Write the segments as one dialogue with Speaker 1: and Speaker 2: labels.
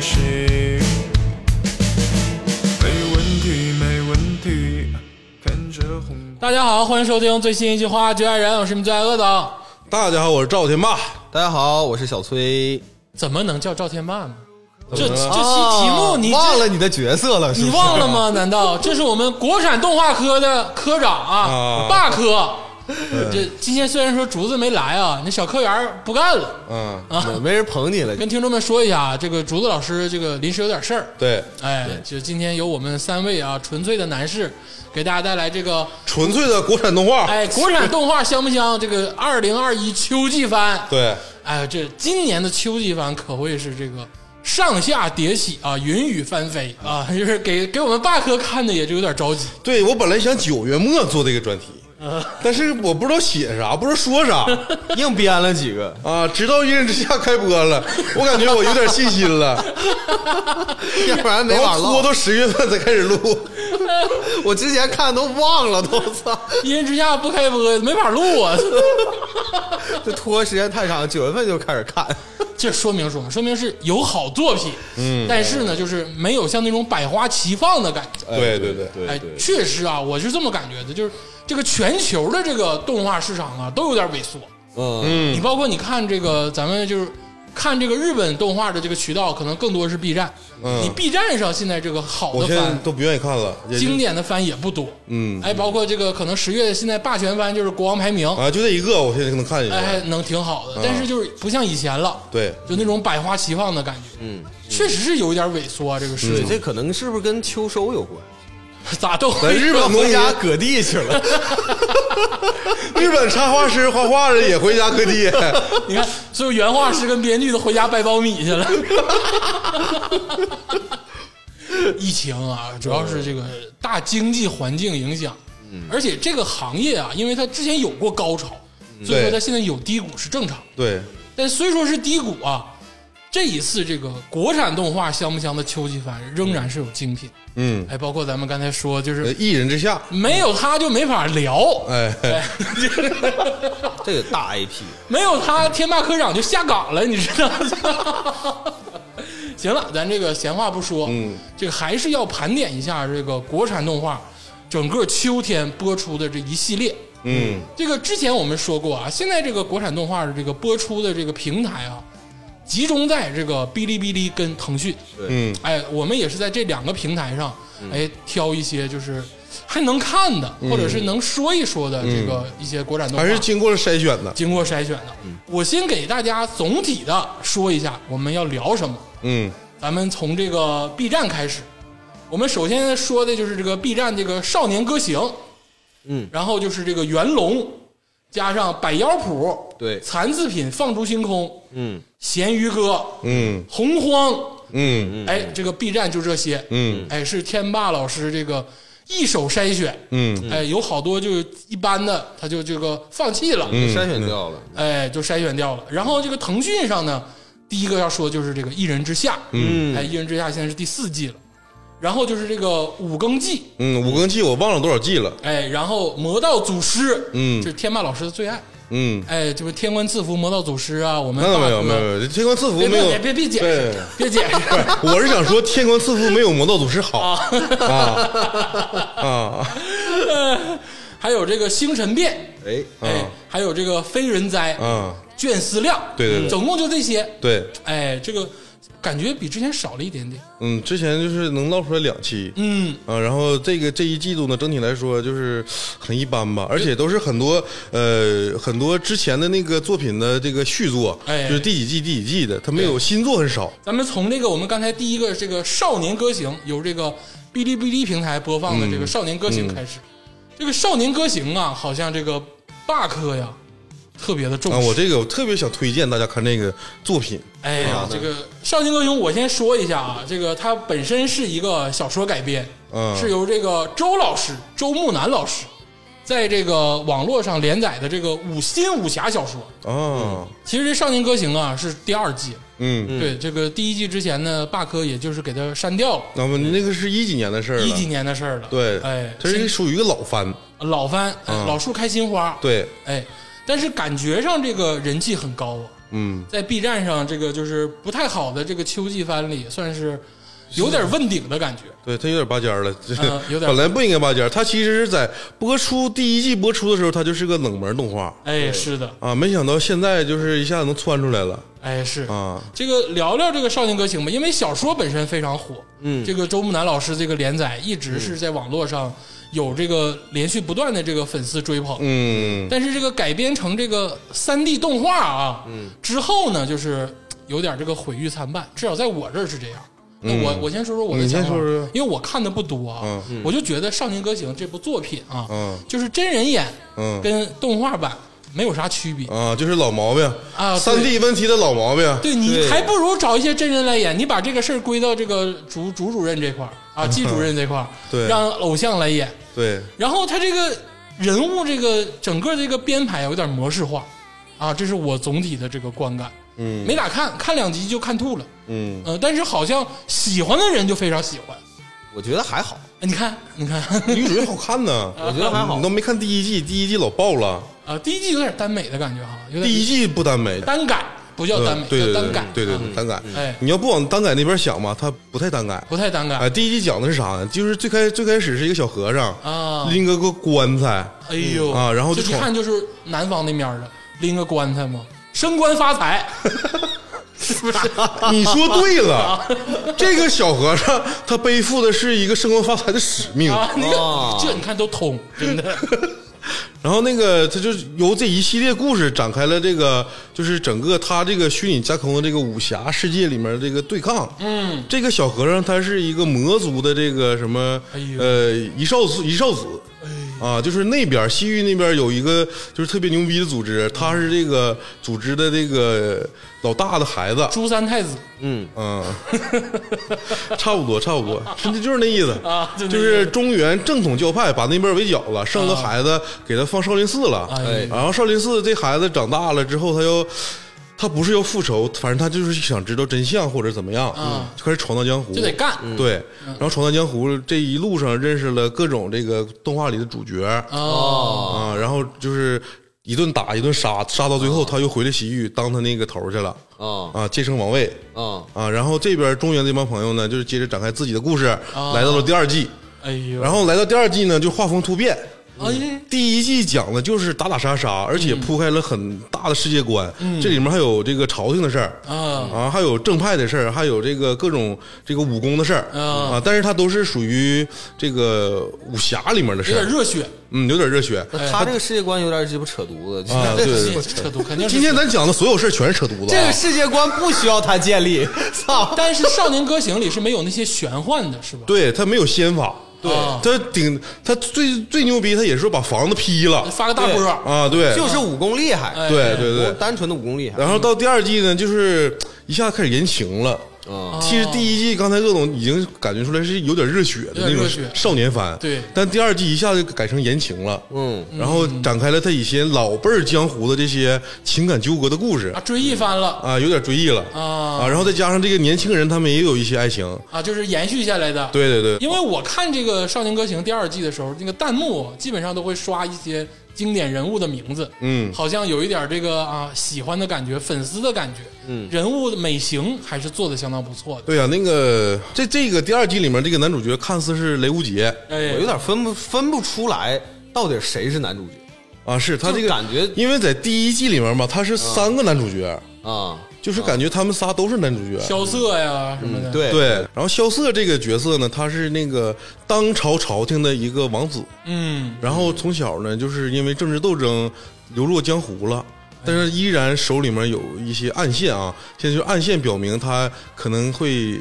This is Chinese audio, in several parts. Speaker 1: 息。没问题，没问题，看着红。
Speaker 2: 大家好，欢迎收听最新一期《花最爱人》，我是你们最爱恶的。
Speaker 3: 大家好，我是赵天霸。
Speaker 4: 大家好，我是小崔。
Speaker 2: 怎么能叫赵天霸呢？这这期
Speaker 4: 这
Speaker 2: 题目你、
Speaker 4: 啊
Speaker 3: 啊
Speaker 4: 忘了你的角色了，是 不
Speaker 2: 你
Speaker 4: 是
Speaker 2: 忘了 吗？难道这是我们国产动画科的科长啊
Speaker 3: 啊，
Speaker 2: 霸科？这今天虽然说竹子没来啊，那小科员儿不干了。
Speaker 3: 嗯，
Speaker 4: 没没人捧你了。
Speaker 2: 啊跟听众们说一下啊，这个竹子老师这个临时有点事儿，
Speaker 3: 对，
Speaker 2: 哎，就今天由我们三位啊纯粹的男士给大家带来这个
Speaker 3: 纯粹的国产动画。
Speaker 2: 哎国产动画香不香？这个二零二一秋季番，
Speaker 3: 对，
Speaker 2: 哎，这今年的秋季番可谓是这个上下迭起啊，云雨翻飞啊， 就是给给我们霸科看的也就有点着急。
Speaker 3: 对我本来想九月末做这个专题，
Speaker 2: 啊
Speaker 3: 但是我不知道写啥，不知道说啥
Speaker 4: 硬编了几个，
Speaker 3: 啊。直到一人之下开播了，我感觉我有点信心了，
Speaker 4: 要不然没
Speaker 3: 然
Speaker 4: 法
Speaker 3: 后拖
Speaker 4: 唠。
Speaker 3: 到十月份才开始录。
Speaker 4: 我之前看都忘了，都操，
Speaker 2: 一人之下不开播，没法录啊！
Speaker 4: 这拖时间太长，九月份就开始看。
Speaker 2: 这说明什么？说明是有好作品，嗯，但是呢，就是没有像那种百花齐放的感觉。
Speaker 3: 对对对
Speaker 2: 哎，确实啊，我是这么感觉的，就是这个全球的这个动画市场啊，都有点萎缩。
Speaker 4: 嗯，
Speaker 2: 你包括你看这个，咱们就是看这个日本动画的这个渠道，可能更多是 B 站。
Speaker 3: 嗯
Speaker 2: 你 B 站上现在这个好
Speaker 3: 我
Speaker 2: 的
Speaker 3: 现在
Speaker 2: 番、
Speaker 3: 都不愿意看了。也就
Speaker 2: 经典的番也不多。
Speaker 3: 嗯
Speaker 2: 哎，包括这个可能十月现在霸权番就是国王排名，
Speaker 3: 啊，就这一个，我现在可能看一
Speaker 2: 哎，还
Speaker 3: 下。
Speaker 2: 能挺好的，但是就是不像以前了。
Speaker 3: 对
Speaker 2: 就那种百花齐放的感觉。嗯，确实是有一点萎缩啊，这个市
Speaker 4: 对，
Speaker 2: 场、
Speaker 4: 这可能是不是跟秋收有关？
Speaker 2: 咋都
Speaker 3: 咱日本
Speaker 4: 回
Speaker 3: 回
Speaker 4: 家
Speaker 3: 家，
Speaker 4: 割地去了，
Speaker 3: 日本插画师、画画的也回家割 地。
Speaker 2: 你看，所有原画师跟编剧都回家掰苞米去了。 疫情啊，主要是这个大经济环境影响，而且这个行业啊，因为它之前有过高潮，所以说
Speaker 3: 对
Speaker 2: 它现在有低谷是正常。
Speaker 3: 对，
Speaker 2: 但虽说是低谷啊，这一次这个国产动画香不香的秋季番仍然是有精品，
Speaker 3: 嗯，
Speaker 2: 哎，包括咱们刚才说，就
Speaker 3: 呃
Speaker 2: 是
Speaker 3: 一人之下，
Speaker 2: 没有它就没法聊，
Speaker 3: 哎，
Speaker 4: 这个大 IP
Speaker 2: 没有他，天霸科长就下岗了，你知道 吗？行了，咱这个闲话不说，
Speaker 3: 嗯，
Speaker 2: 这个还是要盘点一下这个国产动画整个秋天播出的这一系列。
Speaker 3: 嗯，
Speaker 2: 这个之前我们说过啊，现在这个国产动画的这个播出的这个平台啊，集中在这个哔哩哔哩跟腾讯。
Speaker 3: 嗯，
Speaker 2: 哎，我们也是在这两个平台上，哎，挑一些就是还能看的，或者是能说一说的这个一些国产动画，
Speaker 3: 嗯还是经过了筛选的。
Speaker 2: 经过筛选的。我先给大家总体的说一下我们要聊什么。
Speaker 3: 嗯，
Speaker 2: 咱们从这个 B 站开始，我们首先说的就是这个 B 站这个少年歌行，
Speaker 4: 嗯，
Speaker 2: 然后就是这个元龙，加上百妖谱，
Speaker 4: 对
Speaker 2: 残次品放逐星空，
Speaker 4: 嗯，
Speaker 2: 咸鱼哥，
Speaker 3: 嗯
Speaker 2: 洪荒，
Speaker 3: 嗯
Speaker 2: 哎，这个 B 站就这些，
Speaker 3: 嗯，
Speaker 2: 哎，是天霸老师这个一手筛选，
Speaker 3: 嗯，
Speaker 2: 哎，有好多就一般的他就这个放弃了，嗯，
Speaker 4: 筛选掉了。
Speaker 2: 哎，就筛选掉了。然后这个腾讯上呢，第一个要说就是这个《一人之下》，嗯，哎，《一人之下》现在是第四季了。然后就是这个五更季，
Speaker 3: 嗯，五更季我忘了多少季了。
Speaker 2: 哎，然后魔道祖师，
Speaker 3: 嗯
Speaker 2: 这是天霸老师的最爱，
Speaker 3: 嗯，
Speaker 2: 哎，这不天官赐福、魔道祖师啊，我们
Speaker 3: 看到没
Speaker 2: 大哥
Speaker 3: 有？没有，没有，天官赐福
Speaker 2: 别
Speaker 3: 没有
Speaker 2: 别。别别解释，别解 释，
Speaker 3: 对，我是想说天官赐福没有魔道祖师好啊啊！
Speaker 2: 还有这个星辰变，
Speaker 4: 哎，
Speaker 2: 哎，还有这个非人哉，
Speaker 3: 嗯，
Speaker 2: 卷思量，
Speaker 3: 对对对
Speaker 2: 总共就这些，
Speaker 3: 对，
Speaker 2: 哎，这个感觉比之前少了一点点，
Speaker 3: 嗯，之前就是能唠出来两期，
Speaker 2: 嗯，
Speaker 3: 啊，然后这个这一季度呢，整体来说就是很一般吧，而且都是很多呃很多之前的那个作品的这个续作，
Speaker 2: 哎
Speaker 3: 就是第几季第几季的，它没有新作很少。
Speaker 2: 咱们从这个我们刚才第一个这个少年歌行，由这个哔哩哔哩平台播放的
Speaker 3: 嗯
Speaker 2: 这个少年歌行开始，这个少年歌行啊，好像这个霸科呀特别的重
Speaker 3: 啊，
Speaker 2: 视。
Speaker 3: 我这个我特别想推荐大家看这个作品，
Speaker 2: 哎呀，
Speaker 3: 啊
Speaker 2: 这个少年歌行，我先说一下啊，这个它本身是一个小说改编，
Speaker 3: 嗯
Speaker 2: 是由这个周老师周木南老师在这个网络上连载的这个五新武侠小说。
Speaker 3: 啊，
Speaker 2: 其实这少年歌行啊是第二季，
Speaker 3: 嗯，
Speaker 2: 对这个第一季之前呢，霸科也就是给它删掉了。
Speaker 3: 那么那个是一几年的事儿了，
Speaker 2: 一几年的事儿了。
Speaker 3: 对，
Speaker 2: 哎，
Speaker 3: 它是属于一个老番，
Speaker 2: 老番，哎
Speaker 3: 嗯
Speaker 2: 老树开新花。，
Speaker 3: 对，
Speaker 2: 哎，但是感觉上这个人气很高啊。
Speaker 3: 嗯，
Speaker 2: 在 B 站上这个就是不太好的这个秋季番里，算是有点问鼎的感觉。
Speaker 3: 对他有点拔尖儿了，这
Speaker 2: 嗯 有点
Speaker 3: 本来不应该拔尖儿。他其实是在播出第一季播出的时候，他就是个冷门动画
Speaker 2: 哎，是的，
Speaker 3: 啊，没想到现在就是一下子能窜出来了
Speaker 2: 哎是。
Speaker 3: 啊。
Speaker 2: 这个聊聊这个《少年歌行》吧，因为小说本身非常火，嗯，这个周木南老师这个连载一直
Speaker 3: 嗯
Speaker 2: 是在网络上有这个连续不断的这个粉丝追捧，
Speaker 3: 嗯，
Speaker 2: 但是这个改编成这个三 D 动画啊，嗯，之后呢，就是有点这个毁誉参半，至少在我这儿是这样。那我、我先说说我的
Speaker 3: 嗯你先
Speaker 2: 想法
Speaker 3: 说说
Speaker 2: 因为我看的不多啊，我就觉得《少年歌行》这部作品啊，
Speaker 3: 嗯
Speaker 2: 就是真人演，
Speaker 3: 嗯
Speaker 2: 跟动画版没有啥区别。
Speaker 3: 啊，就是老毛病
Speaker 2: 啊对
Speaker 3: 三 D 问题的老毛病。
Speaker 2: 对你
Speaker 4: 对
Speaker 2: 还不如找一些真人来演，你把这个事儿归到这个主主主任这块儿啊，季主任这块儿，
Speaker 3: 嗯对
Speaker 2: 让偶像来演。
Speaker 3: 对
Speaker 2: 然后他这个人物这个整个这个编排有点模式化啊，这是我总体的这个观感。
Speaker 3: 嗯，
Speaker 2: 没咋看，看两集就看吐了。
Speaker 3: 嗯，
Speaker 2: 呃，但是好像喜欢的人就非常喜欢。哎
Speaker 4: 我觉得还好，
Speaker 2: 你看，你 看，
Speaker 3: 女主角好 看呢，
Speaker 4: 我觉得还好
Speaker 3: 你都。没看第一季，第一季老爆了，
Speaker 2: 啊，第一季有点耽美的感觉哈，有点
Speaker 3: 第一季不耽美，嗯
Speaker 2: 单改，不叫耽美，
Speaker 3: 对对
Speaker 2: 叫
Speaker 3: 对
Speaker 2: 单改，
Speaker 3: 对对
Speaker 2: 啊
Speaker 3: 对，单改。
Speaker 2: 哎
Speaker 3: 你要不往单改那边想吧，它不太单改。
Speaker 2: 不太单
Speaker 3: 哎，
Speaker 2: 改
Speaker 3: 第一季讲的是啥呢？就是最开最开始是一个小和尚
Speaker 2: 啊。
Speaker 3: 拎个个棺材，
Speaker 2: 哎呦
Speaker 3: 啊然后
Speaker 2: 就
Speaker 3: 就
Speaker 2: 一
Speaker 3: 闯
Speaker 2: 看就是南方那面儿的，拎个棺材嘛，升官发财， 是不是？
Speaker 3: 你说对了，这个小和尚他背负的是一个升官发财的使命。
Speaker 2: 啊，那个
Speaker 4: 啊
Speaker 2: 这你看都通， 真的
Speaker 3: 然后那个他就是由这一系列故事展开了这个，就是整个他这个虚拟架空的这个武侠世界里面的这个对抗。嗯，这个小和尚他是一个魔族的这个什么
Speaker 2: 哎呦哎
Speaker 3: 呃一少子一少子。啊，就是那边儿西域那边儿有一个就是特别牛逼的组织，他是这个组织的这个老大的孩子，
Speaker 2: 朱三太子
Speaker 3: 嗯， 差不多，差不多，甚至就是那意思
Speaker 2: 啊就那意思
Speaker 3: 是中原正统教派把那边围剿了，剩个孩子给他放少林寺了，
Speaker 2: 哎
Speaker 3: 然后少林寺这孩子长大了之后，他又。他不是要复仇，反正他就是想知道真相或者怎么样，
Speaker 2: 啊
Speaker 3: 就开始闯荡江湖，
Speaker 2: 就得干
Speaker 3: 对，然后闯荡江湖这一路上认识了各种这个动画里的主角，
Speaker 2: 哦，
Speaker 3: 啊，然后就是一顿打一顿杀，杀到最后他又回了西域当他那个头儿去了
Speaker 4: 啊
Speaker 3: 啊，接升王位。
Speaker 4: 啊
Speaker 3: 啊，然后这边中原这帮朋友呢，就是接着展开自己的故事，来到了第二季。
Speaker 2: 哎呦，
Speaker 3: 然后来到第二季呢，就画风突变。
Speaker 2: 哎
Speaker 3: 第一季讲的就是打打杀杀，而且铺开了很大的世界观。这里面还有这个朝廷的事儿
Speaker 2: 啊，
Speaker 3: 啊，还有正派的事儿，还有这个各种这个武功的事儿
Speaker 2: 啊
Speaker 3: 啊，但是它都是属于这个武侠里面的
Speaker 2: 有
Speaker 3: 事
Speaker 2: 点
Speaker 3: 儿，
Speaker 2: 热血
Speaker 3: 嗯，有点热血。
Speaker 4: 那他这个世界观有点鸡巴扯犊子，
Speaker 3: 啊对对对
Speaker 2: 扯犊，肯定是
Speaker 3: 今天咱讲的所有事儿全是扯犊子
Speaker 4: 这
Speaker 3: 啊
Speaker 4: 个，世界观不需要他建 立，操！
Speaker 2: 但是《少年歌行》里是没有那些玄幻的，是吧？
Speaker 3: 对他没有仙法，
Speaker 2: 对啊
Speaker 3: 他顶他最最牛逼，他也是说把房子劈了
Speaker 2: 发个大波儿，
Speaker 3: 啊，对，
Speaker 4: 就是武功厉害，
Speaker 2: 哎
Speaker 3: 对对对
Speaker 4: 我，单纯的武功厉害。
Speaker 3: 然后到第二季呢，就是一下开始言情了。
Speaker 2: 哦
Speaker 4: 嗯
Speaker 3: 其实第一季刚才鄂总已经感觉出来是有点热血的
Speaker 2: 有点
Speaker 3: 那种
Speaker 2: 热血
Speaker 3: 少年番，
Speaker 2: 对
Speaker 3: 但第二季一下就改成言情了，
Speaker 4: 嗯，
Speaker 3: 然后展开了他以前老辈儿江湖的这些情感纠葛的故事
Speaker 2: 啊，追忆番了
Speaker 3: 啊，有点追忆了
Speaker 2: 啊
Speaker 3: 然后再加上这个年轻人他们也有一些爱情，
Speaker 2: 啊，就是延续下来的。
Speaker 3: 对对对，
Speaker 2: 因为我看这个《少年歌行》第二季的时候，那个弹幕基本上都会刷一些经典人物的名字，
Speaker 3: 嗯
Speaker 2: 好像有一点这个啊喜欢的感觉，粉丝的感觉，嗯，人物的美型还是做的相当不错的，
Speaker 3: 对呀、啊那个这这个第二季里面这个男主角看似是雷无杰
Speaker 2: 哎，
Speaker 4: 我有点分不分不出来到底谁是男主角，
Speaker 3: 啊，是他这
Speaker 4: 就
Speaker 3: 个
Speaker 4: 感觉
Speaker 3: 因为在第一季里面嘛，他是三个男主角，
Speaker 4: 啊，
Speaker 3: 就是感觉他们仨都是男主角。
Speaker 2: 萧瑟呀什么的，，
Speaker 4: 对
Speaker 3: 嗯对，然后萧瑟这个角色呢，他是那个当朝朝廷的一个王子，
Speaker 2: 嗯，
Speaker 3: 然后从小呢，就是因为政治斗争流落江湖了，但是依然手里面有一些暗线啊，现在就暗线表明他可能会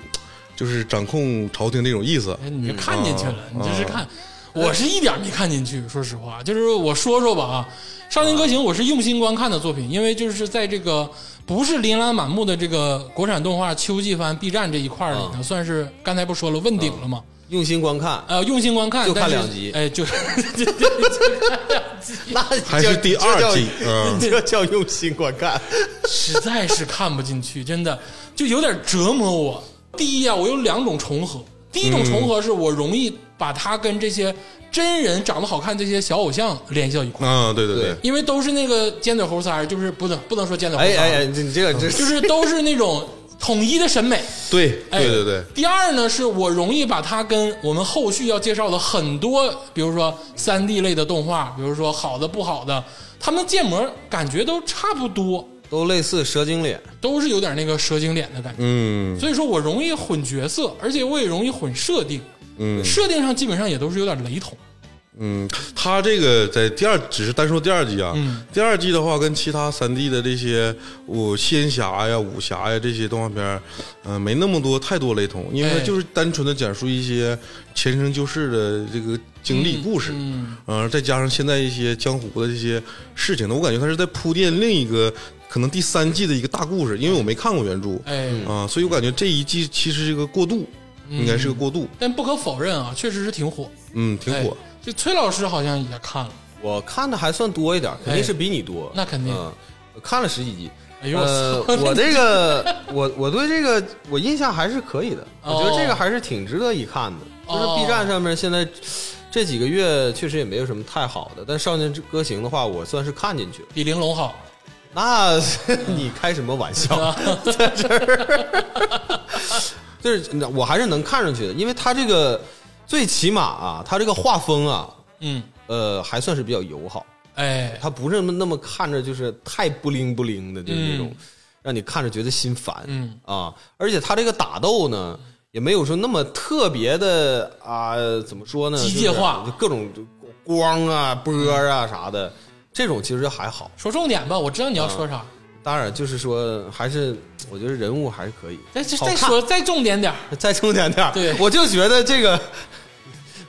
Speaker 3: 就是掌控朝廷那种意思。
Speaker 2: 哎，你这看进去
Speaker 4: 啊
Speaker 2: 了，你这是看，我是一点儿没看进去。说实话，就是我说说吧啊，《少年歌行》我是用心观看的作品，因为就是在这个不是琳琅满目的这个国产动画秋季番 B 站这一块儿里
Speaker 4: 啊
Speaker 2: 呢，算是刚才不说了问鼎了吗？
Speaker 4: 用心观看，
Speaker 2: 呃，用心观看，
Speaker 4: 啊就看
Speaker 2: 但是
Speaker 4: 两集
Speaker 2: 哎，就
Speaker 4: 那
Speaker 3: 还是第二季 嗯
Speaker 4: 这叫用心观看。
Speaker 2: 实在是看不进去，真的就有点折磨我。
Speaker 4: 嗯
Speaker 2: 第一啊，我有两种重合，第一种重合是我容易把它跟这些真人长得好看这些小偶像联系到一块儿，
Speaker 3: 啊，对对对，
Speaker 4: 对
Speaker 2: 因为都是那个尖嘴猴腮儿，就是不能不能说尖嘴猴
Speaker 4: 哎
Speaker 2: 腮儿，啊
Speaker 4: 哎哎，你这个
Speaker 3: 嗯
Speaker 4: 这
Speaker 2: 就是都是那种统一的审美。
Speaker 3: 对
Speaker 2: 哎
Speaker 3: 对对对，
Speaker 2: 第二呢，是我容易把它跟我们后续要介绍的很多，比如说三 D 类的动画，比如说好的不好的，他们建模感觉都差不多，
Speaker 4: 都类似蛇精脸，
Speaker 2: 都是有点那个蛇精脸的感觉。
Speaker 3: 嗯
Speaker 2: 所以说我容易混角色，而且我也容易混设定，
Speaker 3: 嗯
Speaker 2: 设定上基本上也都是有点雷同。
Speaker 3: 嗯，他这个在第二只是单说第二季啊，
Speaker 2: 嗯
Speaker 3: 第二季的话跟其他三 D 的这些武仙侠呀、武侠呀这些动画片儿，嗯、没那么多太多雷同，因为它
Speaker 2: 哎
Speaker 3: 就是单纯的讲述一些前生旧世的这个经历故事。
Speaker 2: 嗯，
Speaker 3: 呃，再加上现在一些江湖的这些事情呢，我感觉他是在铺垫另一个可能第三季的一个大故事，因为我没看过原著
Speaker 2: 哎，
Speaker 3: 啊、所以我感觉这一季其实是一个过渡，应该是个过渡，
Speaker 2: 但不可否认啊，确实是挺火，
Speaker 3: 嗯，挺火
Speaker 2: 哎。这崔老师好像也看了，
Speaker 4: 我看的还算多一点，肯定是比你多，
Speaker 2: 哎那肯定
Speaker 4: 嗯，我看了十几集。
Speaker 2: 哎呦
Speaker 4: 呃
Speaker 2: 我操，
Speaker 4: 我这个，我我对这个我印象还是可以的，我觉
Speaker 2: 哦
Speaker 4: 得这个还是挺值得一看的。就是
Speaker 2: 哦
Speaker 4: B 站上面现在这几个月确实也没有什么太好的，但《少年之歌行》的话，我算是看进去了。
Speaker 2: 比玲珑好。
Speaker 4: 那
Speaker 2: 嗯
Speaker 4: 你开什么玩
Speaker 3: 哦
Speaker 4: 笑？在这儿，就是我还是能看上去的，因为他这个最起码啊，他这个画风啊，
Speaker 2: 嗯，
Speaker 4: 呃，还算是比较友好。
Speaker 2: 哎，
Speaker 4: 它不是那么那么看着就是太不灵不灵的，就是那种、让你看着觉得心烦，
Speaker 2: 嗯
Speaker 4: 啊，而且它这个打斗呢，也没有说那么特别的啊、怎么说呢，
Speaker 2: 机械化
Speaker 4: 就是各种光啊、波啊啥的，这种其实还好。
Speaker 2: 说重点吧，我知道你要说啥。
Speaker 4: 当然，就是说还是我觉得人物还是可以，
Speaker 2: 再再
Speaker 4: 好
Speaker 2: 再
Speaker 4: 看
Speaker 2: 说再重点点儿
Speaker 4: 再重点点儿
Speaker 2: 对
Speaker 4: 我就觉得这个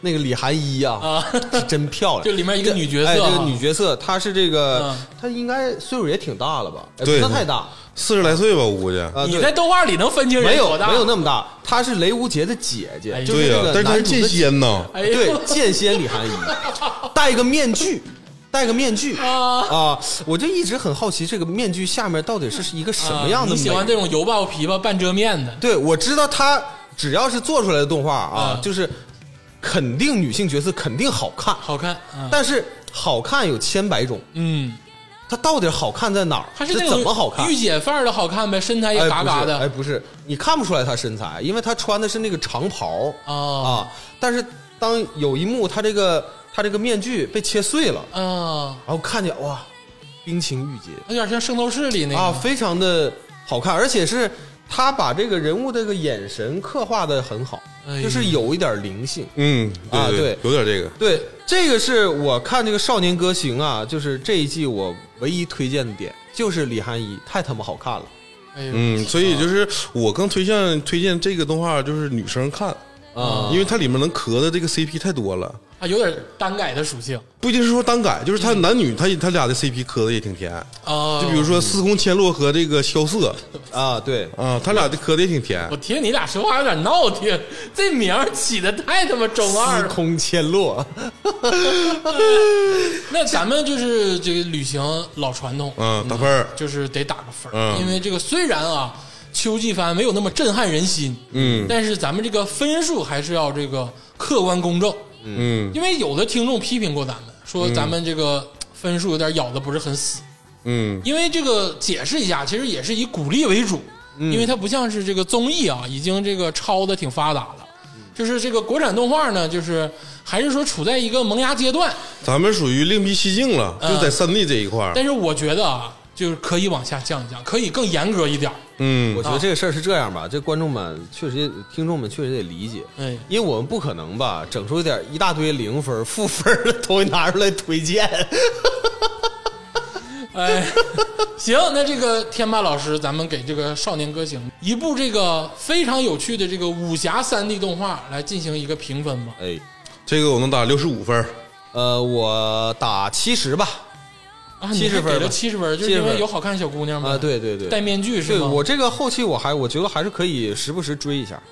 Speaker 4: 那个李涵一呀、
Speaker 2: 啊，
Speaker 4: 是真漂亮，
Speaker 2: 就里面一个女角色
Speaker 4: 哎，这个
Speaker 2: 啊
Speaker 4: 女角色她是这个
Speaker 2: 嗯，
Speaker 4: 她应该岁数也挺大了吧？哎
Speaker 3: 对
Speaker 4: 不算太大
Speaker 3: 四十来岁吧，我估计。
Speaker 4: 啊，
Speaker 2: 你
Speaker 4: 对
Speaker 2: 在动画里能分清人
Speaker 4: 没有
Speaker 2: 多大？
Speaker 4: 没有那么大，她是雷无节的姐
Speaker 2: 哎
Speaker 4: 姐，
Speaker 2: 呦
Speaker 4: 就是
Speaker 3: 对呀、啊
Speaker 4: 这个
Speaker 3: 但是他是
Speaker 4: 男主
Speaker 3: 剑
Speaker 4: 的姐，
Speaker 3: 仙呐，
Speaker 2: 哎呦
Speaker 4: 对，剑仙李涵一，戴个面具。戴个面具
Speaker 2: 啊
Speaker 4: 啊！我就一直很好奇，这个面具下面到底是一个什么样的
Speaker 2: 啊
Speaker 4: 美？
Speaker 2: 你喜欢这种油爆琵琶半遮面的？
Speaker 4: 对，我知道他只要是做出来的动画啊，
Speaker 2: 嗯
Speaker 4: 就是肯定女性角色肯定好看，
Speaker 2: 好看，嗯
Speaker 4: 但是好看有千百种，
Speaker 2: 嗯，
Speaker 4: 它到底好看在哪儿？
Speaker 2: 她是
Speaker 4: 这
Speaker 2: 那种
Speaker 4: 怎么好看？
Speaker 2: 御姐范儿的好看呗，身材也
Speaker 4: 哎
Speaker 2: 嘎嘎
Speaker 4: 不是哎，
Speaker 2: 的
Speaker 4: 不是，你看不出来她身材，因为她穿的是那个长袍、
Speaker 2: 啊
Speaker 4: 啊。但是当有一幕，她这个她这个面具被切碎了，
Speaker 2: 啊，
Speaker 4: 然后看见哇，冰清玉洁，
Speaker 2: 有点像圣斗士里那
Speaker 4: 啊，
Speaker 2: 个
Speaker 4: 非常的好看，而且是他把这个人物这个眼神刻画的很好，
Speaker 2: 哎
Speaker 4: 就是有一点灵性。
Speaker 3: 嗯，对
Speaker 4: 啊
Speaker 3: 对有
Speaker 4: 对
Speaker 3: 点这个，
Speaker 4: 对，这个是我看这个《少年歌行》啊，就是这一季我唯一推荐的点，就是李涵一太他妈好看了。
Speaker 2: 哎呦，
Speaker 3: 嗯，所
Speaker 4: 啊
Speaker 3: 以就是我更推荐推荐这个动画，就是女生看
Speaker 2: 哦
Speaker 4: 啊
Speaker 3: 因为它里面能磕的这个 CP 太多了，
Speaker 2: 啊，有点单改的属性
Speaker 3: 不一定是说单改，就是他
Speaker 4: 嗯
Speaker 3: 男女他他俩的 CP 磕的也挺甜，
Speaker 2: 啊。
Speaker 4: 哦
Speaker 3: 就比如，
Speaker 4: 嗯
Speaker 3: 说司空千落和这个萧 瑟
Speaker 4: 啊，对，
Speaker 3: 啊，他俩的磕的也挺甜
Speaker 2: 我，听你俩说话有点闹挺，这名儿起的太他妈中二
Speaker 4: 司
Speaker 2: 了。
Speaker 4: 空千落，
Speaker 2: 那咱们就是这个旅行老传统，
Speaker 3: 嗯，打分儿，
Speaker 2: 就是得打个分儿，
Speaker 3: 嗯
Speaker 2: 因为这个虽然啊秋季番没有那么震撼人心，
Speaker 3: 嗯
Speaker 2: 但是咱们这个分数还是要这个客观公正，
Speaker 3: 嗯
Speaker 2: 因为有的听众批评过咱们，说咱们这个分数有点咬的不是很死，
Speaker 3: 嗯
Speaker 2: 因为这个解释一下，其实也是以鼓励为主，
Speaker 3: 嗯
Speaker 2: 因为它不像是这个综艺啊，已经这个抄的挺发达了。
Speaker 3: 嗯
Speaker 2: 就是这个国产动画呢，就是还是说处在一个萌芽阶段，
Speaker 3: 咱们属于另辟蹊径了，
Speaker 4: 嗯
Speaker 3: 就在三 D 这一块儿，
Speaker 2: 但是我觉得啊，就是可以往下降一降，可以更严格一点儿。
Speaker 4: 我
Speaker 3: 嗯
Speaker 4: 觉得这个事儿是这样吧，这观众们确实也，听众们确实得理解，
Speaker 2: 哎
Speaker 4: 因为我们不可能吧，整出一点一大堆零分、负分的东西拿出来推荐，
Speaker 2: 哎， 行，那这个天霸老师，咱们给这个《少年歌行》一部这个非常有趣的这个武侠三 D 动画来进行一个评分吧。
Speaker 4: 哎，
Speaker 3: 这个我能打六十五分儿，
Speaker 4: 呃，我打七十吧，
Speaker 2: 啊，你还
Speaker 4: 70分
Speaker 2: 给了
Speaker 4: 吧
Speaker 2: 七十分，就是
Speaker 4: 70
Speaker 2: 因为
Speaker 4: 分
Speaker 2: 有好看的小姑娘嘛。
Speaker 4: 啊，，对对对，
Speaker 2: 戴面具是
Speaker 4: 对
Speaker 2: 吗？
Speaker 4: 我这个后期我还我觉得还是可以时不时追一下，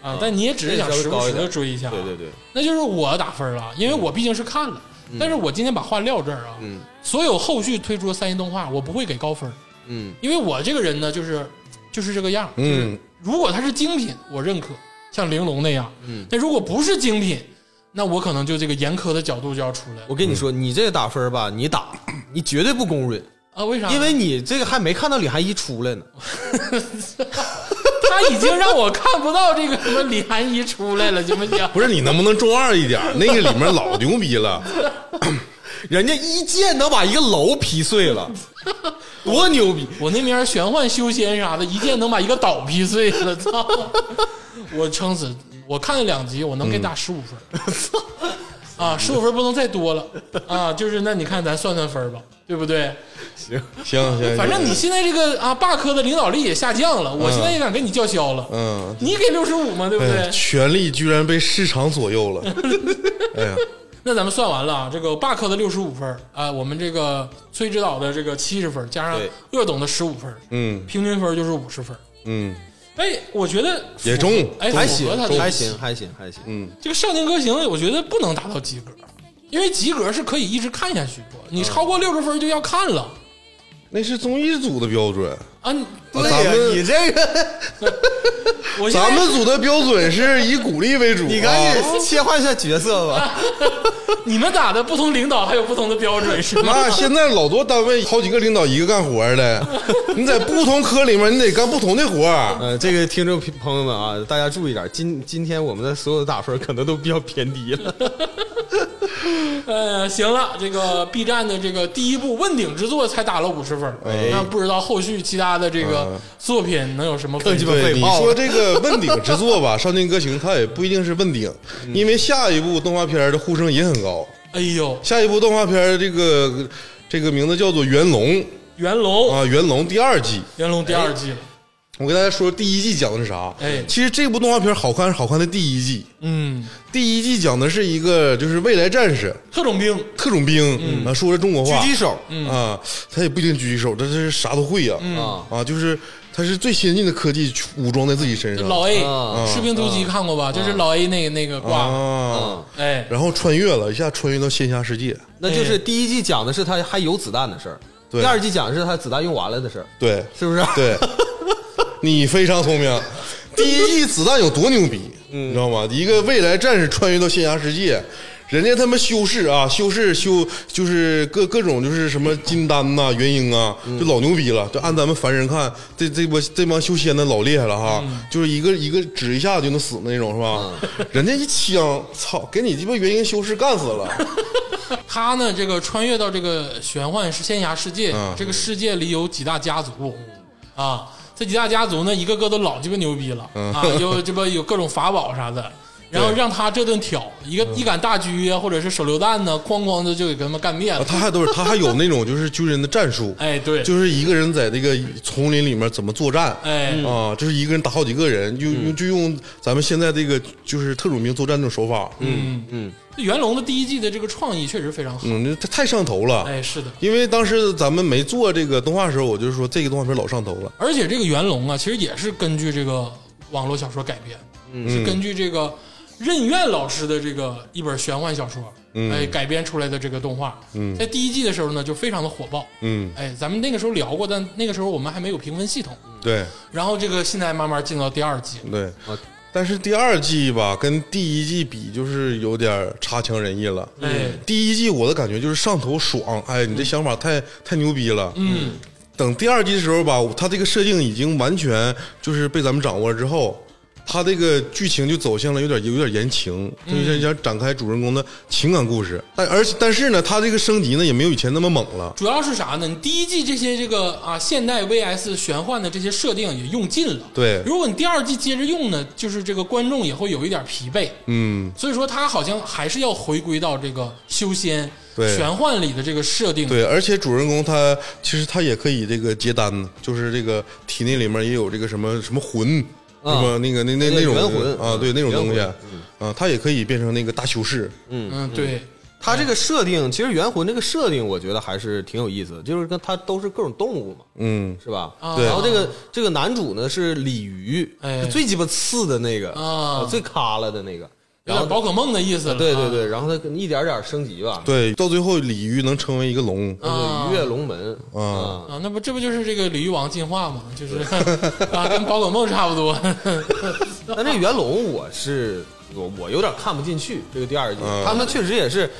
Speaker 2: 啊，但你也只是想时不时的追一下。
Speaker 4: 对对对，
Speaker 2: 那就是我打分了，因为我毕竟是看了。但是我今天把话撂这儿啊，
Speaker 4: 嗯
Speaker 2: 所有后续推出的三 D 动画，我不会给高分，
Speaker 4: 嗯
Speaker 2: 因为我这个人呢，就是就是这个样儿，就是
Speaker 3: 嗯
Speaker 2: 如果它是精品，我认可，像玲珑那样。
Speaker 4: 嗯，
Speaker 2: 但如果不是精品，那我可能就这个严苛的角度就要出来了
Speaker 4: 我跟你说，你这个打分吧，你打，你绝对不公允，
Speaker 2: 啊？为啥？
Speaker 4: 因为你这个还没看到李涵一出来呢。
Speaker 2: 他已经让我看不到这个什么李涵一出来了，行不行？
Speaker 3: 不是你能不能中二一点？那个里面老牛逼了，
Speaker 4: 人家一剑能把一个楼劈碎 了，多牛逼！
Speaker 2: 我那边玄幻修仙啥的，一剑能把一个岛劈碎了，操！ 我撑死，我看了两集，我
Speaker 4: 嗯
Speaker 2: 能给打十五分，啊，十五分不能再多了啊！就是那你看，咱算算分儿吧，对不对？
Speaker 3: 行行行，
Speaker 2: 反正你现在这个啊，霸科的领导力也下降了，我现在也敢跟你叫嚣了，
Speaker 3: 嗯，
Speaker 2: 你给六十五嘛，对不
Speaker 3: 哎
Speaker 2: 对
Speaker 3: 呀？权力居然被市场左右 了，哎呀，
Speaker 2: 那咱们算完了啊，这个霸科的六十五分儿啊、我们这个崔指导的这个七十分儿，加上
Speaker 4: 对
Speaker 2: 鄂总的十五分儿，
Speaker 3: 嗯
Speaker 2: 平均分儿就是五十分儿。
Speaker 3: 嗯，
Speaker 2: 哎，我觉得
Speaker 3: 也中
Speaker 2: 符合哎，
Speaker 4: 还
Speaker 2: 符
Speaker 4: 行
Speaker 2: 合他，
Speaker 4: 还行，。嗯还行，还行。
Speaker 2: 这个《少年歌行》，我觉得不能达到及格，因为及格是可以一直看下去播，
Speaker 4: 嗯
Speaker 2: 你超过六十分儿就要看了
Speaker 3: 那是综艺组的标准，
Speaker 2: 啊！你
Speaker 4: 对
Speaker 3: 咱
Speaker 4: 呀，
Speaker 3: 们
Speaker 4: 你这个，
Speaker 2: 我现在
Speaker 3: 咱们组的标准是以鼓励为主，
Speaker 4: 你
Speaker 3: 啊
Speaker 4: 赶紧切换一下角色吧。
Speaker 2: 你们咋的？不同领导还有不同的标准是吗？
Speaker 3: 那现在老多单位好几个领导一个干活 的，你在不同科里面你得干不同的活儿
Speaker 4: 呃，这个听众朋友们啊，大家注意点，今今天我们的所有的打分可能都比较偏低了。
Speaker 2: 呃，行了，这个 B 站的这个第一部《问鼎之作》才打了五十分儿，那不知道后续其他的这个作品能有什么分
Speaker 4: 更鸡
Speaker 2: 数
Speaker 4: 巴
Speaker 3: 对，
Speaker 4: 废
Speaker 3: 你
Speaker 4: 话
Speaker 3: 说这个问鼎之作吧，《少年歌行》它也不一定是问鼎，
Speaker 4: 嗯
Speaker 3: 因为下一部动画片的呼声也很高。
Speaker 2: 哎呦，
Speaker 3: 下一部动画片这个这个名字叫做《元龙》
Speaker 2: 元龙，
Speaker 3: 啊，《元龙》第二季。
Speaker 2: 元龙第二季了，
Speaker 3: 我给大家说第一季讲的是啥？
Speaker 2: 哎
Speaker 3: 其实这部动画片好看是好看的第一季，
Speaker 2: 嗯，
Speaker 3: 第一季讲的是一个就是未来战士、
Speaker 2: 特种兵，
Speaker 3: 特种兵啊，说着中国
Speaker 4: 狙
Speaker 3: 话
Speaker 4: 击手
Speaker 3: 啊，他也不一定狙击手，他这是啥都会呀
Speaker 4: 啊
Speaker 3: 啊，就是他是最先进的科技武装在自己身上
Speaker 2: 老 A
Speaker 4: 啊
Speaker 2: 士兵突击看过吧？就是老 A 那那个挂，
Speaker 4: 嗯
Speaker 3: 啊，
Speaker 2: 哎，
Speaker 3: 然后穿越了一下，穿越到仙侠世界，
Speaker 4: 那就是第一季讲的是他还有子弹的事儿，
Speaker 3: 对
Speaker 4: 第二季讲的是他子弹用完了的事儿，
Speaker 3: 对
Speaker 4: 是不是？
Speaker 3: 对，你非常 聪明。第一季子弹有多牛逼，
Speaker 2: 嗯
Speaker 3: 你知道吗？一个未来战士穿越到仙侠世界，人家他妈修士啊，修士修就是各各种就是什么金丹呐、元婴啊，
Speaker 2: 嗯
Speaker 3: 就老牛逼了。就按咱们凡人看，这这波这帮修仙的老厉害了哈，
Speaker 2: 嗯
Speaker 3: 就是一个一个指一下就能死那种是吧？ 人家一枪，操，给你鸡巴元婴修士干死了。
Speaker 2: 他呢，这个穿越到这个玄幻是仙侠世界，
Speaker 3: 嗯
Speaker 2: 这个世界里有几大家族啊，这几大家族呢，一个个都老鸡巴牛逼了、
Speaker 3: 嗯
Speaker 2: 啊，有这不有各种法宝 啥的，然后让他这顿挑，一
Speaker 3: 嗯
Speaker 2: 个、一杆大狙啊，或者是手榴弹呢，哐哐的就给他们干灭了。
Speaker 3: 啊，他还都是他还有那种就是军人的战术，
Speaker 2: 哎，对，
Speaker 3: 就是一个人在这个丛林里面怎么作战，
Speaker 2: 哎
Speaker 3: 啊，就是一个人打好几个人，用
Speaker 2: 嗯
Speaker 3: 用就用咱们现在这个就是特种兵作战这种手法，嗯
Speaker 2: 元龙的第一季的这个创意确实非常好。
Speaker 3: 嗯，这太上头了。
Speaker 2: 哎，是的，
Speaker 3: 因为当时咱们没做这个动画的时候，我就说这个动画片老上头了。
Speaker 2: 而且这个元龙啊，其实也是根据这个网络小说改编，嗯
Speaker 3: 嗯
Speaker 2: 是根据这个任怨老师的这个一本玄幻小说，
Speaker 3: 嗯
Speaker 2: 哎改编出来的这个动画，在第一季的时候呢，就非常的火爆。
Speaker 3: 嗯，
Speaker 2: 哎，咱们那个时候聊过，但那个时候我们还没有评分系统。
Speaker 3: 嗯对
Speaker 2: 然后这个现在慢慢进到第二季，
Speaker 3: 对。但是第二季吧，跟第一季比，就是有点差强人意了。
Speaker 2: 哎，
Speaker 3: 第一季我的感觉就是上头爽，哎，你这想法太、太牛逼了。嗯，等第二季的时候吧，它这个设定已经完全就是被咱们掌握了之后，它这个剧情就走向了有点有点言情，就是想展开主人公的情感故事。但而且但是呢，它这个升级呢也没有以前那么猛了。
Speaker 2: 主要是啥呢？你第一季这些这个啊现代 VS 玄幻的这些设定也用尽了。
Speaker 3: 对
Speaker 2: 如果你第二季接着用呢，就是这个观众也会有一点疲惫。
Speaker 3: 嗯，
Speaker 2: 所以说他好像还是要回归到这个修仙、
Speaker 3: 对
Speaker 2: 玄幻里的这个设定。
Speaker 3: 对，而且主人公他其实他也可以这个结丹呢，就是这个体内里面也有这个什么什么魂。什
Speaker 4: 啊
Speaker 3: 么那个那那那种
Speaker 4: 元魂
Speaker 3: 啊，对那种东西
Speaker 4: 元
Speaker 3: 啊，他也可以变成那个大修士，
Speaker 2: 嗯，对，
Speaker 4: 他这个设定，其实元魂这个设定，我觉得还是挺有意思的，就是跟他都是各种动物嘛，
Speaker 3: 嗯，
Speaker 4: 是吧？
Speaker 2: 啊
Speaker 3: 对
Speaker 4: 然后这个这个男主呢是鲤鱼，
Speaker 2: 哎
Speaker 4: 是最鸡巴次的那个
Speaker 2: 啊
Speaker 4: 最卡了的那个。
Speaker 2: 有
Speaker 4: 然后
Speaker 2: 点宝可梦的意思了。
Speaker 4: 对对对，然后他一点点升级吧，
Speaker 3: 对，到最后鲤鱼能成为一个龙，
Speaker 2: 啊
Speaker 4: 就是跃龙门
Speaker 3: 啊
Speaker 2: 啊，那不这不就是这个鲤鱼王进化吗？ 就是啊，跟宝可梦差不多。
Speaker 4: 但这元龙我是我我有点看不进去这个第二季
Speaker 3: 嗯，
Speaker 4: 他们确实也是，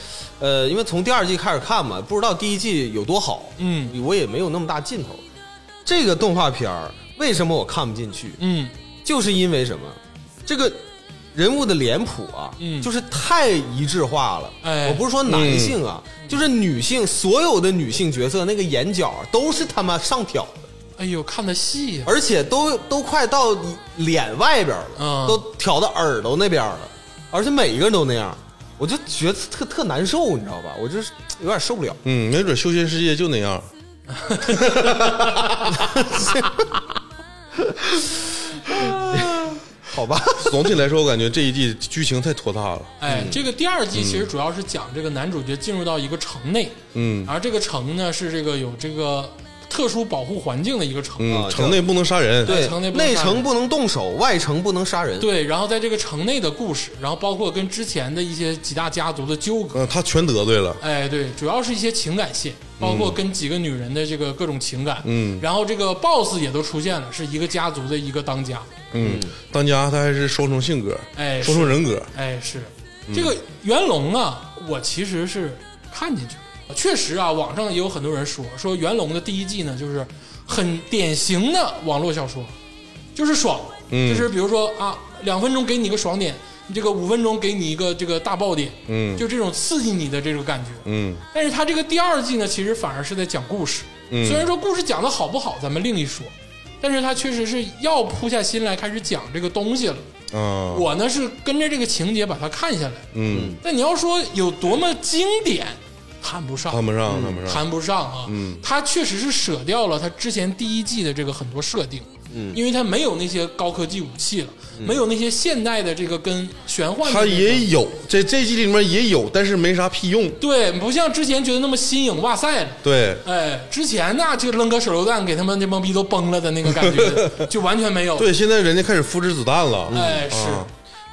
Speaker 4: 呃，因为从第二季开始看嘛，不知道第一季有多好，
Speaker 2: 嗯，
Speaker 4: 我也没有那么大劲头。这个动画片儿为什么我看不进去？
Speaker 2: 嗯
Speaker 4: 就是因为什么？这个人物的脸谱啊，
Speaker 2: 嗯
Speaker 4: 就是太一致化了。
Speaker 2: 哎嗯
Speaker 4: 我不是说男性啊，就是女性，所有的女性角色那个眼角都是他妈上挑的，
Speaker 2: 哎呦，看的细呀、
Speaker 4: 而且都都快到脸外边了，
Speaker 2: 嗯
Speaker 4: 都挑到耳朵那边了，而且每一个人都那样，我就觉得特特难受，你知道吧？我就是有点受不了。
Speaker 3: 嗯，没准修仙世界就那样。
Speaker 4: 好吧，
Speaker 3: 总体来说，我感觉这一季剧情太拖沓了。
Speaker 2: 哎，这个第二季其实主要是讲这个男主角进入到一个城内，
Speaker 3: 嗯
Speaker 2: 而这个城呢是这个有这个特殊保护环境的一个城，
Speaker 3: 嗯，
Speaker 4: 啊
Speaker 3: 城内不能杀人。
Speaker 4: 对
Speaker 2: 城内，不能杀人
Speaker 4: 内城不能动手，外城不能杀人。
Speaker 2: 对，然后在这个城内的故事，然后包括跟之前的一些几大家族的纠葛，
Speaker 3: 嗯，他全得罪了。
Speaker 2: 哎，对，主要是一些情感线，包括跟几个女人的这个各种情感，
Speaker 3: 嗯
Speaker 2: 然后这个 BOSS 也都出现了，是一个家族的一个当家，
Speaker 3: 嗯，当家他还是双重性格，
Speaker 2: 哎，
Speaker 3: 双重人格。
Speaker 2: 哎，是
Speaker 3: 嗯
Speaker 2: 这个袁龙啊，我其实是看进去了。确实啊，网上也有很多人说说袁龙的第一季呢，就是很典型的网络小说，就是爽，就
Speaker 3: 嗯
Speaker 2: 是比如说啊，两分钟给你一个爽点，你这个五分钟给你一个这个大爆点，
Speaker 3: 嗯
Speaker 2: 就这种刺激你的这种感觉。
Speaker 3: 嗯
Speaker 2: 但是他这个第二季呢，其实反而是在讲故事，
Speaker 3: 嗯
Speaker 2: 虽然说故事讲的好不好，咱们另一说，但是他确实是要铺下心来开始讲这个东西了。
Speaker 3: 啊，
Speaker 2: 我呢是跟着这个情节把它看下来，
Speaker 3: 嗯，
Speaker 2: 但你要说有多么经典，谈不上，
Speaker 3: 看不上，看不上。
Speaker 2: 谈不上啊。嗯，它确实是舍掉了它之前第一季的这个很多设定，嗯，因为它没有那些高科技武器了，没有那些现代的这个跟玄幻的
Speaker 3: 他
Speaker 2: 那种
Speaker 3: 也有这这季里面也有，但是没啥屁用。
Speaker 2: 对，不像之前觉得那么新颖，哇塞了。
Speaker 3: 对，
Speaker 2: 哎，之前那就扔个手榴弹给他们这帮逼都崩了的那个感觉，就完全没有。，
Speaker 3: 对，现在人家开始复制子弹了。
Speaker 2: 哎，是，
Speaker 3: 啊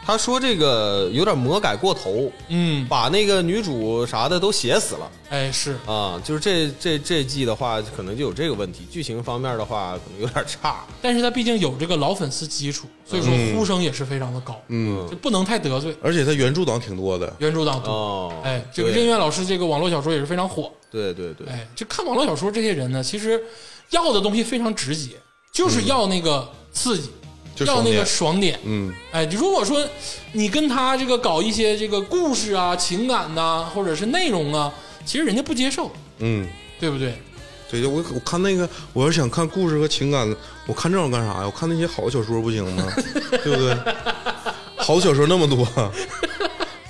Speaker 4: 他说这个有点魔改过头，
Speaker 2: 嗯，
Speaker 4: 把那个女主啥的都写死了
Speaker 2: 哎，是，
Speaker 4: 啊！就是这这这季的话，可能就有这个问题。剧情方面的话，可能有点差。
Speaker 2: 但是他毕竟有这个老粉丝基础，所以说呼声也是非常的高，嗯，就不能太得罪
Speaker 3: 而且他原著党挺多的。
Speaker 2: 原著党多。
Speaker 4: 哦，
Speaker 2: 哎，这个任
Speaker 4: 对
Speaker 2: 怨老师这个网络小说也是非常火。
Speaker 4: 对对对，
Speaker 2: 哎，就看网络小说这些人呢，其实要的东西非常直接，就是要那个刺激，
Speaker 3: 嗯就
Speaker 2: 要
Speaker 3: 爽
Speaker 2: 那
Speaker 3: 点
Speaker 2: 个爽点。
Speaker 3: 嗯
Speaker 2: 哎，如果说你跟他这个搞一些这个故事啊、情感呐、或者是内容啊，其实人家不接受，
Speaker 3: 嗯，
Speaker 2: 对不对？
Speaker 3: 对，我我看那个，我要是想看故事和情感，我看这玩意儿干啥呀？我看那些好小说不行吗？对不对？好小说那么多，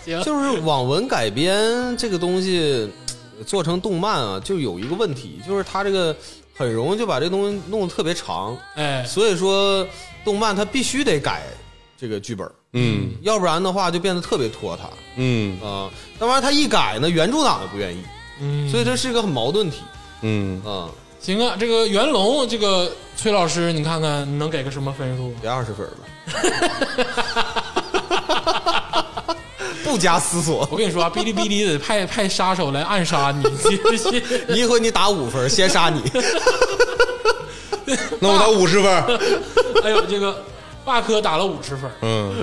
Speaker 4: 就是网文改编这个东西呃做成动漫啊，就有一个问题，就是它这个很容易就把这东西弄得特别长，
Speaker 2: 哎，
Speaker 4: 所以说动漫它必须得改这个剧本，
Speaker 3: 嗯
Speaker 4: 要不然的话就变得特别拖沓。
Speaker 3: 嗯
Speaker 4: 啊、那玩意儿他一改呢，原著党也不愿意，
Speaker 2: 嗯，
Speaker 4: 所以这是一个很矛盾体
Speaker 3: 嗯，
Speaker 4: 啊、
Speaker 2: 行啊，这个袁龙，这个崔老师，你看看你能给个什么分数？
Speaker 4: 给二十分吧， 不加思索。
Speaker 2: 我跟你 说啊，哔哩哔哩得派派杀手来暗杀你， 这些
Speaker 4: 你一回你打五分，先杀你。
Speaker 3: 那我打五 十分，
Speaker 2: 哎呦，这个霸科打了五十分，
Speaker 3: 嗯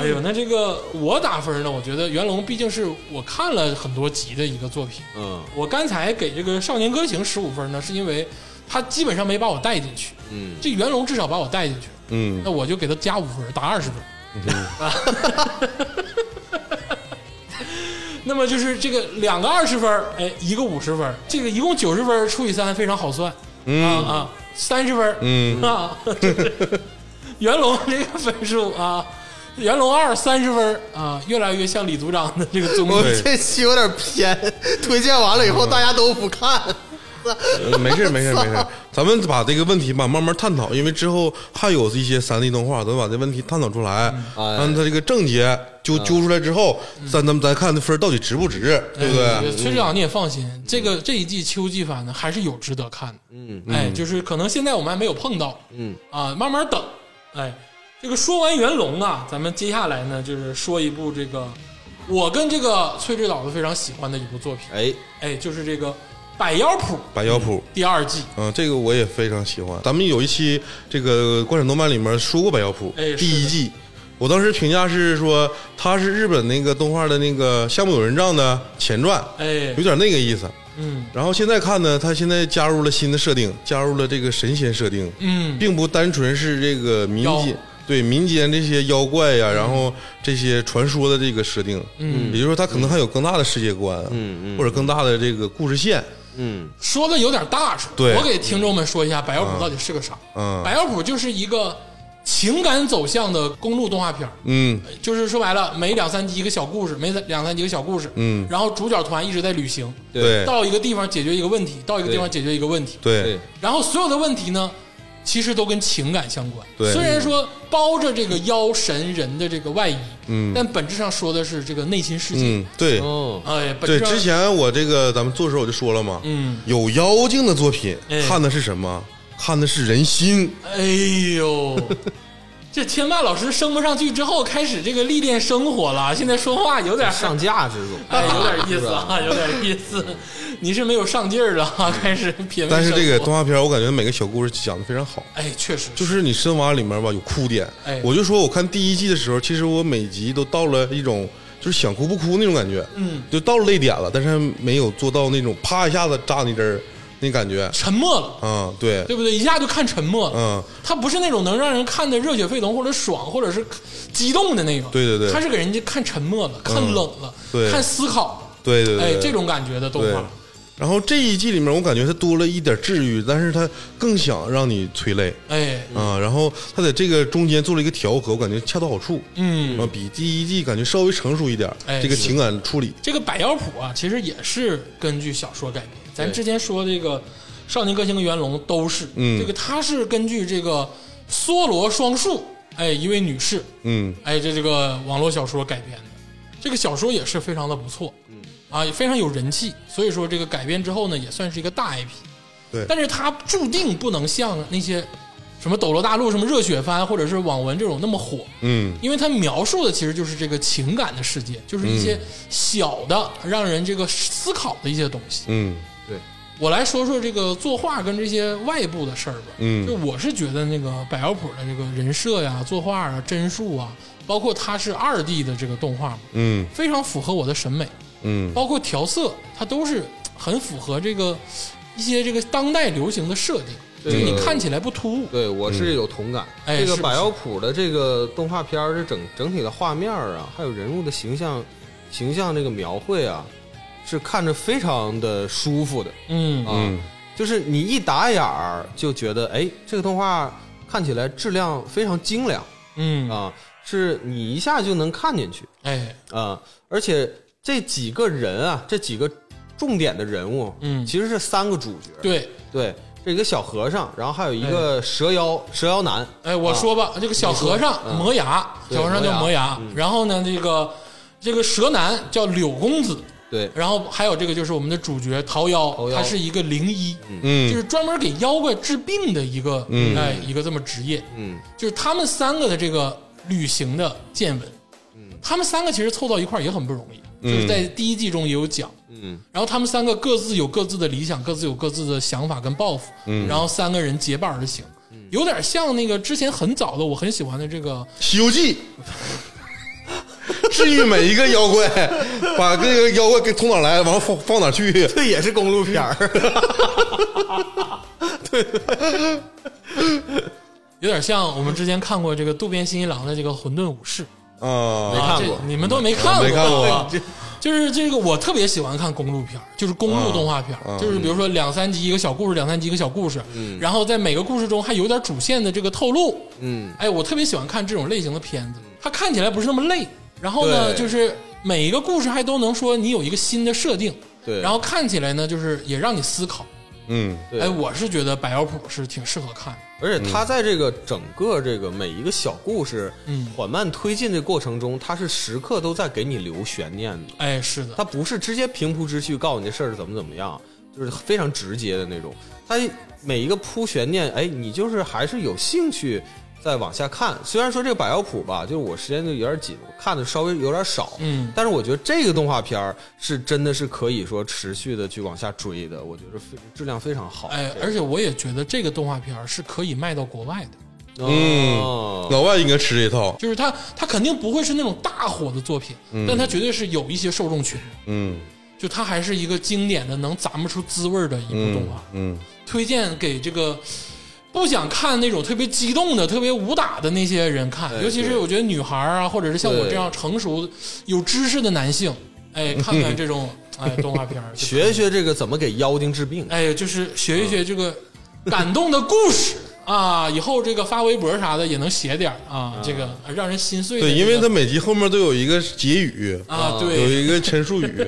Speaker 2: 哎呦，那这个我打分呢？我觉得袁龙毕竟是我看了很多集的一个作品，
Speaker 4: 嗯
Speaker 2: 我刚才给这个《少年歌行》十五分呢，是因为他基本上没把我带进去，
Speaker 4: 嗯，
Speaker 2: 这袁龙至少把我带进去，
Speaker 3: 嗯
Speaker 2: 那我就给他加五分，打二十分。 那么就是这个两个二十分儿，哎，一个五十分儿，这个一共九十分儿除以三非常好算，啊
Speaker 3: 嗯
Speaker 2: 啊，三十分儿，
Speaker 3: 嗯，
Speaker 2: 啊， 袁龙这个分数啊，袁龙二三十分啊，越来越像李组长的这个综
Speaker 4: 我
Speaker 2: 艺。
Speaker 3: 对
Speaker 4: 这期有点偏，推荐完了以后大家都不看。
Speaker 3: 呃没事没事没事，咱们把这个问题吧慢慢探讨，因为之后还有一些三 D 动画，咱把这问题探讨出来，
Speaker 2: 嗯
Speaker 4: 哎
Speaker 3: 让他这个症结揪揪出来之后，咱咱们咱看这分到底值不值，哎对不对？
Speaker 2: 哎崔市长你也放心，这个这一季秋季番呢还是有值得看的。
Speaker 4: 嗯，
Speaker 2: 哎，就是可能现在我们还没有碰到，
Speaker 4: 嗯
Speaker 2: 啊，慢慢等。哎，这个说完袁龙啊，咱们接下来呢就是说一部这个我跟这个崔指导都非常喜欢的一部作品，
Speaker 4: 哎，
Speaker 2: 哎，就是这个《百妖谱》
Speaker 3: 百妖谱。
Speaker 2: 第二季。
Speaker 3: 嗯，这个我也非常喜欢。咱们有一期这个《国产动漫》里面说过百妖谱
Speaker 2: 哎是的
Speaker 3: 第一季，我当时评价是说，它是日本那个动画的那个《夏目友人帐》的前传，
Speaker 2: 哎
Speaker 3: 有，点那个意思。
Speaker 2: 嗯
Speaker 3: 然后现在看呢，它现在加入了新的设定，加入了这个神仙设定，
Speaker 2: 嗯，
Speaker 3: 并不单纯是这个民
Speaker 2: 妖
Speaker 3: 间对民间这些妖怪呀、然后这些传说的这个设定，嗯，也就是说它可能还有更大的世界观，嗯嗯，或者更大的这个故事线，
Speaker 4: 嗯，
Speaker 2: 说的有点大是吧
Speaker 3: 对
Speaker 2: 我给听众们说一下百药谱到底是个啥。
Speaker 3: 嗯
Speaker 2: 百药谱就是一个情感走向的公路动画片儿，
Speaker 3: 嗯
Speaker 2: 就是说白了，每两三集一个小故事，每两三集一个小故事，
Speaker 3: 嗯，
Speaker 2: 然后主角团一直在旅行，
Speaker 3: 对
Speaker 2: 到一个地方解决一个问题，到一个地方解决一个问题，
Speaker 3: 对
Speaker 4: 对，
Speaker 2: 然后所有的问题呢，其实都跟情感相关。
Speaker 3: 对
Speaker 2: 虽然说包着这个妖神人的这个外衣，嗯，但本质上说的是这个内心世界。
Speaker 3: 嗯对
Speaker 4: 哦，
Speaker 2: 哎，本质
Speaker 3: 对，
Speaker 2: 上
Speaker 3: 之前我这个咱们做的时候我就说了嘛，
Speaker 2: 嗯，
Speaker 3: 有妖精的作品
Speaker 2: 哎
Speaker 3: 看的是什么？看的是人心，
Speaker 2: 哎 呦，这天霸老师升不上去之后，开始这个历练生活了，现在说话有点
Speaker 4: 上价值总，
Speaker 2: 哎，有点意思啊， 有点意思。你是没有上劲儿了啊， 开始品味生活。
Speaker 3: 但是这个动画片我感觉每个小故事讲的非常好。
Speaker 2: 哎，确实
Speaker 3: 就是你深挖里面吧有哭点，
Speaker 2: 哎
Speaker 3: 我就说我看第一季的时候，其实我每集都到了一种就是想哭不哭那种感觉，
Speaker 2: 嗯，
Speaker 3: 就到了泪点了，但是还没有做到那种啪一下子扎你针儿那感觉，
Speaker 2: 沉默了，
Speaker 3: 嗯，对，
Speaker 2: 对不对？一下就看沉默了。
Speaker 3: 嗯，
Speaker 2: 它不是那种能让人看的热血沸腾或者爽或者是激动的那个，
Speaker 3: 对对对嗯
Speaker 2: 它是给人家看沉默了、看冷了、
Speaker 3: 对
Speaker 2: 看思考了，
Speaker 3: 对对对，
Speaker 2: 哎，这种感觉的动
Speaker 3: 对
Speaker 2: 画，。
Speaker 3: 然后这一季里面，我感觉它多了一点治愈，但是它更想让你催泪
Speaker 2: 哎，
Speaker 3: 啊、然后它在这个中间做了一个调和，我感觉恰到好处，
Speaker 2: 嗯，
Speaker 3: 啊，比第一季感觉稍微成熟一点，
Speaker 2: 哎
Speaker 3: 这个
Speaker 2: 是
Speaker 3: 情感处理，
Speaker 2: 这个百妖谱啊，其实也是根据小说改编。咱之前说这个《少年歌行》跟《元龙》都是，
Speaker 3: 嗯
Speaker 2: 这个它是根据这个梭罗双树，哎，一位女士，
Speaker 3: 嗯
Speaker 2: 哎，这这个网络小说改编的，这个小说也是非常的不错，嗯，啊，也非常有人气，所以说这个改编之后呢，也算是一个大 IP，
Speaker 3: 对
Speaker 2: 但是它注定不能像那些什么《斗罗大陆》、什么《热血番》或者是网文这种那么火，
Speaker 3: 嗯，
Speaker 2: 因为它描述的其实就是这个情感的世界，就是一些小的让人这个思考的一些东西。
Speaker 3: 嗯
Speaker 2: 我来说说这个作画跟这些外部的事儿吧。
Speaker 3: 嗯
Speaker 2: 就我是觉得那个百妖谱的这个人设呀、作画啊、帧数啊，包括它是二 D 的这个动画嘛，
Speaker 3: 嗯
Speaker 2: 非常符合我的审美，
Speaker 3: 嗯，
Speaker 2: 包括调色，它都是很符合这个一些这个当代流行的设定，
Speaker 4: 对
Speaker 2: 就是你看起来不突兀。
Speaker 4: 对我是有同感。
Speaker 2: 哎
Speaker 4: 这个
Speaker 2: 是不
Speaker 4: 百
Speaker 2: 是
Speaker 4: 妖谱的这个动画片儿，这整整体的画面儿啊，还有人物的形象形象这个描绘啊，是看着非常的舒服的
Speaker 2: 嗯
Speaker 4: 啊。就是你一打眼儿就觉得，哎，这个动画看起来质量非常精良
Speaker 2: 嗯，
Speaker 4: 啊，是你一下就能看进去
Speaker 2: 哎，
Speaker 4: 啊。而且这几个人啊，这几个重点的人物，
Speaker 2: 嗯
Speaker 4: 其实是三个主角，
Speaker 2: 对，
Speaker 4: 对，这一个小和尚，然后还有一个蛇妖、蛇妖男，
Speaker 2: 哎，我说吧，这个小和尚
Speaker 4: 啊嗯
Speaker 2: 磨牙，
Speaker 4: 对嗯
Speaker 2: 小和尚叫磨
Speaker 4: 磨
Speaker 2: 牙，然后呢，这个这个蛇男叫柳公子，
Speaker 4: 对，
Speaker 2: 然后还有这个就是我们的主角桃妖，
Speaker 4: 桃妖
Speaker 2: 他是一个灵医，
Speaker 3: 嗯
Speaker 2: 就是专门给妖怪治病的一个，哎，一个这么职业，
Speaker 4: 嗯，
Speaker 2: 就是他们三个的这个旅行的见闻，他们三个其实凑到一块儿也很不容易，就是在第一季中也有讲，
Speaker 4: 嗯，
Speaker 2: 然后他们三个各自有各自的理想，各自有各自的想法跟抱负，嗯，然后三个人结伴而行。有点像那个之前很早的我很喜欢的这个
Speaker 3: 《西游记》 治愈每一个妖怪，把这个妖怪给从哪儿来，完了放放哪儿去。
Speaker 4: 这 也是公路片儿，
Speaker 2: 有点像我们之前看过这个渡边信一郎的这个《混沌武士》
Speaker 4: 没
Speaker 3: 啊，
Speaker 2: 啊，
Speaker 4: 看过
Speaker 2: 这你们都没看过，
Speaker 3: 没看过
Speaker 2: 啊 就是这个，我特别喜欢看公路片儿，就是公路动画片儿，
Speaker 4: 嗯
Speaker 2: 就是比如说两三集一个小故事，两三集一个小故事，然后在每个故事中还有点主线的这个透露。
Speaker 4: 嗯，
Speaker 2: 哎，我特别喜欢看这种类型的片子，它看起来不是那么累，然后呢，
Speaker 4: 对
Speaker 2: 就是每一个故事还都能说你有一个新的设定，
Speaker 4: 对
Speaker 2: 然后看起来呢，就是也让你思考。
Speaker 3: 嗯，
Speaker 4: 对
Speaker 2: 哎，我是觉得百妖谱是挺适合看的。
Speaker 4: 而且他在这个整个这个每一个小故事
Speaker 2: 嗯
Speaker 4: 缓慢推进的过程中，他是时刻都在给你留悬念的，
Speaker 2: 哎，是的，
Speaker 4: 他不是直接平铺直叙告诉你这事儿怎么怎么样，就是非常直接的那种。他每一个铺悬念，哎，你就是还是有兴趣再往下看。虽然说这个百妖谱吧，就是我时间就有点紧，我看的稍微有点少，
Speaker 2: 嗯
Speaker 4: 但是我觉得这个动画片儿是真的是可以说持续的去往下追的，我觉得非质量非常好。
Speaker 2: 哎哎，而且我也觉得这个动画片儿是可以卖到国外的。
Speaker 3: 嗯
Speaker 4: 哦
Speaker 3: 老外应该吃这套，
Speaker 2: 就是他他肯定不会是那种大火的作品，但他绝对是有一些受众群，
Speaker 3: 嗯
Speaker 2: 就他还是一个经典的能咂摸出滋味儿的一部动
Speaker 3: 嗯
Speaker 2: 画，
Speaker 3: 嗯
Speaker 2: 推荐给这个。不想看那种特别激动的、特别武打的那些人看，
Speaker 4: 哎
Speaker 2: 尤其是
Speaker 4: 对
Speaker 2: 我觉得女孩儿啊，或者是像我
Speaker 4: 对
Speaker 2: 这样成熟、有知识的男性，哎，看看这种哎动画片儿，就
Speaker 4: 学一学这个怎么给妖精治病。
Speaker 2: 哎，就是学一学这个感动的故事啊，以后这个发微博啥的也能写点儿啊，这个让人心碎的
Speaker 3: 对，
Speaker 2: 这个。
Speaker 3: 因为它每集后面都有一个结语，
Speaker 2: 啊，
Speaker 3: 有
Speaker 2: 对，
Speaker 3: 一个陈述语，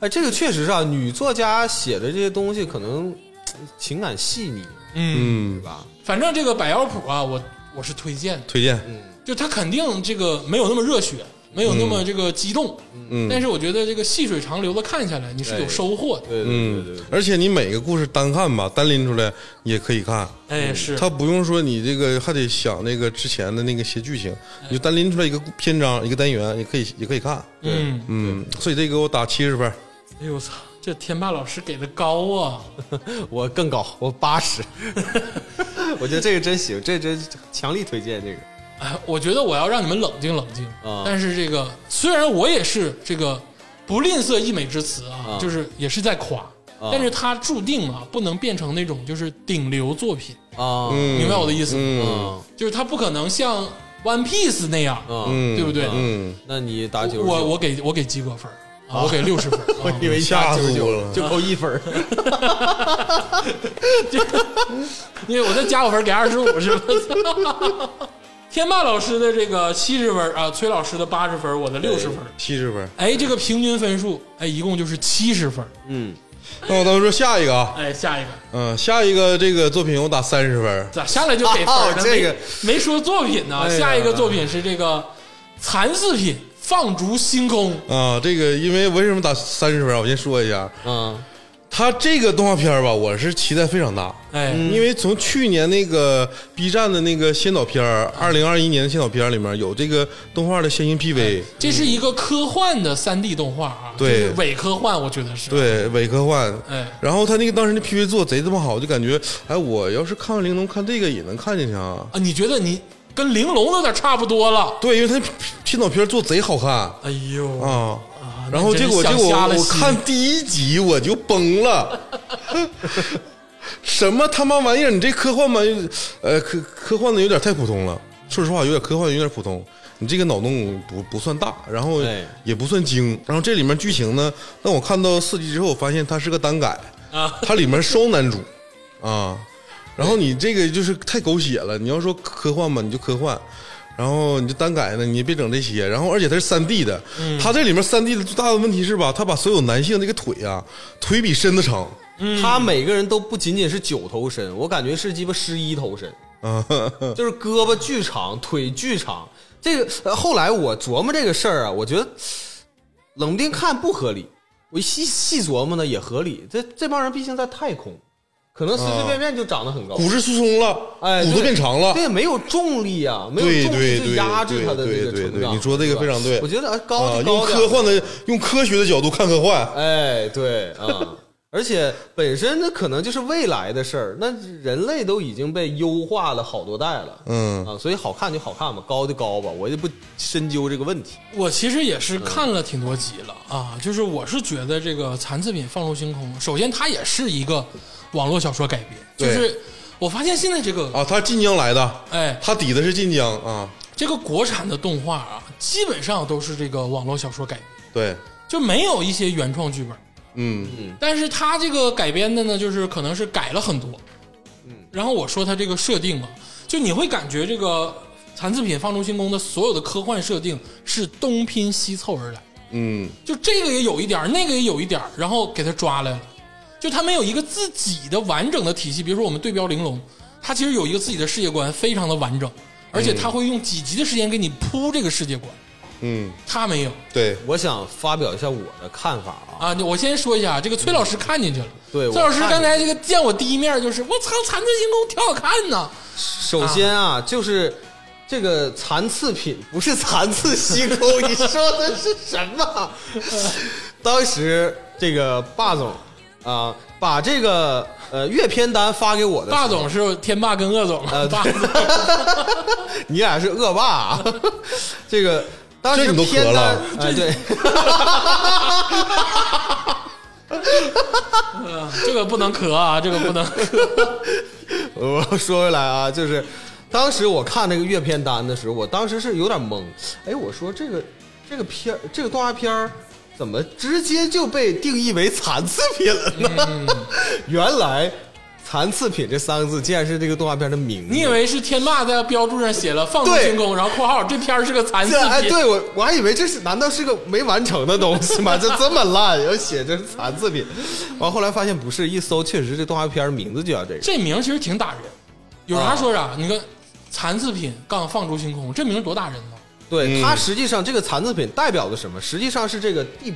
Speaker 4: 哎，这个确实是啊，女作家写的这些东西可能呃情感细腻，
Speaker 2: 嗯，
Speaker 4: 对
Speaker 3: 嗯，
Speaker 4: 吧？
Speaker 2: 反正这个百妖谱啊，我我是推荐的，
Speaker 3: 推荐，
Speaker 2: 就他肯定这个没有那么热血，没有那么这个激动，
Speaker 3: 嗯
Speaker 2: 但是我觉得这个细水长流的看下来，你是有收获的。
Speaker 4: 对对对对
Speaker 3: 嗯
Speaker 4: 对，，
Speaker 3: 而且你每个故事单看吧，单拎出来也可以看，
Speaker 2: 哎，是，
Speaker 3: 它不用说你这个还得想那个之前的那个些剧情，
Speaker 2: 哎
Speaker 3: 你就单拎出来一个篇章一个单元，也可以也可以看，
Speaker 2: 嗯，
Speaker 3: 嗯，所以这个我打七十分，
Speaker 2: 哎呦我操，这天霸老师给的高啊！
Speaker 4: 我更高，我八十。 我觉得这个真行，这真强力推荐这个。
Speaker 2: 哎，我觉得我要让你们冷静冷静。
Speaker 4: 啊
Speaker 2: 但是这个虽然我也是这个不吝啬溢美之词啊，
Speaker 4: 啊
Speaker 2: 就是也是在夸，
Speaker 4: 啊
Speaker 2: 但是它注定啊不能变成那种就是顶流作品，
Speaker 4: 啊，
Speaker 3: 嗯，
Speaker 2: 明白我的意思吗？
Speaker 3: 嗯
Speaker 4: 嗯
Speaker 2: 就是它不可能像 One Piece 那样，
Speaker 4: 嗯，
Speaker 3: 嗯，
Speaker 2: 对不对？
Speaker 3: 嗯，
Speaker 4: 那你打九十
Speaker 2: 我我给我给及格分儿啊，我给六十分儿。 我
Speaker 4: 以为
Speaker 3: 吓
Speaker 4: 九
Speaker 3: 死
Speaker 4: 十
Speaker 3: 我
Speaker 4: 九
Speaker 3: 了
Speaker 4: 就扣一分儿。
Speaker 2: 因为我再加五分儿给二十五是吧？ 天霸老师的这个七十分儿啊，崔老师的八十分儿，我的六十分儿。
Speaker 3: 七十分。
Speaker 2: 哎，这个平均分数，哎，一共就是七十分儿。
Speaker 4: 嗯，
Speaker 3: 那我咱们说下一个啊，
Speaker 2: 哎，下一个，
Speaker 3: 嗯，下一个这个作品我打三十分，
Speaker 2: 咋啊下来就给分儿
Speaker 4: 哦
Speaker 2: 了？没
Speaker 4: 这个
Speaker 2: 没说作品呢、
Speaker 4: 哎呀
Speaker 2: 下一个作品是这个残次品放逐星空。
Speaker 3: 啊，这个因为为什么打三十分啊？我先说一下，
Speaker 4: 嗯
Speaker 3: 它这个动画片儿吧，我是期待非常大，
Speaker 2: 哎，
Speaker 3: 因为从去年那个 B 站的那个先导片儿，二零二一年的先导片儿里面有这个动画的先行 PV，
Speaker 2: 这是一个科幻的三 D 动画啊，
Speaker 3: 对
Speaker 2: 就是伪科幻，我觉得是。，
Speaker 3: 对伪科幻。
Speaker 2: 哎，
Speaker 3: 然后他那个当时那 PV 做贼他妈好，就感觉哎，我要是看看玲珑看这个也能看进去啊。
Speaker 2: 啊，你觉得你跟玲珑有点差不多了？
Speaker 3: 对，因为他先导片做贼好看
Speaker 2: 哎呦，
Speaker 3: 啊。
Speaker 2: 啊
Speaker 3: 然后结果
Speaker 2: 那
Speaker 3: 结
Speaker 2: 真
Speaker 3: 果
Speaker 2: 是想瞎
Speaker 3: 我
Speaker 2: 了
Speaker 3: 我
Speaker 2: 心
Speaker 3: 看第一集我就崩了，什么他妈玩意儿？你这科幻吧，呃，科科幻的有点太普通了。说实话，有点科幻，有点普通。你这个脑洞不不算大，然后
Speaker 4: 对
Speaker 3: 也不算精。然后这里面剧情呢，那我看到四集之后，我发现它是个单改，
Speaker 2: 啊，
Speaker 3: 它里面双男主啊。然后你这个就是太狗血了。你要说科幻吧，你就科幻。然后你就单改呢，你也别整这些。然后，而且它是三 D 的，它这里面三 D 的最大的问题是吧？它把所有男性那个腿啊，腿比身子长
Speaker 4: 他每个人都不仅仅是九头身，我感觉是鸡巴十一头身，
Speaker 3: 啊， 呵呵
Speaker 4: 就是胳膊巨长，腿巨长。这个呃后来我琢磨这个事儿啊，我觉得冷不丁看不合理，我一细细琢磨呢也合理。这这帮人毕竟在太空，可能随随便便就长得很高，
Speaker 3: 骨质疏松了，
Speaker 4: 哎，
Speaker 3: 骨头
Speaker 4: 对
Speaker 3: 变长了，啊
Speaker 4: 对，没有重力啊，没
Speaker 3: 对
Speaker 4: 有重
Speaker 3: 对
Speaker 4: 力去
Speaker 3: 对，
Speaker 4: 压制它的这
Speaker 3: 对对
Speaker 4: 个
Speaker 3: 对
Speaker 4: 成
Speaker 3: 对，
Speaker 4: 长。
Speaker 3: 你说这个
Speaker 4: 是吧
Speaker 3: 非常对
Speaker 4: 我觉得哎高
Speaker 3: 啊，
Speaker 4: 就高
Speaker 3: 用
Speaker 4: 点
Speaker 3: 科幻的用科学的角度看科幻，
Speaker 4: 哎，对啊，而且本身那可能就是未来的事儿，那人类都已经被优化了好多代了，
Speaker 3: 嗯
Speaker 4: 啊，所以好看就好看吧，高就高吧，我就不深究这个问题。
Speaker 2: 我其实也是看了挺多集了啊，就是我是觉得这个《残次品放逐星空》，首先它也是一个网络小说改编，就
Speaker 3: 对
Speaker 2: 是我发现现在这个
Speaker 3: 啊，他晋江来的，
Speaker 2: 哎，
Speaker 3: 他抵的是晋江啊，
Speaker 2: 这个国产的动画啊，基本上都是这个网络小说改编，
Speaker 3: 对，
Speaker 2: 就没有一些原创剧本。
Speaker 3: 嗯
Speaker 2: 但是它这个改编的呢，就是可能是改了很多。嗯，然后我说它这个设定嘛，就你会感觉这个残次品放逐星空的所有的科幻设定是东拼西凑而来，
Speaker 3: 嗯
Speaker 2: 就这个也有一点儿，那个也有一点儿，然后给它抓来了。就它没有一个自己的完整的体系，比如说我们对标玲珑，它其实有一个自己的世界观，非常的完整，而且它会用几集的时间给你铺这个世界观，
Speaker 3: 嗯，
Speaker 2: 它没有
Speaker 3: 对，
Speaker 4: 我想发表一下我的看法啊，
Speaker 2: 啊。我先说一下，这个崔老师看进去了，
Speaker 4: 嗯对
Speaker 2: 崔老师
Speaker 4: 我
Speaker 2: 刚
Speaker 4: 看
Speaker 2: 才这个见我第一面就是我操，残次星空挺好看呐，
Speaker 4: 首先啊，就是这个残次品不是残次星空，你说 的是什么？当时这个霸总啊、把这个呃月片单发给我的时候
Speaker 2: 霸总是天霸跟恶总，
Speaker 4: 呃
Speaker 2: 霸总
Speaker 4: 你俩是恶霸、啊， 这个当时
Speaker 3: 这你都
Speaker 4: 偏
Speaker 3: 咳了
Speaker 4: 单，哎，对，
Speaker 2: 这个不能咳啊，这个 不能咳。
Speaker 4: 我说回来啊，就是当时我看这个阅片单的时候，我当时是有点懵，哎，我说这个这个片儿，这个动画片儿怎么直接就被定义为残次品了呢？
Speaker 2: 嗯
Speaker 4: 原来“残次品”这三个字竟然是这个动画片的名字。
Speaker 2: 你以为是天霸在标注上写了放逐
Speaker 4: 对
Speaker 2: 清宫，然后括号这片儿是个残次
Speaker 4: 这哎，
Speaker 2: 品？
Speaker 4: 对我我还以为这是难道是个没完成的东西吗？这这么烂，要写这是残次品，完后来发现不是，一搜确实这动画片儿名字就叫这个。
Speaker 2: 这名儿其实挺打人。有
Speaker 4: 啊
Speaker 2: 啥说啥，你看残次品杠放逐星空，这名儿多打人呢？
Speaker 4: 对，
Speaker 3: 嗯
Speaker 4: 它实际上这个残次品代表的什么？实际上是这个地，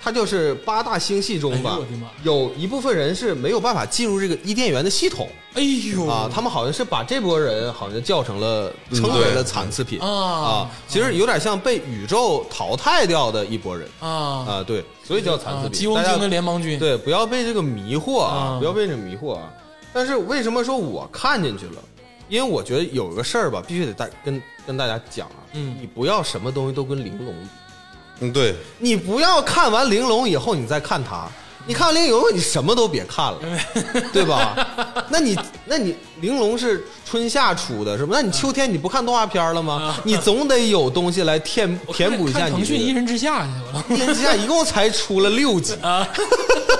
Speaker 4: 它就是八大星系中
Speaker 2: 哎
Speaker 4: 吧
Speaker 2: 呦我的妈，
Speaker 4: 有一部分人是没有办法进入这个伊甸园的系统
Speaker 2: 哎呦
Speaker 4: 啊，他们好像是把这波人好像叫成了称为了残次品
Speaker 2: 啊
Speaker 4: 啊，其实有点像被宇宙淘汰掉的一波人
Speaker 2: 啊
Speaker 4: 啊，对，所以叫残
Speaker 2: 啊
Speaker 4: 次！
Speaker 2: 鸡
Speaker 4: 品。
Speaker 2: 翁
Speaker 4: 大家
Speaker 2: 精跟联邦军，
Speaker 4: 对，不要被这个迷惑
Speaker 2: 啊
Speaker 4: 啊，不要被这个迷惑啊。但是为什么说我看进去了？因为我觉得有个事儿吧，必须得大跟跟大家讲啊，
Speaker 2: 嗯
Speaker 4: 你不要什么东西都跟玲珑比，
Speaker 3: 嗯，对，
Speaker 4: 你不要看完玲珑以后你再看它，你看完玲珑以后你什么都别看 了，对吧？那你那你玲珑是春夏出的，是吧？那你秋天你不看动画片了吗
Speaker 2: 啊？
Speaker 4: 你总得有东西来填
Speaker 2: 我看
Speaker 4: 填补一下
Speaker 2: 看
Speaker 4: 你
Speaker 2: 腾
Speaker 4: 这
Speaker 2: 讯
Speaker 4: 个
Speaker 2: 一人之下去 了。
Speaker 4: 一人之下一共才出了六集
Speaker 2: 啊，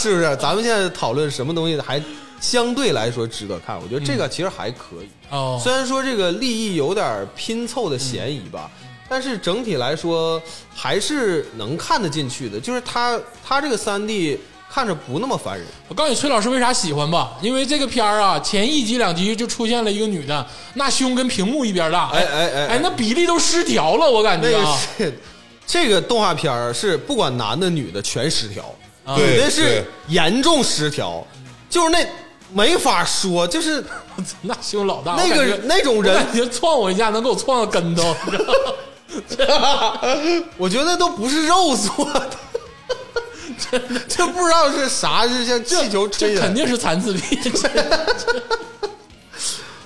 Speaker 4: 是不是？咱们现在讨论什么东西还相对来说值得看，我觉得这个其实还可以。
Speaker 2: 哦，
Speaker 4: 虽然说这个利益有点拼凑的嫌疑吧，
Speaker 2: 嗯
Speaker 4: 但是整体来说还是能看得进去的。就是它它这个三 D 看着不那么烦人，
Speaker 2: 我告诉你，崔老师为啥喜欢吧？因为这个片儿啊，前一集两集就出现了一个女的，那胸跟屏幕一边大，
Speaker 4: 哎
Speaker 2: 哎
Speaker 4: 哎哎
Speaker 2: 那比例都失调了，我感
Speaker 4: 那
Speaker 2: 觉
Speaker 4: 个
Speaker 2: 啊，
Speaker 4: 是这个动画片儿是不管男的女的全失调，
Speaker 2: 啊
Speaker 3: 对
Speaker 4: 有的是
Speaker 3: 对
Speaker 4: 严重失调，就是那没法说，就是。
Speaker 2: 那胸老大，
Speaker 4: 那
Speaker 2: 啊我
Speaker 4: 个
Speaker 2: 感觉
Speaker 4: 人那种
Speaker 2: 我
Speaker 4: 人
Speaker 2: 感觉撞我一下能给我撞个跟头，你知道吗
Speaker 4: 嗯我觉得都不是肉做的， 这不知道是啥，是像气球吹
Speaker 2: 这
Speaker 4: 起来
Speaker 2: 肯，定是残次品。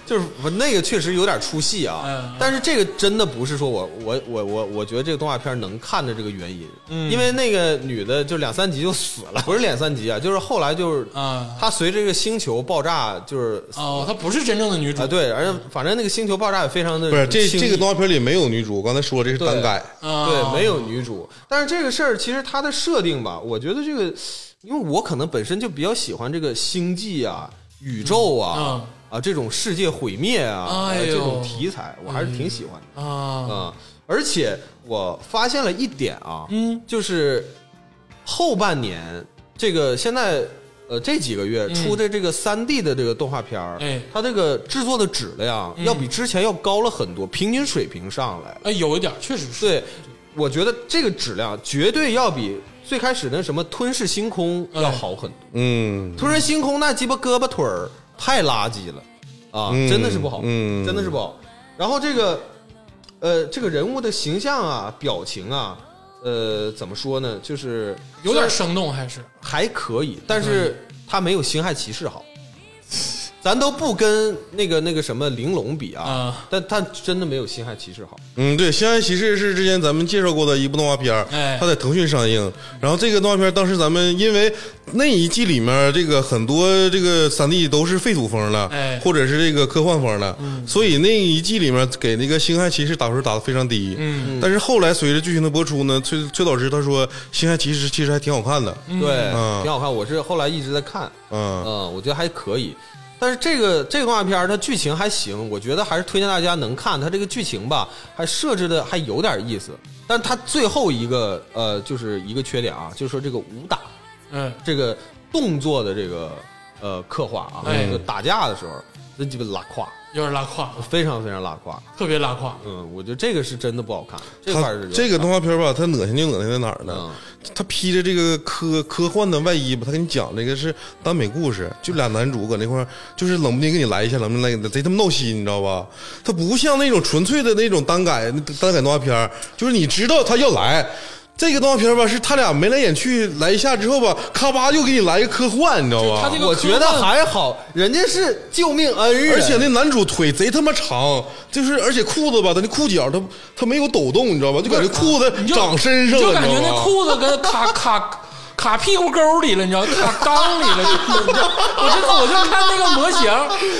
Speaker 4: 就是那个确实有点出戏啊。
Speaker 2: 嗯嗯
Speaker 4: 但是这个真的不是说我我我我我觉得这个动画片能看的这个原因，
Speaker 2: 嗯
Speaker 4: 因为那个女的就两三集就死了，不是两三集啊，就是后来就是
Speaker 2: 啊
Speaker 4: 她随着这个星球爆炸就是 死
Speaker 2: 哦，她不是真正的女主
Speaker 4: 啊，对，而且反正那个星球爆炸也非常的
Speaker 3: 不是这这个
Speaker 4: 东。
Speaker 3: 动画片里没有女主，我刚才说了这是单改，
Speaker 2: 啊，
Speaker 4: 对，没有女主。但是这个事儿其实它的设定吧，我觉得这个，因为我可能本身就比较喜欢这个星际啊、宇宙啊、
Speaker 2: 嗯嗯
Speaker 4: 啊这种世界毁灭啊、
Speaker 2: 哎呦嗯
Speaker 4: 这种题材，我还是挺喜欢的
Speaker 2: 啊，
Speaker 4: 啊、而且我发现了一点啊，
Speaker 2: 嗯
Speaker 4: 就是后半年这个现在。呃，这几个月出的这个三 D 的这个动画片儿，
Speaker 2: 嗯哎嗯
Speaker 4: 它这个制作的质量要比之前要高了很多，平均水平上来。
Speaker 2: 哎，有一点确实是，
Speaker 4: 对，我觉得这个质量绝对要比最开始那什么《吞噬星空》要好很多。
Speaker 3: 嗯，
Speaker 4: 吞噬星空》那鸡巴胳膊腿儿太垃圾了啊，
Speaker 3: 嗯
Speaker 4: 真的是不好，
Speaker 3: 嗯
Speaker 4: 真的是不好。然后这个，呃，这个人物的形象啊、表情啊，呃，怎么说呢，就是
Speaker 2: 有点嗯生动还是
Speaker 4: 还可以，但是他没有《星海骑士》好。 咱都不跟那个那个什么玲珑比啊，
Speaker 2: 啊
Speaker 4: 但他真的没有《星海骑士》好。
Speaker 3: 嗯，对，《星海骑士》是之前咱们介绍过的一部动画片儿
Speaker 2: 哎，
Speaker 3: 它在腾讯上映。然后这个动画片儿当时咱们因为那一季里面这个很多这个三 D 都是废土风的
Speaker 2: 哎，
Speaker 3: 或者是这个科幻风的，
Speaker 4: 嗯
Speaker 3: 所以那一季里面给那个《星海骑士》打分打得非常低。
Speaker 2: 嗯，
Speaker 3: 但是后来随着剧情的播出呢，崔崔导师他说，《星海骑士》其实还挺好看的。
Speaker 4: 对，
Speaker 3: 嗯
Speaker 4: 挺好看。我是后来一直在看，
Speaker 3: 嗯，
Speaker 4: 嗯，我觉得还可以。但是这个这个动画片儿它剧情还行，我觉得还是推荐大家能看。它这个剧情吧，还设置的还有点意思。但它最后一个呃，就是一个缺点啊，就是说这个武打
Speaker 2: 嗯
Speaker 4: 这个动作的这个呃刻画啊，
Speaker 2: 哎
Speaker 4: 就打架的时候，那鸡巴拉胯，
Speaker 2: 有点拉胯，
Speaker 4: 非常非常拉胯。
Speaker 2: 特别拉胯。
Speaker 4: 嗯，我觉得这个是真的不好看，这块
Speaker 3: 他
Speaker 4: 儿是有
Speaker 3: 这个动画片儿吧，它恶心就恶心在哪儿呢
Speaker 4: 嗯？
Speaker 3: 他披着这个科科幻的外衣吧，他给你讲这个是耽美故事，就俩男主搁那块儿，就是冷不丁给你来一下，冷不丁来一下，贼他妈闹心，你知道吧？他不像那种纯粹的那种单改单改动画片儿，就是你知道他要来，这个动画片吧，是他俩眉来眼去来一下之后吧，咔吧又给你来一个科幻，你知道
Speaker 2: 就
Speaker 3: 吧？
Speaker 2: 他这个
Speaker 4: 我觉得还好，人家是救命恩人，
Speaker 3: 而且那男主腿贼他妈长，就是而且裤子吧，他那裤脚他他没有抖动，你知道吧？就感觉裤子
Speaker 2: 啊你就
Speaker 3: 长身上
Speaker 2: 你
Speaker 3: 了，
Speaker 2: 就感觉
Speaker 3: 知道
Speaker 2: 那
Speaker 3: 吧
Speaker 2: 裤子跟卡卡卡屁股沟里了，你知道，卡裆里了，就是你知道我就我就看那个模型，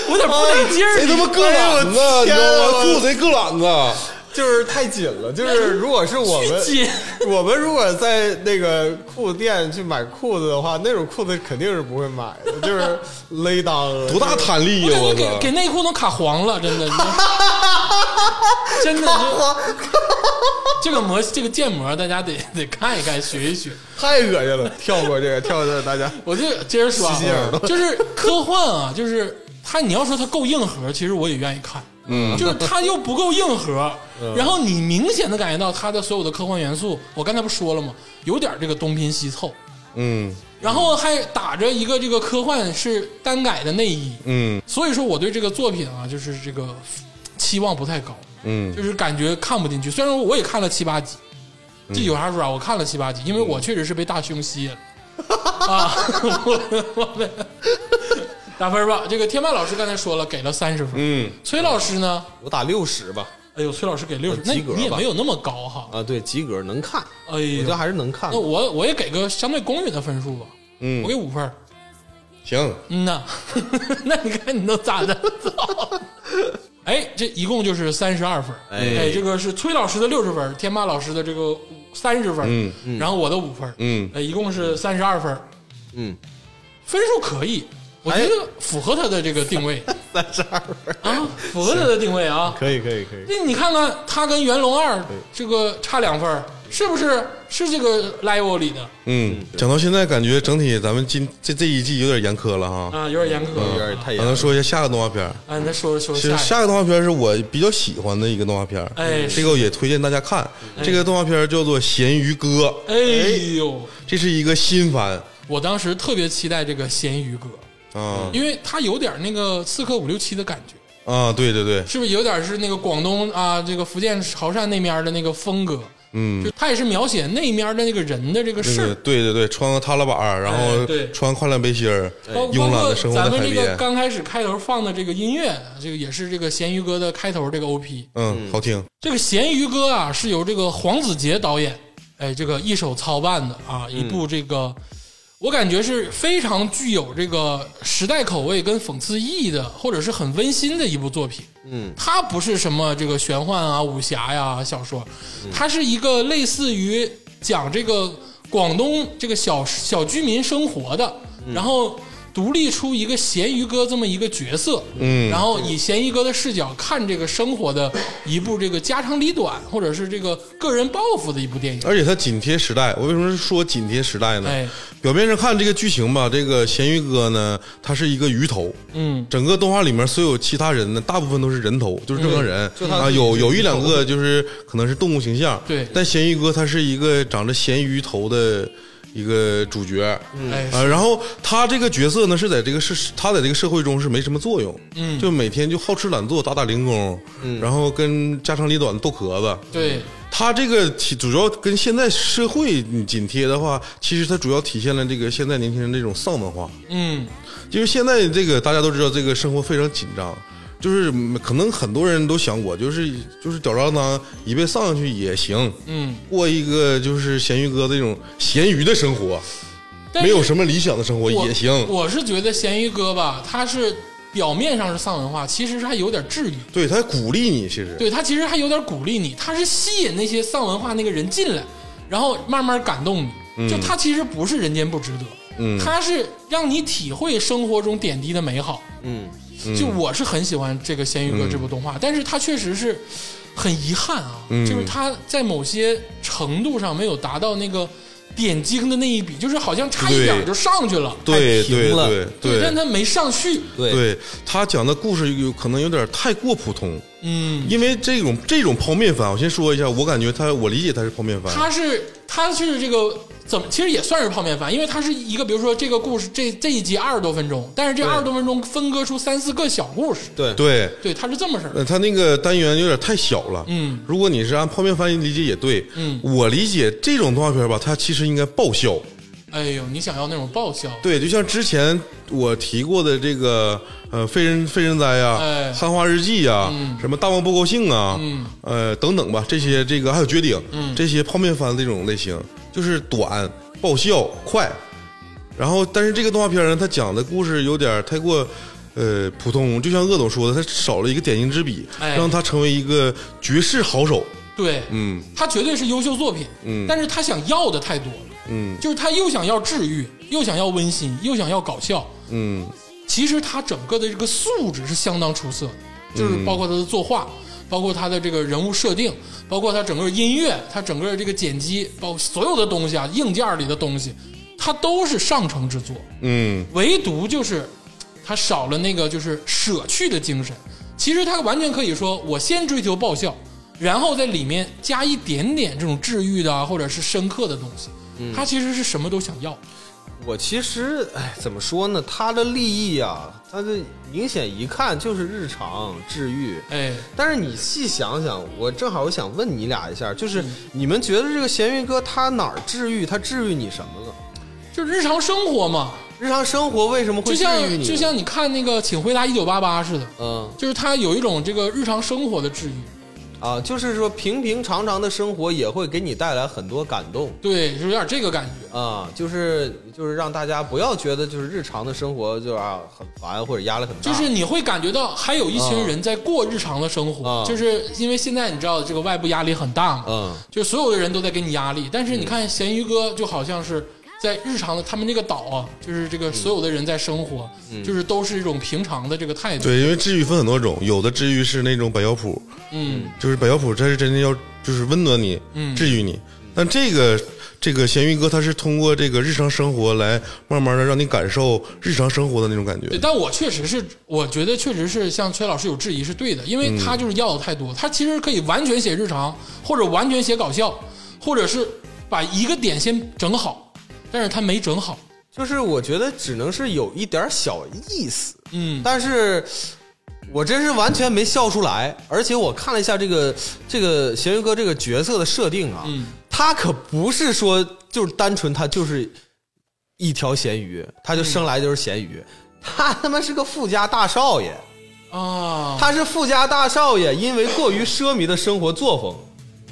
Speaker 2: 我有点不得劲儿，
Speaker 3: 贼他妈
Speaker 2: 哎
Speaker 3: 硌
Speaker 2: 呀
Speaker 3: 懒子，你知
Speaker 4: 天啊
Speaker 3: 道吗？
Speaker 4: 我
Speaker 3: 裤子贼硌懒子。
Speaker 4: 就是太紧了。
Speaker 2: 哎
Speaker 4: 就是如果是我们
Speaker 2: 巨紧，
Speaker 4: 我们如果在那个裤子店去买裤子的话，那种裤子肯定是不会买 的，就是勒裆了。
Speaker 3: 多大
Speaker 4: 就是
Speaker 3: 弹力
Speaker 2: 我感觉
Speaker 3: 呀！哎我
Speaker 2: 给给
Speaker 3: 操！
Speaker 2: 内裤都卡黄了，真的，你知道真的
Speaker 4: 哇
Speaker 2: 这这个模这个建模，大家得得看一看，学一学。
Speaker 4: 太恶心了！跳过这个，跳过这个，大家
Speaker 2: 我就接着说啊
Speaker 4: 吸吸耳，
Speaker 2: 就是科幻啊，就是它你要说它够硬核，其实我也愿意看。嗯，就是它又不够硬核，然后你明显的感觉到它的所有的科幻元素，我刚才不说了吗？有点这个东拼西凑，
Speaker 3: 嗯
Speaker 2: 然后还打着一个这个科幻是单改的内衣，
Speaker 3: 嗯
Speaker 2: 所以说我对这个作品啊，就是这个期望不太高，
Speaker 3: 嗯
Speaker 2: 就是感觉看不进去。虽然我也看了七八集，这有啥说啥，我看了七八集，因为我确实是被大胸吸引了啊！我我被打分吧。这个天麦老师刚才说了，给了三十分。
Speaker 3: 嗯，
Speaker 2: 崔老师呢？
Speaker 4: 我打六十吧。
Speaker 2: 哎呦，崔老师给六十，那
Speaker 4: 及格吧
Speaker 2: 你也没有那么高哈。
Speaker 4: 啊，对，及格能看，
Speaker 2: 哎
Speaker 4: 我觉得
Speaker 2: 呦，
Speaker 4: 还是能看
Speaker 2: 那。我我也给个相对公允的分数吧，我给五分儿。
Speaker 3: 嗯行，
Speaker 2: 嗯呐， 那你看你都咋的？操！哎，这一共就是三十二分。
Speaker 4: 哎
Speaker 2: 这个是崔老师的六十分，天霸老师的这个三十分，
Speaker 3: 嗯
Speaker 2: 然后我的五分，
Speaker 3: 嗯
Speaker 2: 哎，一共是三十二分，
Speaker 4: 嗯，
Speaker 2: 分数可以，我觉得符合他的这个定位
Speaker 4: 三十二分，
Speaker 2: 啊，符合他的定位啊。
Speaker 4: 可以，可以，可以。
Speaker 2: 那你看看他跟元龙二这个差两分儿，是不是是这个 level 里的
Speaker 3: 嗯，讲到现在，感觉整体咱们今这这一季有点严苛了哈。
Speaker 2: 啊？有点严
Speaker 4: 有
Speaker 2: 苛。
Speaker 4: 点太
Speaker 3: 咱
Speaker 4: 严
Speaker 3: 们
Speaker 4: 了。
Speaker 3: 说一下下个动画片儿。
Speaker 2: 啊，你再说说
Speaker 3: 其实
Speaker 2: 下一
Speaker 3: 下个动画片儿是我比较喜欢的一个动画片儿，
Speaker 2: 哎是哎
Speaker 3: 这个也推荐大家看。这个动画片儿叫做《咸鱼哥》，
Speaker 2: 个，哎呦，
Speaker 3: 这是一个新番
Speaker 2: 我当时特别期待这个咸鱼哥，
Speaker 3: 啊
Speaker 2: 因为他有点那个《刺客伍六七》的感觉。
Speaker 3: 啊！对对对，
Speaker 2: 是不是有点是那个广东啊，这个福建潮汕那面的那个风格？
Speaker 3: 嗯
Speaker 2: 就，他也是描写那面的那个人的这个事
Speaker 3: 那个
Speaker 2: 儿，
Speaker 3: 对对对，穿个踏拉板儿，然
Speaker 2: 哎
Speaker 3: 后
Speaker 2: 对
Speaker 3: 穿跨栏背心儿，
Speaker 2: 包
Speaker 3: 哎慵
Speaker 2: 包
Speaker 3: 懒
Speaker 2: 括
Speaker 3: 的生活
Speaker 2: 咱
Speaker 3: 在
Speaker 2: 们
Speaker 3: 海
Speaker 2: 这个
Speaker 3: 边。
Speaker 2: 刚开始开头放的这个音乐，这个也是这个咸鱼哥的开头这个 OP。
Speaker 3: 嗯，好听。
Speaker 2: 这个咸鱼哥啊，是由这个黄子杰导演，哎，这个一手操办的啊，一部这个、我感觉是非常具有这个时代口味跟讽刺意义的，或者是很温馨的一部作品。
Speaker 4: 嗯，
Speaker 2: 它不是什么这个玄幻啊、武侠呀、小说，
Speaker 3: 嗯
Speaker 2: 它是一个类似于讲这个广东这个小小居民生活的，
Speaker 3: 嗯
Speaker 2: 然后独立出一个咸鱼哥这么一个角色，
Speaker 3: 嗯
Speaker 2: 然后以咸鱼哥的视角看这个生活的一部这个家长里短或者是这个个人抱负的一部电影。
Speaker 3: 而且它紧贴时代。我为什么说紧贴时代呢？
Speaker 2: 哎
Speaker 3: 表面上看这个剧情吧，这个咸鱼哥呢，他是一个鱼头。
Speaker 2: 嗯，
Speaker 3: 整个动画里面所有其他人呢，大部分都是人头，就是正常
Speaker 2: 嗯
Speaker 3: 人、
Speaker 4: 就他
Speaker 3: 啊，
Speaker 4: 自己
Speaker 3: 有
Speaker 4: 是
Speaker 3: 有
Speaker 4: 鱼
Speaker 3: 一两
Speaker 4: 头
Speaker 3: 个就是可能是动物形象。
Speaker 2: 对
Speaker 3: 但咸鱼哥他是一个长着咸鱼头的一个主角。
Speaker 2: 哎，
Speaker 3: 啊，然后他这个角色呢，是在这个社，他在这个社会中是没什么作用，嗯，就每天就好吃懒做，打打零工，嗯，然后跟家长里短斗壳子，
Speaker 2: 对，
Speaker 3: 它这个体主要跟现在社会你紧贴的话，其实它主要体现了这个现在年轻人这种丧文化，
Speaker 2: 嗯，
Speaker 3: 因为现在这个大家都知道，这个生活非常紧张，就是嗯可能很多人都想过，就是就是吊儿郎当一辈子丧下去也行，
Speaker 2: 嗯，
Speaker 3: 过一个就是咸鱼哥这种咸鱼的生活，
Speaker 2: 但
Speaker 3: 没有
Speaker 2: 是
Speaker 3: 什么理想的生活
Speaker 2: 我
Speaker 3: 也行。
Speaker 2: 我是觉得咸鱼哥吧，他是表面上是丧文化，其实还有点治愈。
Speaker 3: 对他鼓励你，其实
Speaker 2: 对他其实还有点鼓励你，他是吸引那些丧文化那个人进来，然后慢慢感动你。就他其实不是人间不值得，
Speaker 3: 嗯
Speaker 2: 他是让你体会生活中点滴的美好。
Speaker 4: 嗯，
Speaker 2: 就我是很喜欢这个《咸鱼哥》这部动画，但是它确实是很遗憾啊，
Speaker 3: 嗯
Speaker 2: 就是它在某些程度上没有达到那个点睛的那一笔，就是好像差一点
Speaker 3: 对
Speaker 2: 就上去了，
Speaker 3: 对
Speaker 4: 太平
Speaker 3: 对
Speaker 4: 了
Speaker 3: 对
Speaker 2: 但
Speaker 3: 对
Speaker 2: 他没上去。
Speaker 4: 对，
Speaker 3: 对，他讲的故事有可能有点太过普通。
Speaker 2: 嗯，
Speaker 3: 因为这种这种泡面番，我先说一下，我感觉它，我理解它是泡面番，
Speaker 2: 他是他是这个怎么其实也算是泡面番，因为它是一个，比如说这个故事这这一集二十多分钟，但是这
Speaker 4: 对
Speaker 2: 二十多分钟分割出三四个小故事，
Speaker 4: 对
Speaker 3: 对，
Speaker 2: 对，它是这么事儿。
Speaker 3: 呃，它那个单元有点太小了。
Speaker 2: 嗯，
Speaker 3: 如果你是按泡面翻译理解也对。
Speaker 2: 嗯
Speaker 3: 我理解这种动画片吧，它其实应该爆笑。
Speaker 2: 哎呦，你想要那种爆笑，
Speaker 3: 对，就像之前我提过的这个呃，非人非人哉呀、
Speaker 2: 哎
Speaker 3: 汉化日记呀、什么大王不高兴啊，
Speaker 2: 嗯
Speaker 3: 呃等等吧，这些这个还有绝顶，这些泡面番这种类型，就是短、爆笑、快。然后，但是这个动画片呢，它讲的故事有点太过。呃，普通就像鄂总说的，它少了一个点睛之笔，
Speaker 2: 哎
Speaker 3: 让他成为一个绝世好手。
Speaker 2: 对，
Speaker 3: 嗯
Speaker 2: 它绝对是优秀作品，
Speaker 3: 嗯
Speaker 2: 但是他想要的太多了，
Speaker 3: 嗯
Speaker 2: 就是他又想要治愈，又想要温馨，又想要搞笑，
Speaker 3: 嗯，
Speaker 2: 其实他整个的这个素质是相当出色的，就是包括他的作画，包括他的这个人物设定，包括他整个音乐，他整个这个剪辑，包括所有的东西啊，硬件里的东西，它都是上乘之作，
Speaker 3: 嗯
Speaker 2: 唯独就是他少了那个就是舍去的精神。其实他完全可以说，我先追求爆笑，然后在里面加一点点这种治愈的啊，或者是深刻的东西。他其实是什么都想要，
Speaker 4: 我其实，哎，怎么说呢？他的利益啊，他的明显一看就是日常治愈。
Speaker 2: 哎，
Speaker 4: 但是你细想想，我正好我想问你俩一下，就是你们觉得这个咸鱼哥他哪儿治愈？他治愈你什么了？
Speaker 2: 就是日常生活嘛，
Speaker 4: 日常生活为什么
Speaker 2: 就
Speaker 4: 会治愈
Speaker 2: 像
Speaker 4: 你？
Speaker 2: 就像你看那个《请回答一九八八》似的，
Speaker 4: 嗯
Speaker 2: 就是它有一种这个日常生活的治愈，
Speaker 4: 啊，就是说平平常常的生活也会给你带来很多感动
Speaker 2: 对，就有点这个感觉。
Speaker 4: 啊，就是就是让大家不要觉得就是日常的生活就是啊很烦或者压力很大，
Speaker 2: 就是你会感觉到还有一群人在过日常的生活，
Speaker 4: 啊
Speaker 2: 就是因为现在你知道这个外部压力很大嘛，
Speaker 4: 嗯
Speaker 2: 就是所有的人都在给你压力，但是你看咸鱼哥就好像是在日常的他们这个岛啊，就是这个
Speaker 4: 嗯
Speaker 2: 所有的人在生活，就是都是一种平常的这个态度，
Speaker 3: 对，因为治愈分很多种，有的治愈是那种百药谱，
Speaker 2: 嗯，
Speaker 3: 就是百药谱，它是真的要就是温暖你，
Speaker 2: 嗯
Speaker 3: 治愈你。但这个这个咸鱼哥，他是通过这个日常生活来慢慢的让你感受日常生活的那种感觉
Speaker 2: 对，。但我确实是，我觉得确实是像崔老师有质疑是对的，因为
Speaker 4: 嗯
Speaker 2: 他就是要的太多，他其实可以完全写日常，或者完全写搞笑，或者是把一个点先整好，但是他没整好，
Speaker 4: 就是我觉得只能是有一点小意思，
Speaker 2: 嗯，
Speaker 4: 但是我真是完全没笑出来。而且我看了一下这个这个咸鱼哥这个角色的设定啊，
Speaker 2: 嗯
Speaker 4: 他可不是说就是单纯他就是一条咸鱼，他就生来就是咸鱼，他他妈是个富家大少爷，
Speaker 2: 啊，
Speaker 4: 他是富家大少爷，因为过于奢靡的生活作风，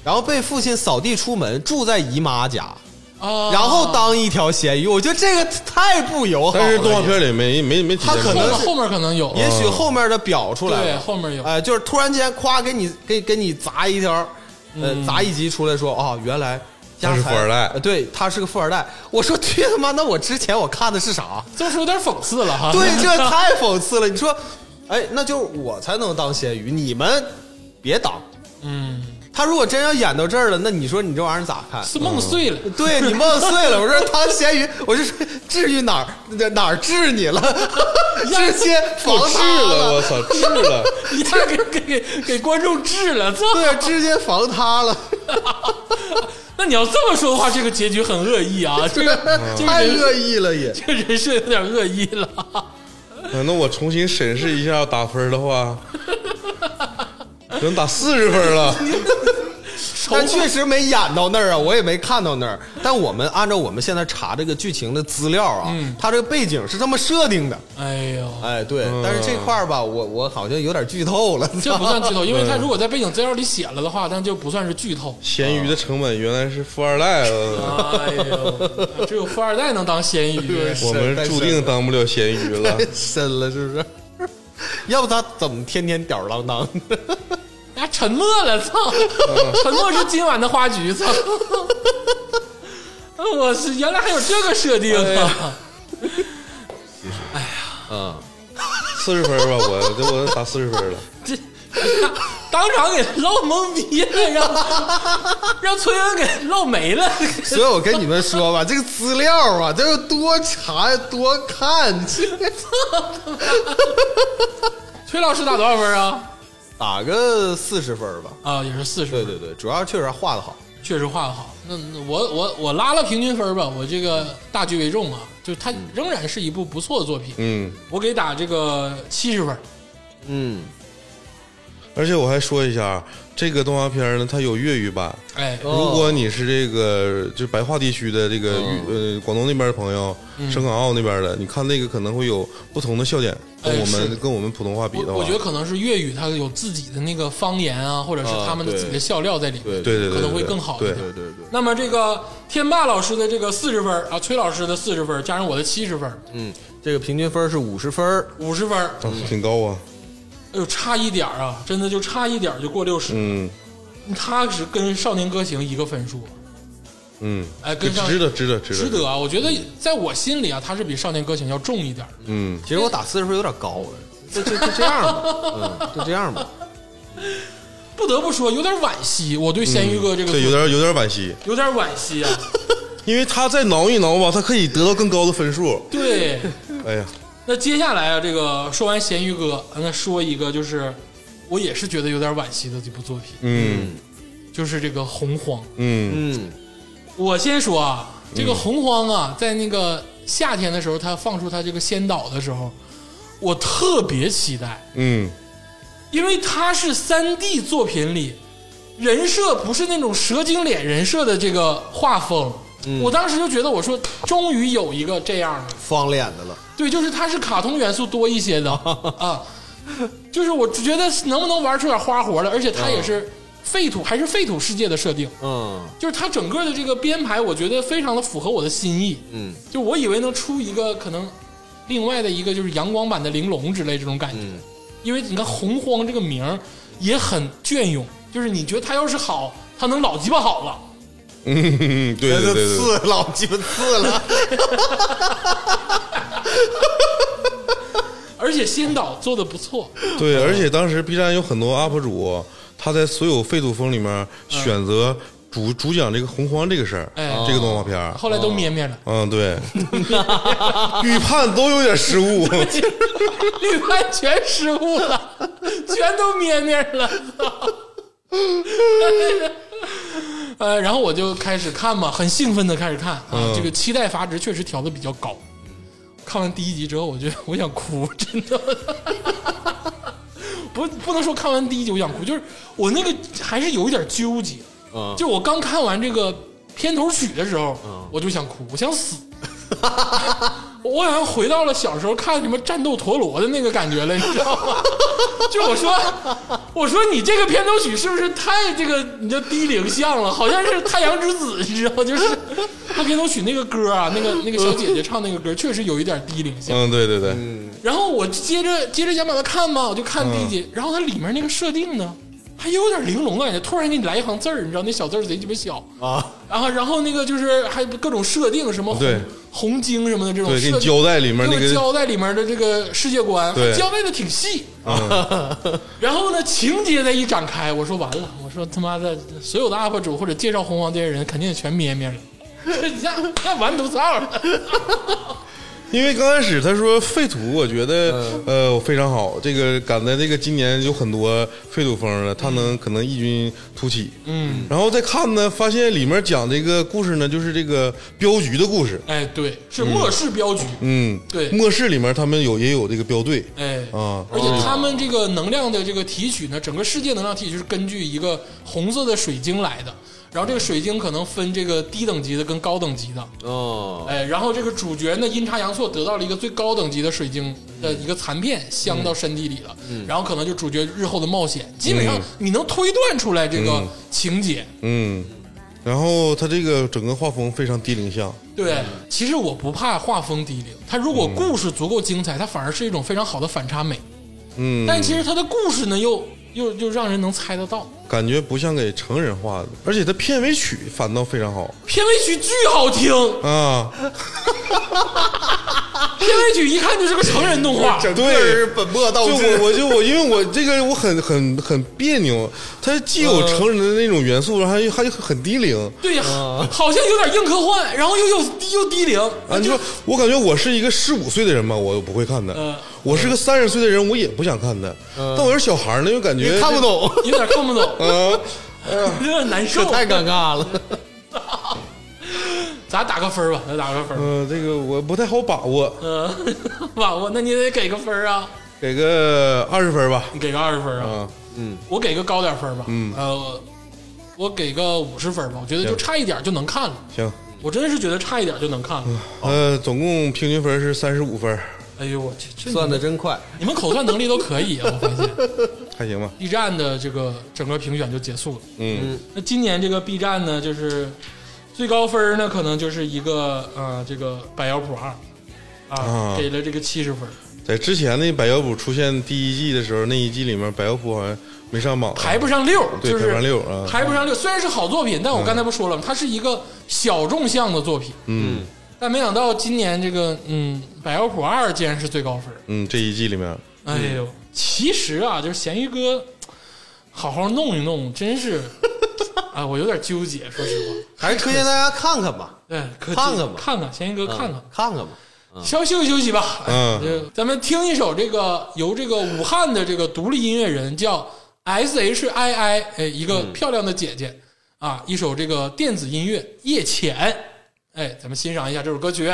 Speaker 4: 然后被父亲扫地出门，住在姨妈家。
Speaker 2: 啊，
Speaker 4: 然后当一条咸鱼，我觉得这个太不友好了。
Speaker 3: 但是动画片里没没没体现
Speaker 4: 他可
Speaker 2: 后
Speaker 3: 出来
Speaker 4: 能
Speaker 2: 面
Speaker 4: 是
Speaker 2: 后面可能有，
Speaker 4: 也许后面的表出来
Speaker 2: 对，
Speaker 4: 了，
Speaker 2: 后面有，
Speaker 4: 哎、就是突然间夸给你给给你砸一条，呃，
Speaker 3: 嗯
Speaker 4: 砸一集出来说啊、原来家
Speaker 3: 他是
Speaker 4: 财
Speaker 3: 富二代
Speaker 4: 呃对，他是个富二代。我说去他妈，那我之前我看的 是啥？
Speaker 2: 这么说有点讽刺了哈，
Speaker 4: 对，这太讽刺了。你说，哎，那就是我才能当咸鱼，你们别当。
Speaker 2: 嗯，
Speaker 4: 他如果真要演到这儿了，那你说你这玩意儿咋 看？
Speaker 2: 是梦碎了，
Speaker 4: 对你梦碎了，我说当咸鱼， 我就说至于哪儿哪儿治你了， 直接防
Speaker 3: 我治
Speaker 4: 他
Speaker 3: 了，我操，治了！
Speaker 2: 一下给给给给观众治了，这
Speaker 4: 对，直接防他了，
Speaker 2: 那你要这么说的话，这个结局很恶意啊，这个这个
Speaker 4: 太
Speaker 2: 人
Speaker 4: 恶意了也。
Speaker 2: 这个人设有点恶意了。
Speaker 3: 啊那我重新审视一下打分的话，能打四十分了。。
Speaker 4: 但确实没演到那儿啊，我也没看到那儿。但我们按照我们现在查这个剧情的资料啊，
Speaker 2: 嗯
Speaker 4: 他这个背景是这么设定的。
Speaker 2: 哎呦，
Speaker 4: 哎，对，但是这块儿吧，我我好像有点剧透了。
Speaker 2: 这不 算剧透，因为他如果在背景资料里写了的话，但就不算是剧透
Speaker 3: 咸鱼的成本原来是富二代 啊，
Speaker 2: 哎呦，只有富二代能当咸鱼。
Speaker 3: 我们
Speaker 4: 太深
Speaker 3: 注定当不了咸鱼了。
Speaker 4: 深了是不 是？要不他怎么天天吊儿郎当 的？
Speaker 2: 啊，沉默了，操！ 沉默是今晚的花局，操！ 啊我是原来还有这个设定啊！
Speaker 4: 嗯，
Speaker 3: 四十分吧，我这我打四十分了。
Speaker 2: 这当场给唠懵逼了，让让崔恩给唠没了。
Speaker 4: 所以我跟你们说吧，这个资料啊，就是多查多看，
Speaker 2: 崔老师打多少分啊？
Speaker 4: 打个四十分吧。
Speaker 2: 啊，也是四十
Speaker 4: 对对对，主要确实画的好，
Speaker 2: 确实画的好。那那我我我拉拉平均分吧，我这个大局为重啊，就它仍然是一部不错的作品，
Speaker 3: 嗯，
Speaker 2: 我给打这个七十分。
Speaker 4: 嗯，
Speaker 3: 而且我还说一下，这个动画片呢，它有粤语版。
Speaker 2: 哎，
Speaker 4: 哦
Speaker 3: 如果你是这个就是白话地区的这个
Speaker 2: 哦
Speaker 3: 粤呃广东那边的朋友，
Speaker 2: 嗯
Speaker 3: 深港澳那边的，你看那个可能会有不同的笑点，跟
Speaker 2: 哎
Speaker 3: 我
Speaker 2: 是
Speaker 3: 们跟我们普通话比
Speaker 2: 我
Speaker 3: 的话，
Speaker 2: 我觉得可能是粤语它有自己的那个方言啊，或者是
Speaker 4: 啊
Speaker 2: 他们的
Speaker 4: 对
Speaker 2: 自己的笑料在里面。
Speaker 4: 对
Speaker 3: 对对对，
Speaker 2: 可能会
Speaker 3: 对
Speaker 2: 更好一
Speaker 3: 对
Speaker 2: 点，
Speaker 4: 对对对，
Speaker 2: 那么这个天霸老师的这个四十分啊，崔老师的四十分，加上我的七十分，
Speaker 4: 嗯，这个平均分是五十分儿，
Speaker 2: 五十分，哎
Speaker 3: 啊挺高啊，
Speaker 2: 呦，差一点儿啊，真的就差一点儿就过六十、
Speaker 3: 嗯
Speaker 2: 他是跟《少年歌行》一个分数，
Speaker 3: 嗯，
Speaker 2: 哎跟上
Speaker 3: 值得值得值
Speaker 2: 值得啊！我觉得在我心里啊，它是比《少年歌行》要重一点儿。
Speaker 3: 嗯，
Speaker 4: 其实我打四十分有点高了，就就就这样吧，嗯，就这样吧，
Speaker 2: 不得不说，有点惋惜，我对咸鱼哥这个、
Speaker 3: 嗯对，有点有点惋惜，
Speaker 2: 有点惋惜 啊。
Speaker 3: 因为他再挠一挠吧，他可以得到更高的分数。
Speaker 2: 对，
Speaker 3: 哎呀，
Speaker 2: 那接下来啊，这个说完咸鱼哥，那说一个就是我也是觉得有点惋惜的这部作品，
Speaker 3: 嗯
Speaker 2: 就是这个《洪荒》。
Speaker 3: 嗯
Speaker 4: 嗯
Speaker 2: 我先说啊，这个洪荒啊，在那个夏天的时候，它放出它这个先导的时候，我特别期待，
Speaker 3: 嗯
Speaker 2: 因为它是三 D 作品里人设不是那种蛇精脸人设的这个画风。我当时就觉得，我说终于有一个这样的，
Speaker 4: 方脸的了，
Speaker 2: 对，就是它是卡通元素多一些的啊，就是我觉得能不能玩出点花活来，而且它也是废土，还是废土世界的设定，
Speaker 4: 嗯
Speaker 2: 就是它整个的这个编排，我觉得非常的符合我的心意。
Speaker 4: 嗯
Speaker 2: 就我以为能出一个可能另外的一个就是阳光版的玲珑之类这种感觉，
Speaker 4: 嗯
Speaker 2: 因为你看洪荒这个名儿也很隽永，就是你觉得他要是好，他能老鸡巴好了。
Speaker 3: 嗯嗯，对对对对对，
Speaker 4: 刺老鸡巴刺了，
Speaker 2: 而且仙岛做的不错，
Speaker 3: 对，而且当时 B 站有很多 UP 主，他在所有废土风里
Speaker 2: 嗯
Speaker 3: 面选择主主讲这个洪荒这个事儿，
Speaker 2: 哎
Speaker 3: 这个动画片儿，
Speaker 2: 后来都咩咩了。
Speaker 3: 嗯，对， 预判都有点 失误，
Speaker 2: 绿汉全失误了，全都咩咩了。 操呃，然后我就开始看嘛，很兴奋的开始看啊，这个期待阀值确实调的比较高。看完第一集之后，我觉得 我想哭，真的。 不，不能说看完第一集我想哭，就是我那个还是有一点纠结。
Speaker 4: 嗯
Speaker 2: 就我刚看完这个片头曲的时候，我就想哭，我想死。 我好像回到了小时候看什么战斗陀螺的那个感觉了，你知道吗？ 就我说，我说你这个片头曲是不是太这个你叫低龄向了？好像是《太阳之子》，你知道吗，就是他片头曲那个歌啊，那个那个小姐姐唱那个歌，确实有一点低龄向。
Speaker 3: 嗯，对对对，
Speaker 2: 然后我接着接着想把它看嘛，我就看第一集，
Speaker 3: 嗯
Speaker 2: 然后它里面那个设定呢，还有点玲珑感觉，突然给你来一行字儿，你知道那小字儿贼鸡巴小，
Speaker 4: 啊，
Speaker 2: 然后然后那个就是还各种设定什么
Speaker 3: 对
Speaker 2: 红红晶什么的这种
Speaker 3: 对，给
Speaker 2: 设
Speaker 3: 你
Speaker 2: 定。
Speaker 3: 交代里面那
Speaker 2: 给我
Speaker 3: 个，
Speaker 2: 交代里面的这个世界观，
Speaker 3: 对嗯
Speaker 2: 还交代的挺细。 然后呢，情节再一展开，我说完了，我说他妈的，所有的 UP 主或者介绍红王这些人，肯定全咩咩了， 这一下一下完犊子 二了。
Speaker 3: 因为刚开始他说废土，我觉得呃非常好，这个赶在这个今年有很多废土风了，他
Speaker 2: 嗯
Speaker 3: 能可能异军突起，嗯，然后再看呢，发现里面讲这个故事呢，就是这个镖局的故事，
Speaker 2: 哎，对，是末世镖局。
Speaker 3: 嗯，
Speaker 2: 对
Speaker 3: 末世里面他们有也有这个镖队，
Speaker 2: 哎，
Speaker 3: 啊
Speaker 2: 而且他们这个能量的这个提取呢，整个世界能量提取是根据一个红色的水晶来的，然后这个水晶可能分这个低等级的跟高等级的，
Speaker 4: 哦，
Speaker 2: 哎，然后这个主角呢阴差阳错得到了一个最高等级的水晶的一个残片镶到身体里了，然后可能就主角日后的冒险，基本上你能推断出来这个情节。
Speaker 3: 嗯，然后他这个整个画风非常低龄向，
Speaker 2: 对，其实我不怕画风低龄，它如果故事足够精彩，它反而是一种非常好的反差美。
Speaker 3: 嗯，
Speaker 2: 但其实它的故事呢，又又又让人能猜得到。
Speaker 3: 感觉不像给成人画的，而且它片尾曲反倒非常好
Speaker 2: 片尾曲巨好听，
Speaker 3: 啊，
Speaker 2: 片尾曲一看就是个成人动 画。
Speaker 3: 对。
Speaker 4: 本末倒
Speaker 3: 就我，我就我，因为我这个我很很很别扭，它既有成人的那种元素，然后还有还有很低龄
Speaker 2: 对呀，好像有点硬科幻，然后又又低又低龄。
Speaker 3: 啊！你说，我感觉我是一个十五岁的人吧，我又不会看的；
Speaker 2: 嗯
Speaker 3: 我是个三十岁的人，我也不想看的。但我是小孩儿呢，又感觉
Speaker 4: 看不懂，
Speaker 2: 有点看不懂。
Speaker 3: 啊，
Speaker 2: 有点难受。
Speaker 4: 太尴尬了。
Speaker 2: 咱打个分儿吧，咱打个分儿。
Speaker 3: 嗯、这个我不太好把握，
Speaker 2: 嗯，把握，那你得给个分儿啊，
Speaker 3: 给个二十分吧。
Speaker 2: 你给个二十分儿啊，
Speaker 3: 啊，
Speaker 2: 我给个高点儿分儿吧，嗯，呃，我给个五十分儿吧，我觉得就差一点儿就能看了，
Speaker 3: 行，
Speaker 2: 我真是觉得差一点儿就能看了。
Speaker 3: 呃，总共平均分是三十五分，
Speaker 2: 哎呦我去，这
Speaker 4: 算的真快，
Speaker 2: 你们口算能力都可以啊，我发现。
Speaker 3: 还行吧？
Speaker 2: B 站的这个整个评选就结束了。
Speaker 3: 嗯，
Speaker 2: 那今年这个 B 站呢，就是最高分儿呢，可能就是一个呃，这个百妖谱二啊，
Speaker 3: 啊
Speaker 2: 给了这个七十分儿，
Speaker 3: 在之前那百妖谱出现第一季的时候，那一季里面百妖谱好像没上榜，
Speaker 2: 排不上六，
Speaker 3: 对
Speaker 2: 就是
Speaker 3: 排不上六啊
Speaker 2: 排不上六。虽然是好作品，但我刚才不说了吗？它是一个小众向的作品，
Speaker 3: 嗯
Speaker 2: 但没想到今年这个嗯，百妖谱二竟然是最高分儿。
Speaker 3: 嗯，这一季里面，
Speaker 2: 哎呦，其实啊，就是咸鱼哥，好好弄一弄，真 是啊，我有点纠结，说实话。
Speaker 4: 还是推荐大家看看吧，
Speaker 2: 对，可
Speaker 4: 看看吧
Speaker 2: 看看，咸鱼哥
Speaker 4: 嗯
Speaker 2: 看看，
Speaker 4: 看看吧。
Speaker 2: 稍休息休息吧。
Speaker 3: 嗯
Speaker 2: 这咱们听一首这个由这个武汉的这个独立音乐人叫 S H I I，哎，一个漂亮的姐姐
Speaker 4: 嗯
Speaker 2: 啊，一首这个电子音乐《夜潜》，哎，咱们欣赏一下这首歌曲。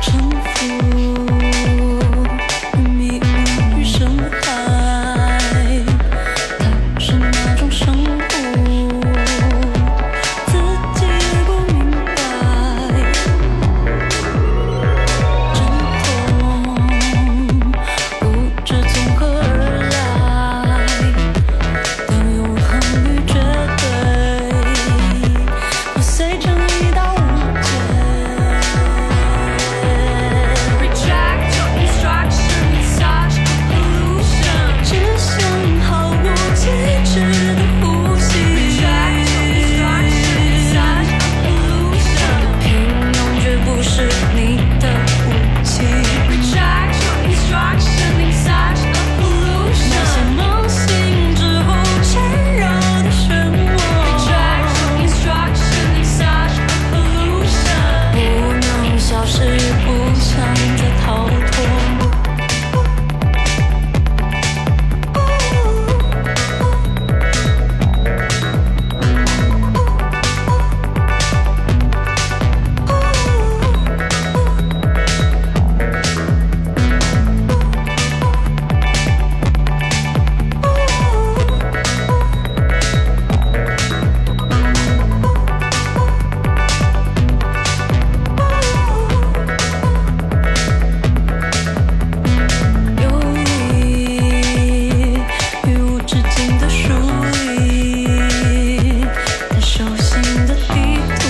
Speaker 5: 征服迷雾与深海，它是哪种生物？自己不明白。阵痛不知从何而来，但永恒与绝对破碎成一道无解。
Speaker 6: Reject your instructions, such illusion.
Speaker 5: 只想毫无节制的呼吸，
Speaker 6: Reject your instructions, such illusion.
Speaker 5: 平庸绝不是你的武器。
Speaker 6: Reject your instructions, such illusion.
Speaker 5: 那些梦醒之后缠绕的漩涡
Speaker 6: Reject，your instructions, such illusion.
Speaker 5: 不能消失，也不想再逃脱。游离于无止境的疏离，很手心的地图，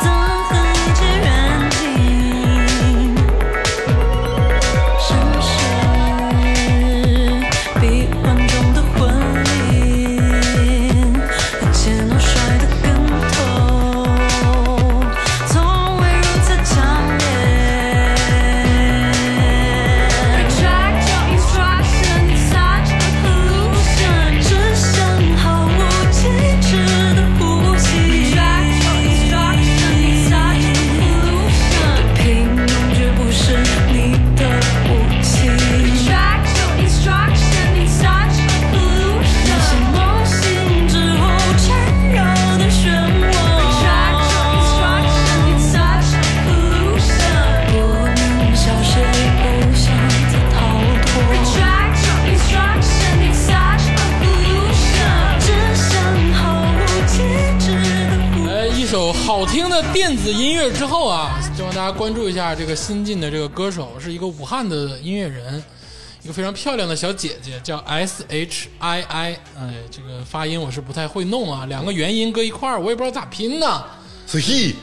Speaker 5: 怎和一起远近？生是闭环中的魂灵，而且弄摔得跟头，从未如此强烈。
Speaker 6: Reject your instructions, such illusion.
Speaker 5: 只想毫无节制的呼吸，
Speaker 6: Reject your instructions, such illusion.
Speaker 5: 平庸绝不是你的武器。
Speaker 6: Reject your instructions, such illusion.
Speaker 5: 梦醒之后缠绕的漩涡，不能消失，也不想再逃脱。只想毫无节制的呼
Speaker 2: 呃，一首好听的电子音乐之后啊，希望大家关注一下这个新晋的这个歌手，是一个武汉的音乐人，一个非常漂亮的小姐姐，叫 S H I I。哎，这个发音我是不太会弄啊，两个元音搁一块儿，我也不知道咋拼呢。
Speaker 3: 是 he，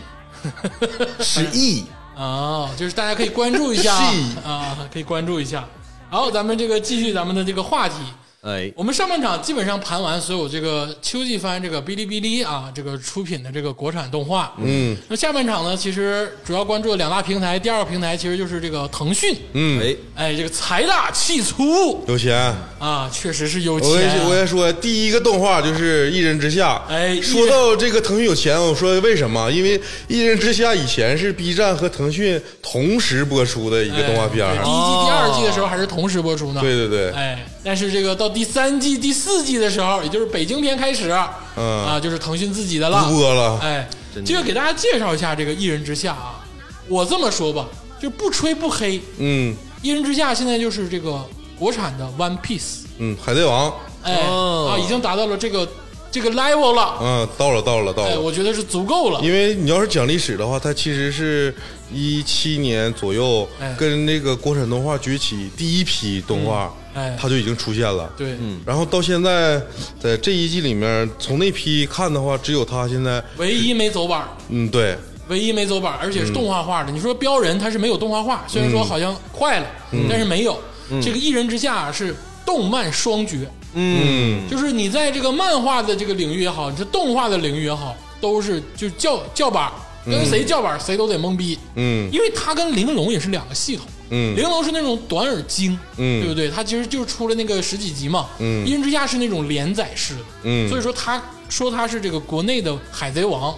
Speaker 3: 是 e，
Speaker 2: 啊、就是大家可以关注一下
Speaker 3: 是
Speaker 2: 啊，可以关注一下。然后咱们这个继续咱们的这个话题，
Speaker 4: 哎，
Speaker 2: 我们上半场基本上盘完所有这个秋季番这个哔哩哔哩啊这个出品的这个国产动画，嗯，那下半场呢，其实主要关注的两大平台，第二个平台其实就是这个腾讯，
Speaker 4: 嗯，哎，
Speaker 2: 哎，这个财大气粗
Speaker 3: 有钱，
Speaker 2: 啊，确实是有
Speaker 3: 我跟
Speaker 2: 钱啊、
Speaker 3: 我也说，第一个动画就是《一人之下》。
Speaker 2: 哎
Speaker 3: 说到这个腾讯有钱，我说为什么？因为《一人之下》以前是 B 站和腾讯同时播出的一个动画片儿。
Speaker 2: 哎
Speaker 3: 啊
Speaker 2: 第一季、第二季的时候还是同时播出呢。
Speaker 3: 对对对
Speaker 2: 哎，但是这个到第三季、第四季的时候，也就是北京篇开始，
Speaker 3: 嗯
Speaker 2: 啊，就是腾讯自己的了，
Speaker 3: 不播了
Speaker 2: 哎，这个给大家介绍一下这个《一人之下》啊，我这么说吧，就不吹不黑，《
Speaker 3: 嗯
Speaker 2: 一人之下》现在就是这个国产的《One Piece》，
Speaker 3: 嗯，《海贼王》
Speaker 2: 哎、
Speaker 4: 哦
Speaker 2: 啊，已经达到了这个这个 level 了，
Speaker 3: 嗯，到了到了到
Speaker 2: 哎，
Speaker 3: 了。
Speaker 2: 我觉得是足够了。
Speaker 3: 因为你要是讲历史的话，它其实是一七年左右
Speaker 2: 哎
Speaker 3: 跟那个国产动画崛起第一批动画，
Speaker 2: 嗯哎
Speaker 3: 它就已经出现了。嗯
Speaker 2: 对，
Speaker 3: 然后到现在，在这一季里面，从那批看的话，只有它现在，
Speaker 2: 唯一没走板儿。
Speaker 3: 嗯，对，
Speaker 2: 唯一没走板，而且是动画化
Speaker 3: 嗯
Speaker 2: 的。你说标人他是没有动画化，虽然说好像快了，
Speaker 3: 嗯
Speaker 2: 但是没有。这个一人之下啊是动漫双绝，
Speaker 3: 嗯
Speaker 2: 就是你在这个漫画的这个领域也好，你是动画的领域也好，都是就叫叫板儿，跟谁叫板儿谁都得懵逼。
Speaker 3: 嗯
Speaker 2: 因为他跟玲珑也是两个系统，
Speaker 3: 嗯
Speaker 2: 玲珑是那种短耳精，
Speaker 3: 嗯
Speaker 2: 对不对？他其实就是出了那个十几集嘛，
Speaker 3: 嗯
Speaker 2: 一人之下是那种连载式的，
Speaker 3: 嗯
Speaker 2: 所以说他说他是这个国内的海贼王，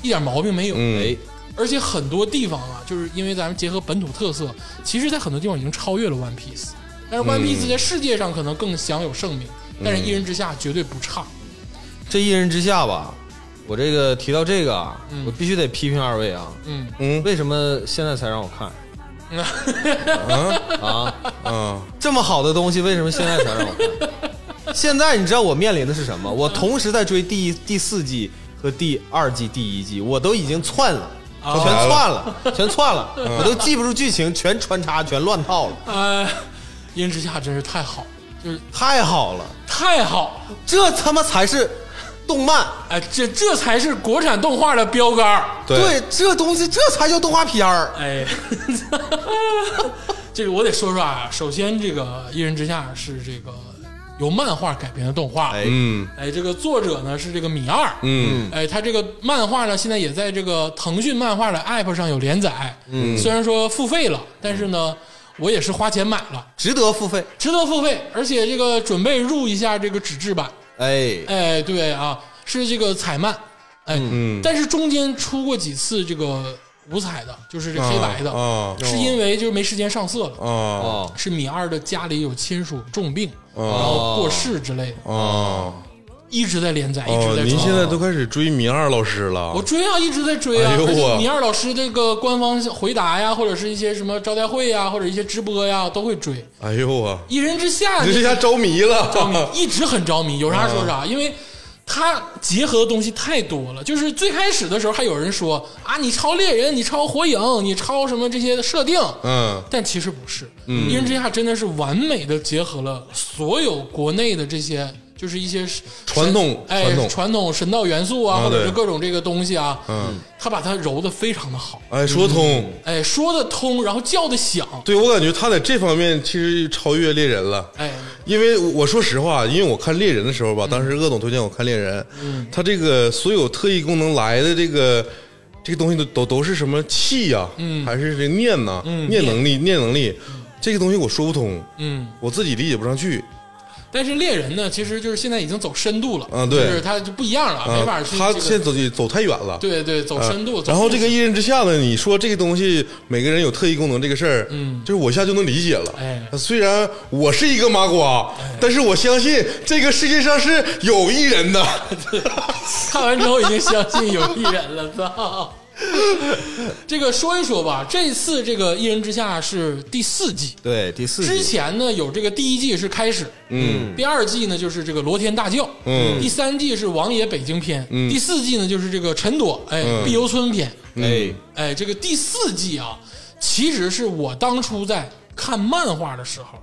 Speaker 2: 一点毛病没有，
Speaker 3: 嗯
Speaker 4: 哎，
Speaker 2: 而且很多地方啊，就是因为咱们结合本土特色，其实在很多地方已经超越了 One Piece，但是 One Piece 在世界上可能更享有盛名，但是一人之下绝对不差。
Speaker 4: 这一人之下吧，我这个提到这个啊，我必须得批评二位啊，
Speaker 2: 嗯，
Speaker 3: 嗯
Speaker 4: 为什么现在才让我 看？啊
Speaker 2: 嗯
Speaker 3: 啊，
Speaker 4: 这么好的东西，为什么现在才让我看？ 现在你知道我面临的是什么？我同时在追第一、第四季和第二季、第一季，我都已经窜了，全窜了，全窜了，我都记不住剧情，全穿插，全乱套了，
Speaker 2: 呃，一人之下真是太好，就是
Speaker 4: 太好了，
Speaker 2: 太好了，
Speaker 4: 这他妈才是动漫，
Speaker 2: 哎、这这才是国产动画的标杆儿。
Speaker 3: 对
Speaker 4: 这东西这才叫动画片儿，
Speaker 2: 哎， 这个我得说说啊。首先，这个《一人之下》是这个由漫画改编的动画，
Speaker 4: 哎
Speaker 3: 嗯
Speaker 2: 哎，这个作者呢是这个米二，
Speaker 3: 嗯
Speaker 2: 哎，他这个漫画呢现在也在这个腾讯漫画的 App 上有连载，嗯，虽然说付费了，但是呢，我也是花钱买了，
Speaker 4: 值得付费，
Speaker 2: 值得付费，而且这个准备入一下这个纸质版，
Speaker 4: 哎，
Speaker 2: 哎，对啊，是这个彩漫，哎，
Speaker 3: 嗯
Speaker 2: 但是中间出过几次这个五彩的，就是这黑白的，
Speaker 3: 啊
Speaker 2: 是因为就是没时间上色了。
Speaker 3: 啊
Speaker 4: 哦，
Speaker 2: 是米二的家里有亲属重病，
Speaker 3: 哦
Speaker 2: 然后过世之类的，
Speaker 3: 啊啊！
Speaker 2: 一直在连载，哦一直
Speaker 3: 哦
Speaker 2: 在，
Speaker 3: 您
Speaker 2: 出。
Speaker 3: 现在都开始追米二老师了
Speaker 2: 我，追啊，一直在追啊，
Speaker 3: 哎呦
Speaker 2: 而且
Speaker 3: 我
Speaker 2: 米二老师这个官方回答呀，或者是一些什么招待会呀，或者一些直播呀，都会追。
Speaker 3: 哎呦我，
Speaker 2: 一人之下，
Speaker 3: 你这下着迷
Speaker 2: 着迷
Speaker 3: 了，
Speaker 2: 一直很着迷，有啥说
Speaker 3: 嗯
Speaker 2: 啥，因为它结合的东西太多了。就是最开始的时候，还有人说啊，你抄猎人，你抄火影，你抄什么这些设定，
Speaker 3: 嗯
Speaker 2: 但其实不是，一人之下真的是完美的结合了所有国内的这些，就是一些神
Speaker 3: 传统
Speaker 2: 哎
Speaker 3: 传统
Speaker 2: 传统神道元素啊，
Speaker 3: 啊
Speaker 2: 或者是
Speaker 3: 对
Speaker 2: 各种这个东西啊，
Speaker 3: 嗯，
Speaker 2: 他把它揉的非常的好，
Speaker 3: 哎，说通。
Speaker 2: 哎，说得通，然后叫得响，
Speaker 3: 对我感觉他在这方面其实超越猎人了。
Speaker 2: 哎，
Speaker 3: 因为我说实话，因为我看猎人的时候吧，当时鄂总推荐我看猎人，
Speaker 2: 嗯
Speaker 3: 他这个所有特异功能来的这个这个东西都都都是什么气呀、
Speaker 2: 嗯
Speaker 3: 还是这念呐、念能力，念能力，这个东西我说不通，
Speaker 2: 嗯。
Speaker 3: 我自己理解不上去
Speaker 2: 但是猎人呢，其实就是现在已经走深度了，
Speaker 3: 啊对
Speaker 2: 就是他就不一样了，
Speaker 3: 啊
Speaker 2: 没法。去、这
Speaker 3: 他
Speaker 2: 个。
Speaker 3: 现在走走太远了，
Speaker 2: 对对，走
Speaker 3: 啊
Speaker 2: 深度。走
Speaker 3: 然后这
Speaker 2: 深
Speaker 3: 个
Speaker 2: 度
Speaker 3: 一人之下呢，你说这个东西每个人有特异功能这个事儿，
Speaker 2: 嗯
Speaker 3: 就是我一下就能理解了。
Speaker 2: 哎
Speaker 3: 虽然我是一个麻瓜，但是我相信这个世界上是有一 人的。
Speaker 2: 看完之后已经相信有艺人了， 操！这个说一说吧，这次这个《一人之下》是第四季，
Speaker 4: 对，第四
Speaker 2: 之
Speaker 4: 季，
Speaker 2: 前呢有这个第一季是开始，
Speaker 3: 嗯，
Speaker 2: 第二季呢就是这个罗天大教，
Speaker 3: 嗯
Speaker 2: 第三季是王爷北京篇，第四季呢就是这个陈朵，哎，
Speaker 3: 嗯
Speaker 2: 碧游村篇，
Speaker 4: 哎，
Speaker 2: 哎，这个第四季啊，其实是我当初在看漫画的时候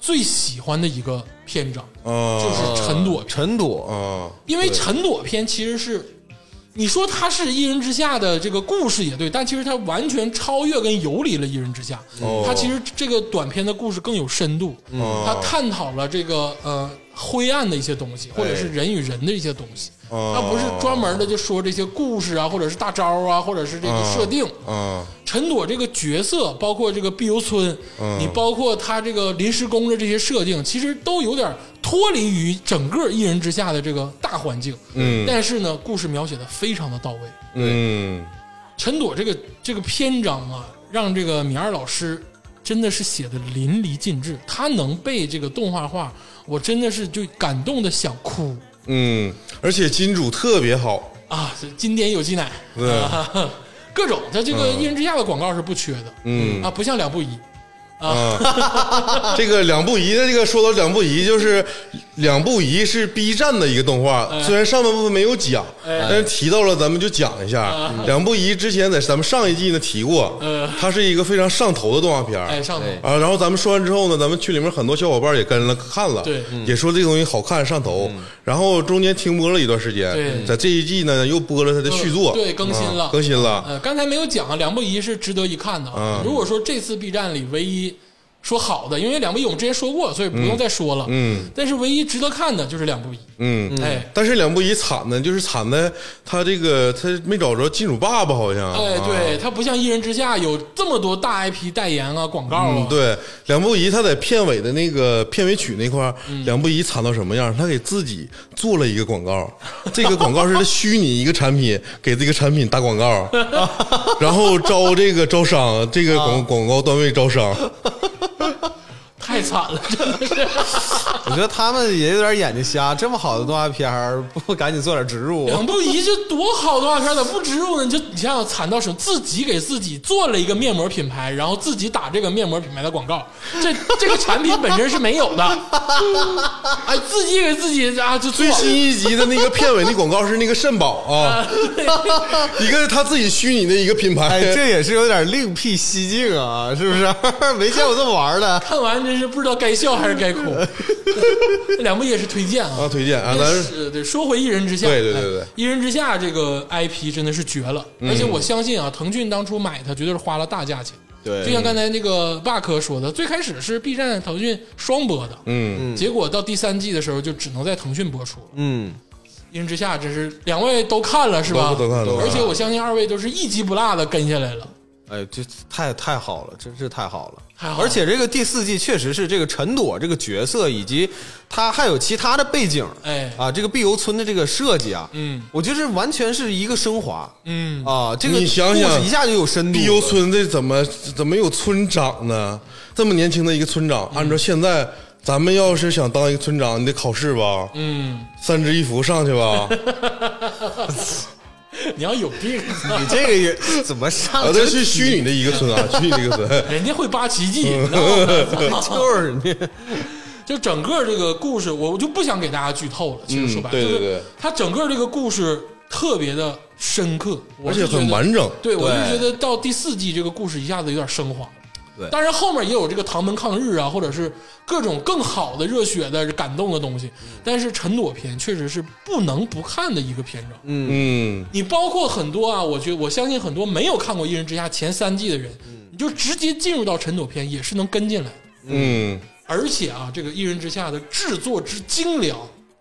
Speaker 2: 最喜欢的一个篇章，
Speaker 3: 啊
Speaker 2: 就是陈朵篇。
Speaker 4: 陈朵，
Speaker 3: 啊
Speaker 2: 因为陈朵篇其实是你说它是一人之下的这个故事也对，但其实它完全超越跟游离了一人之下。
Speaker 3: 哦
Speaker 2: 它其实这个短片的故事更有深度，它探讨了这个呃灰暗的一些东西，或
Speaker 3: 哎
Speaker 2: 者是人与人的一些东西。
Speaker 3: 哦
Speaker 2: 它不是专门的就说这些故事啊，或者是大招啊，或者是这个设定。
Speaker 3: 啊
Speaker 2: 陈朵这个角色，包括这个碧游村，
Speaker 3: 嗯
Speaker 2: 你包括他这个临时工的这些设定，其实都有点脱离于整个一人之下的这个大环境。
Speaker 3: 嗯
Speaker 2: 但是呢，故事描写的非常的到位。
Speaker 3: 嗯
Speaker 2: 陈朵这个这个篇章啊，让这个米二老师真的是写的淋漓尽致，他能被这个动画化，我真的是就感动的想哭
Speaker 3: 嗯，而且金主特别好，
Speaker 2: 啊！经典有机奶，
Speaker 3: 对，
Speaker 2: 各种他这个一人之下的广告是不缺的，
Speaker 3: 嗯
Speaker 2: 啊，不像两不疑，
Speaker 3: 这个两不疑的这个说到两不疑，就是两不疑是 B 站的一个动画，
Speaker 2: 哎
Speaker 3: 虽然上半部分没有讲，但是提到了咱们就讲一下。
Speaker 2: 嗯
Speaker 3: 两不疑之前在咱们上一季呢提过，它是一个非常上头的动画片儿。
Speaker 2: 哎，上头。
Speaker 3: 啊，然后咱们说完之后呢，咱们群里面很多小伙伴也跟了看了，
Speaker 2: 对嗯
Speaker 3: 也说这个东西好看上头。然后中间停播了一段时间，
Speaker 2: 对
Speaker 3: 在这一季呢又播了它的续作，
Speaker 2: 对更新了
Speaker 3: 啊更新了。
Speaker 2: 呃，刚才没有讲啊，两不疑是值得一看的
Speaker 3: 嗯
Speaker 2: 啊。如果说这次 B 站里唯一说好的，因为两不疑我们之前说过，所以不用再说了。
Speaker 3: 嗯，
Speaker 2: 但是唯一值得看的就是两不疑。
Speaker 3: 嗯，
Speaker 2: 哎，
Speaker 3: 但是两不疑惨呢，就是惨在他这个他没找着金主爸爸，好像。
Speaker 2: 哎，
Speaker 3: 啊
Speaker 2: 对，它不像一人之下有这么多大 IP 代言啊、广告啊
Speaker 3: 嗯，。对，两不疑他在片尾的那个片尾曲那块儿，
Speaker 2: 嗯
Speaker 3: 两不疑惨到什么样？他给自己做了一个广告，这个广告是他虚拟一个产品，给这个产品打 广告，然后招这个招商，这个
Speaker 2: 啊
Speaker 3: 广广告单位招商，
Speaker 2: 太惨了，真的是。
Speaker 4: 我觉得他们也有点眼睛瞎，这么好的动画片儿，不赶紧做点植入？啊
Speaker 2: 两不疑这多好的动画片，咋不植入呢？你就你想想，惨到什么？自己给自己做了一个面膜品牌，然后自己打这个面膜品牌的广告，这这个产品本身是没有的。 哎，自己给自己啊，就做
Speaker 3: 最新一集的那个片尾那广告是那个肾宝 啊，一个他自己虚拟的一个品牌，
Speaker 4: 哎，这也是有点另辟蹊径啊，是不是？ 没见过这么 玩的。
Speaker 2: 看完真是不知道该笑还是该哭。两部也是推荐
Speaker 3: 啊
Speaker 2: 啊，
Speaker 3: 推荐啊，咱
Speaker 2: 是对，说回《一人之下》，
Speaker 3: 对对对对嗯
Speaker 2: 哎一人之下》这个 IP 真的是绝了，而且我相信啊，腾讯当初买它绝对是花了大价钱。
Speaker 4: 对
Speaker 2: 就像刚才那个霸科说的，最开始是 B 站、腾讯双播的，
Speaker 3: 嗯
Speaker 2: 结果到第三季的时候就只能在腾讯播出了。
Speaker 4: 嗯，
Speaker 2: 一人之下，真是两位都看了是吧？
Speaker 3: 都都看了
Speaker 2: 而且我相信二位都是一集不落的跟下来了。
Speaker 4: 哎，这太太好了，真是太好了！
Speaker 2: 太好了
Speaker 4: 而且这个第四季确实是这个陈朵这个角色，以及她还有其他的背景，
Speaker 2: 哎
Speaker 4: 啊，这个碧游村的这个设计啊，
Speaker 2: 嗯
Speaker 4: 我觉得这完全是一个升华，
Speaker 2: 嗯，
Speaker 4: 啊，这个
Speaker 3: 你想想
Speaker 4: 故事一下就有深度了。
Speaker 3: 碧游村这怎么怎么有村长呢？这么年轻的一个村长，按照现在咱们要是想当一个村长，你得考试吧？嗯，三支一扶上去 吧。
Speaker 2: 你要有 病，
Speaker 4: 你这个也怎么上
Speaker 3: 啊，？这 是 虚拟的一个村啊，虚拟的一个村。
Speaker 2: 人家会八奇迹，你知道吗
Speaker 4: 哎就是你
Speaker 2: 就整个这个故事，我我就不想给大家剧透了。其 实说白了，
Speaker 3: 嗯对对
Speaker 2: 就
Speaker 3: 对
Speaker 2: 是它整个这个故事特别的深刻，我
Speaker 3: 而
Speaker 2: 是
Speaker 3: 且
Speaker 2: 觉
Speaker 3: 很
Speaker 2: 得
Speaker 3: 完整
Speaker 2: 对，我
Speaker 4: 对
Speaker 2: 是觉得到第四季这个故事一下子有点升华。
Speaker 4: 对
Speaker 2: 当然后面也有这个唐门抗日啊，或者是各种更好的、热血的、感动的东西。
Speaker 3: 嗯
Speaker 2: 但是陈朵篇确实是不能不看的一个篇章。
Speaker 3: 嗯，
Speaker 2: 你包括很多啊，我觉我相信很多没有看过《一人之下》前三季的人，你就直接进入到陈朵篇也是能跟进来的。
Speaker 3: 嗯
Speaker 2: 而且啊，这个《一人之下》的制作之精良，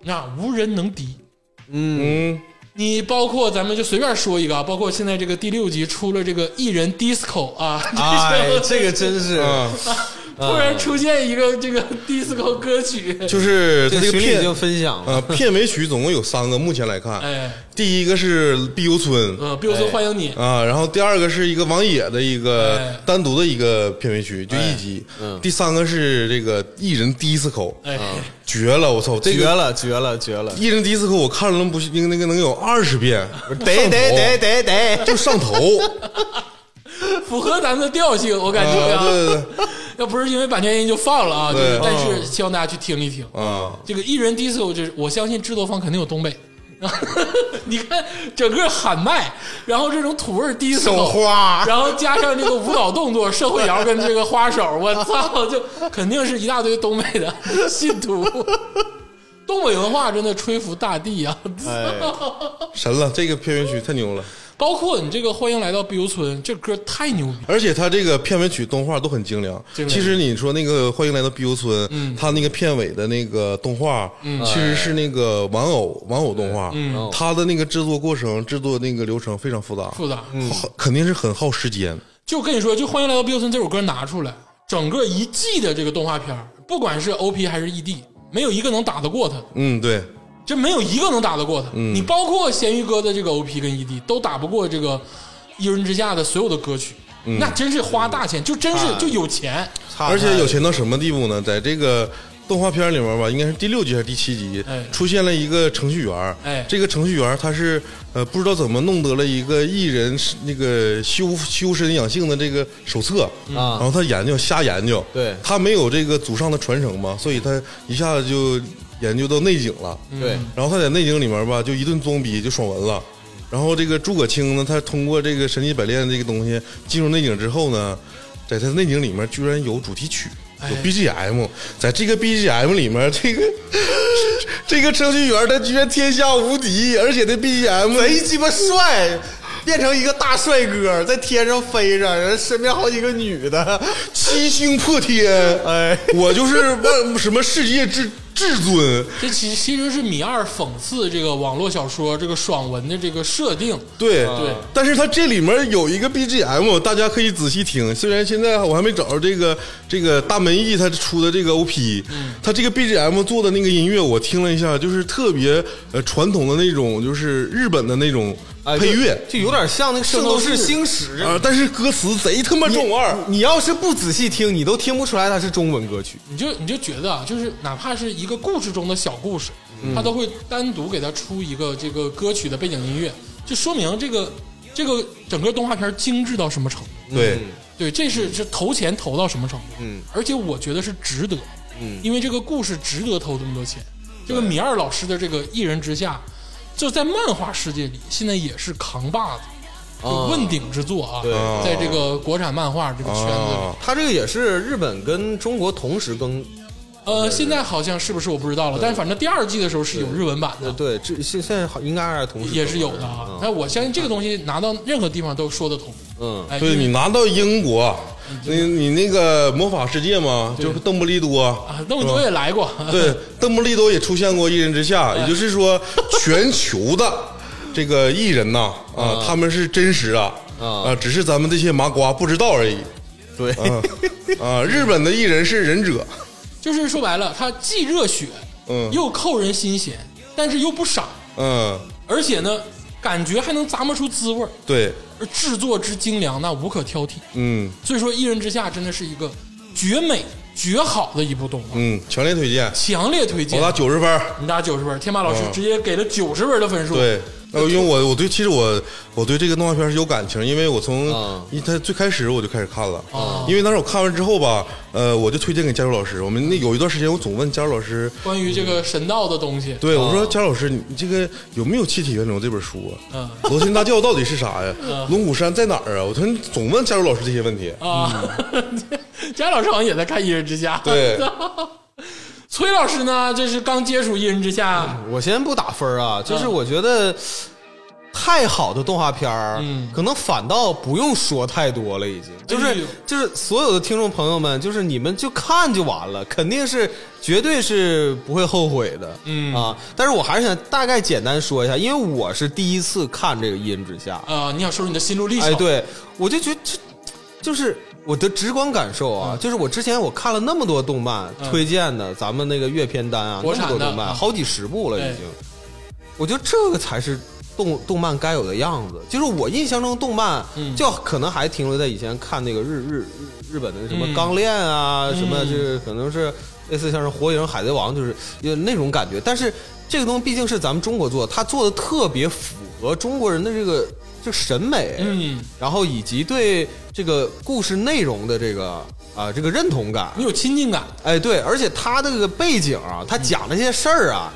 Speaker 2: 那无人能敌。
Speaker 3: 嗯
Speaker 2: 你包括咱们就随便说一个啊，包括现在这个第六集出了这个艺人 disco 啊，
Speaker 4: 哎，这个真是
Speaker 3: 啊，
Speaker 2: 突然出现一个这个 disco 歌曲，
Speaker 3: 嗯就是他这
Speaker 4: 这
Speaker 3: 个
Speaker 4: 个群里已
Speaker 3: 片
Speaker 4: 经分享了。
Speaker 3: 啊片尾曲总共有三个，目前来看，
Speaker 2: 哎，
Speaker 3: 第一个是碧游村
Speaker 2: 呃，比如说欢迎你，
Speaker 3: 啊，然后第二个是一个王野的一个
Speaker 2: 哎嗯
Speaker 3: 单独的一个片尾曲，就一集，第三个是这个艺人 disco，
Speaker 2: 哎，
Speaker 3: 绝了！我操，这
Speaker 4: 绝
Speaker 3: 个
Speaker 4: 了，绝了，绝了！
Speaker 3: 一人第一次课我看了不是那个能有二十遍，
Speaker 4: 得 得得得得，
Speaker 3: 就上头，
Speaker 2: 符合咱们的调性，我感
Speaker 3: 啊，
Speaker 2: 觉啊，
Speaker 3: 对对对，
Speaker 2: 要不是因为版权原因就放了啊，就
Speaker 3: 对
Speaker 2: 是但是希望大家去听一听。
Speaker 3: 啊，
Speaker 2: 这个艺人 disco，这我相信制作方肯定有东北。 你看整个喊麦，然后这种土味儿 disco，
Speaker 3: 手花
Speaker 2: 然后加上这个舞蹈动作、社会摇跟这 个花手，我操，就肯定是一大堆东北的信徒。东北文化真的吹服大地啊！
Speaker 4: 嗯
Speaker 3: 哎，神了，这个片尾曲太牛了，
Speaker 2: 包括你这个《欢迎来到碧游村》，这歌太牛逼，
Speaker 3: 而且它这个片尾曲动画都很精良。
Speaker 2: 精良
Speaker 3: 其实你说那个欢迎来到碧游村，它那个片尾的那个动画，其实是那个玩偶玩偶动画，
Speaker 4: 嗯
Speaker 3: 它的那个制作过程、制作那个流程非常复杂，
Speaker 2: 复杂。
Speaker 3: 好肯定是很耗时间。
Speaker 2: 就跟你说，就《欢迎来到碧游村》这首歌拿出来，整个一季的这个动画片儿，不管是 OP 还是 ED，没有一个能打得过它的。
Speaker 3: 嗯，对，
Speaker 2: 这没有一个能打得过他。你包括咸鱼哥的这个 OP 跟 ED 都打不过这个《一人之下》的所有的歌曲，那真是花大钱，就真是就有钱。
Speaker 4: 差
Speaker 3: 而且
Speaker 4: 太
Speaker 3: 有钱到什么地步呢？在这个动画片里面吧，应该是第六集还是第七集，
Speaker 2: 哎
Speaker 3: 出现了一个程序员。
Speaker 2: 哎
Speaker 3: 这个程序员他是呃不知道怎么弄得了一个艺人是那个修修身养性的这个手册，然
Speaker 4: 啊
Speaker 3: 后他研究瞎研究，
Speaker 4: 对
Speaker 3: 他没有这个祖上的传承嘛，所以他一下子就研究到内景了。
Speaker 4: 对
Speaker 3: 然后他在内景里面吧，就一顿装逼就爽文了。然后这个诸葛青呢，他通过这个神机百炼这个东西进入内景之后呢，在他内景里面居然有主题曲，有 BGM，在这个 BGM 里面，这个 这个程序员他居然天下无敌，而且这 BGM
Speaker 7: 贼鸡巴帅，变成一个大帅哥，在天上飞着，人身边好几个女的，
Speaker 3: 七星破天，
Speaker 7: 哎，
Speaker 3: 我就是万什么世界至至尊，
Speaker 2: 这其其实是米二讽刺这个网络小说这个爽文的这个设定。
Speaker 3: 对
Speaker 2: 对
Speaker 3: 但是它这里面有一个 BGM，大家可以仔细听。虽然现在我还没找着这个这个大门艺他出的这个 OP，他、
Speaker 2: 嗯
Speaker 3: 这个 BGM 做的那个音乐，我听了一下，就是特别呃传统的那种，就是日本的那种
Speaker 4: 哎
Speaker 3: 配乐
Speaker 4: 就就有点像那个《圣斗士星矢》
Speaker 3: 啊、但是歌词贼他妈中二。
Speaker 2: 嗯
Speaker 4: 你要是不仔细听，你都听不出来它是中文歌曲。
Speaker 2: 你就你就觉得啊，就是哪怕是一个故事中的小故事，他都会单独给他出一个这个歌曲的背景音乐，就说明这个这个整个动画片精致到什么程度。
Speaker 3: 对，
Speaker 2: 对，这是是投钱投到什么程度？嗯，而且我觉得是值得，嗯，因为这个故事值得投这么多钱。这个米二老师的这个一人之下，就在漫画世界里，现在也是扛把子，就问鼎之作啊。
Speaker 4: 对
Speaker 2: 在这个国产漫画这个圈子里
Speaker 3: 啊，
Speaker 4: 它这个也是日本跟中国同时更，
Speaker 2: 呃，现在好像是不是我不知道了，但是反正第二季的时候是有日文版
Speaker 4: 呃，
Speaker 2: 的，
Speaker 4: 对，这现现在好应该是同时更
Speaker 2: 也是有的啊。那我相信这个东西拿到任何地方都说得通。
Speaker 4: 嗯，
Speaker 2: 哎，
Speaker 3: 对
Speaker 2: 因为
Speaker 3: 你拿到英国，
Speaker 2: 嗯
Speaker 3: 你你那个魔法世界嘛，就是邓布利多
Speaker 2: 啊，邓多也来过，
Speaker 3: 对，邓布利多也出现过《一人之下》，也就是说，全球的这个艺人呐，啊，他们是真实啊，
Speaker 4: 啊
Speaker 3: 啊，只是咱们这些麻瓜不知道而已。
Speaker 4: 对，
Speaker 3: 啊，日本的艺人是忍者，
Speaker 2: 就是说白了，他既热血，
Speaker 3: 嗯
Speaker 2: 又扣人心弦，但是又不傻，
Speaker 3: 嗯，
Speaker 2: 而且呢，感觉还能咂摸出滋味儿，
Speaker 3: 对，
Speaker 2: 而制作之精良，那无可挑剔。
Speaker 3: 嗯
Speaker 2: 所以说，《一人之下》真的是一个绝美、绝好的一部动画，
Speaker 3: 嗯，强烈推荐，
Speaker 2: 强烈推
Speaker 3: 我
Speaker 2: 荐。
Speaker 3: 打九十分儿。
Speaker 2: 你打九十分，天霸老师
Speaker 3: 嗯
Speaker 2: 直接给了九十分的分数。
Speaker 3: 对，呃，因为我我对其实我我对这个动画片是有感情，因为我从
Speaker 4: 啊
Speaker 3: 一它最开始我就开始看了
Speaker 2: 啊，
Speaker 3: 因为当时我看完之后吧，呃，我就推荐给佳茹老师。我们那有一段时间我总问佳茹老师，
Speaker 2: 关于这个神道的东西，
Speaker 3: 对，我说：“贾老师，你这个有没有《气体源流》这本书
Speaker 2: 嗯
Speaker 3: 啊？罗天大教到底是啥呀？龙骨山在哪儿啊？”我说：“你总问贾茹老师这些问题。
Speaker 2: 啊， 贾老师好像也在看《一人之下》。
Speaker 3: 嗯 对，
Speaker 2: 崔老师呢，这是刚接触《一人之下》，
Speaker 4: 我先不打分儿啊，就是
Speaker 2: 嗯
Speaker 4: 我觉得太好的动画片儿，
Speaker 2: 嗯
Speaker 4: 可能反倒不用说太多了，已经就是、
Speaker 2: 哎呦
Speaker 4: 就是所有的听众朋友们，就是你们就看就完了，肯定是绝对是不会后悔的，
Speaker 2: 嗯
Speaker 4: 啊，但是我还是想大概简单说一下，因为我是第一次看这个《一人之下》
Speaker 2: 啊、你想说说你的心路历程？
Speaker 4: 哎，对，我就觉得这就是我的直观感受啊，就是我之前我看了那么多动漫、
Speaker 2: 嗯
Speaker 4: 推荐的，咱们那个月片单啊，
Speaker 2: 国
Speaker 4: 那么多
Speaker 2: 产的
Speaker 4: 动
Speaker 2: 嗯
Speaker 4: 漫，好几十部了已
Speaker 2: 哎
Speaker 4: 经。我觉得这个才是动动漫该有的样子，就是我印象中动漫
Speaker 2: 嗯
Speaker 4: 就可能还停留在以前看那个日日日日本的什么
Speaker 2: 嗯
Speaker 4: 钢炼啊，什么就是可能是类似像是火影、海贼王，就是有那种感觉。但是这个东西毕竟是咱们中国做的，它做的特别符合中国人的这个就审美，
Speaker 2: 嗯，
Speaker 4: 然后以及对这个故事内容的这个啊、这个认同感，
Speaker 2: 你有亲近感，
Speaker 4: 哎，对，而且他的这个背景啊，他讲那些事儿啊，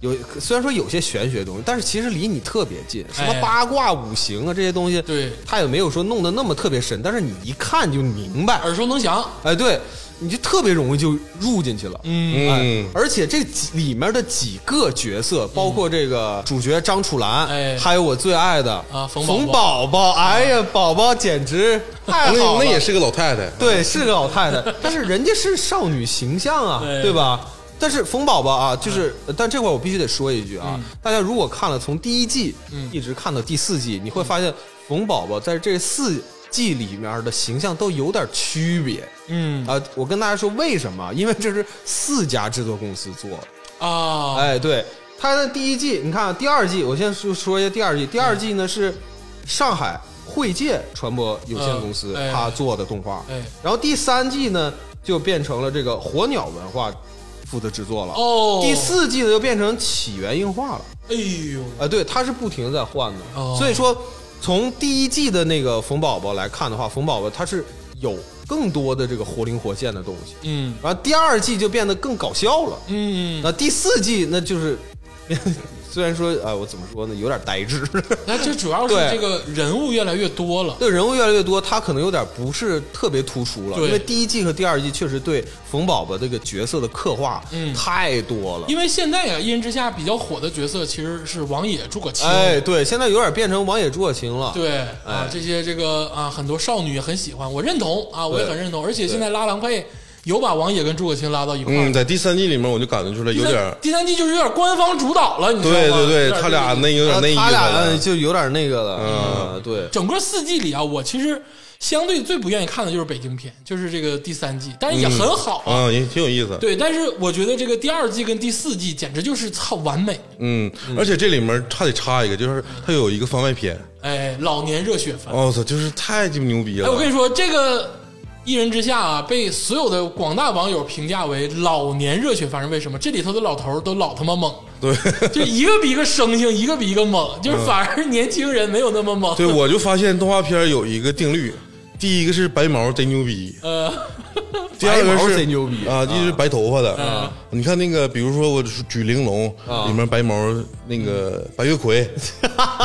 Speaker 4: 有虽然说有些玄学东西，但是其实离你特别近，什么
Speaker 2: 哎
Speaker 4: 八卦、五行啊这些东西，
Speaker 2: 对
Speaker 4: 他也没有说弄得那么特别深，但是你一看就明白。
Speaker 2: 耳熟能详。
Speaker 4: 哎，对，你就特别容易就入进去了。
Speaker 2: 嗯
Speaker 4: 哎
Speaker 3: 嗯，
Speaker 4: 而且这几里面的几个角色，包括这个主角张楚岚，
Speaker 2: 哎
Speaker 4: 还有我最爱的
Speaker 2: 啊冯
Speaker 4: 冯
Speaker 2: 宝
Speaker 4: 宝宝，哎呀，宝宝简直太
Speaker 3: 那
Speaker 4: 好了，
Speaker 3: 那也是个老太太，
Speaker 4: 对，是个老太太， 但是人家是少女形象啊，
Speaker 2: 对
Speaker 4: 对吧？但是冯宝宝啊，就是，但这块儿我必须得说一句啊，大家如果看了从第一季、一直看到第四季，你会发现冯宝宝在这四季里面的形象都有点区别
Speaker 2: 嗯
Speaker 4: 啊、我跟大家说为什么？因为这是四家制作公司做的，
Speaker 2: 啊，
Speaker 4: 哎，对，它的第一季，你看啊第二季，我先说说一下第二季。第
Speaker 2: 嗯
Speaker 4: 二季呢是上海汇界传播有限公司
Speaker 2: 嗯哎
Speaker 4: 它做的动画
Speaker 2: 哎，
Speaker 4: 然后第三季呢就变成了这个火鸟文化负责制作了。
Speaker 2: 哦
Speaker 4: 第四季呢就变成起源映画了。
Speaker 2: 哎呦，
Speaker 4: 啊，对，它是不停地在换的，
Speaker 2: 哦
Speaker 4: 所以说从第一季的那个冯宝宝来看的话，冯宝宝它是有更多的这个活灵活现的东西。
Speaker 2: 嗯
Speaker 4: 然后第二季就变得更搞笑了，
Speaker 2: 嗯，
Speaker 4: 那第四季那就是， 虽然说啊、我怎么说呢，有点呆滞。
Speaker 2: 那这主要是
Speaker 4: 对
Speaker 2: 这个人物越来越多了，
Speaker 4: 对人物越来越多，他可能有点不是特别突出了，
Speaker 2: 对
Speaker 4: 因为第一季和第二季确实对冯宝宝这个角色的刻画
Speaker 2: 嗯
Speaker 4: 太多了。
Speaker 2: 因为现在啊，一人之下比较火的角色其实是王野、诸葛青，
Speaker 4: 哎，对，现在有点变成王野捉情了。
Speaker 2: 对啊，这些这个啊，很多少女也很喜欢，我认同啊，我也很认同。而且现在拉郎配有把王野跟诸葛青拉到一块
Speaker 3: 嗯，
Speaker 2: 儿，
Speaker 3: 在第三季里面我就感觉出来
Speaker 2: 第
Speaker 3: 有
Speaker 2: 三
Speaker 3: 点儿，
Speaker 2: 第三季就是有点官方主导了，你知道吗？
Speaker 3: 对对
Speaker 2: 有
Speaker 3: 对，
Speaker 2: 点
Speaker 3: 他俩
Speaker 2: 这个
Speaker 3: 那有
Speaker 4: 啊
Speaker 3: 点那意思
Speaker 4: 他俩
Speaker 3: 了，
Speaker 4: 就有点那个了。嗯，对，
Speaker 2: 整个四季里啊，我其实相对最不愿意看的就是北京篇，就是这个第三季，但是也很好啊。
Speaker 3: 啊，也挺有意思。
Speaker 2: 对，但是我觉得这个第二季跟第四季简直就是操完美，
Speaker 3: 嗯，而且这里面还得插一个，就是它有一个番外篇，
Speaker 2: 哎，老年热血番。
Speaker 3: 哦我操，就是太鸡巴牛逼
Speaker 2: 哎，
Speaker 3: 了。
Speaker 2: 我跟你说，这个一人之下啊，被所有的广大网友评价为老年热血番是为什么？这里头的老头儿都老他妈猛，对，就一个比一个生性，一个比一个猛，就是反而年轻人没有那么猛。
Speaker 3: 嗯对，我就发现动画片有一个定律，第一个是白毛贼牛逼，
Speaker 2: 呃，
Speaker 3: 第二个
Speaker 4: 白毛
Speaker 3: 是
Speaker 4: 贼牛逼
Speaker 3: 啊，一是白头发的
Speaker 2: 嗯
Speaker 3: 啊。你看那个，比如说我举玲珑
Speaker 2: 啊
Speaker 3: 里面白毛那
Speaker 2: 嗯
Speaker 3: 个白月 葵，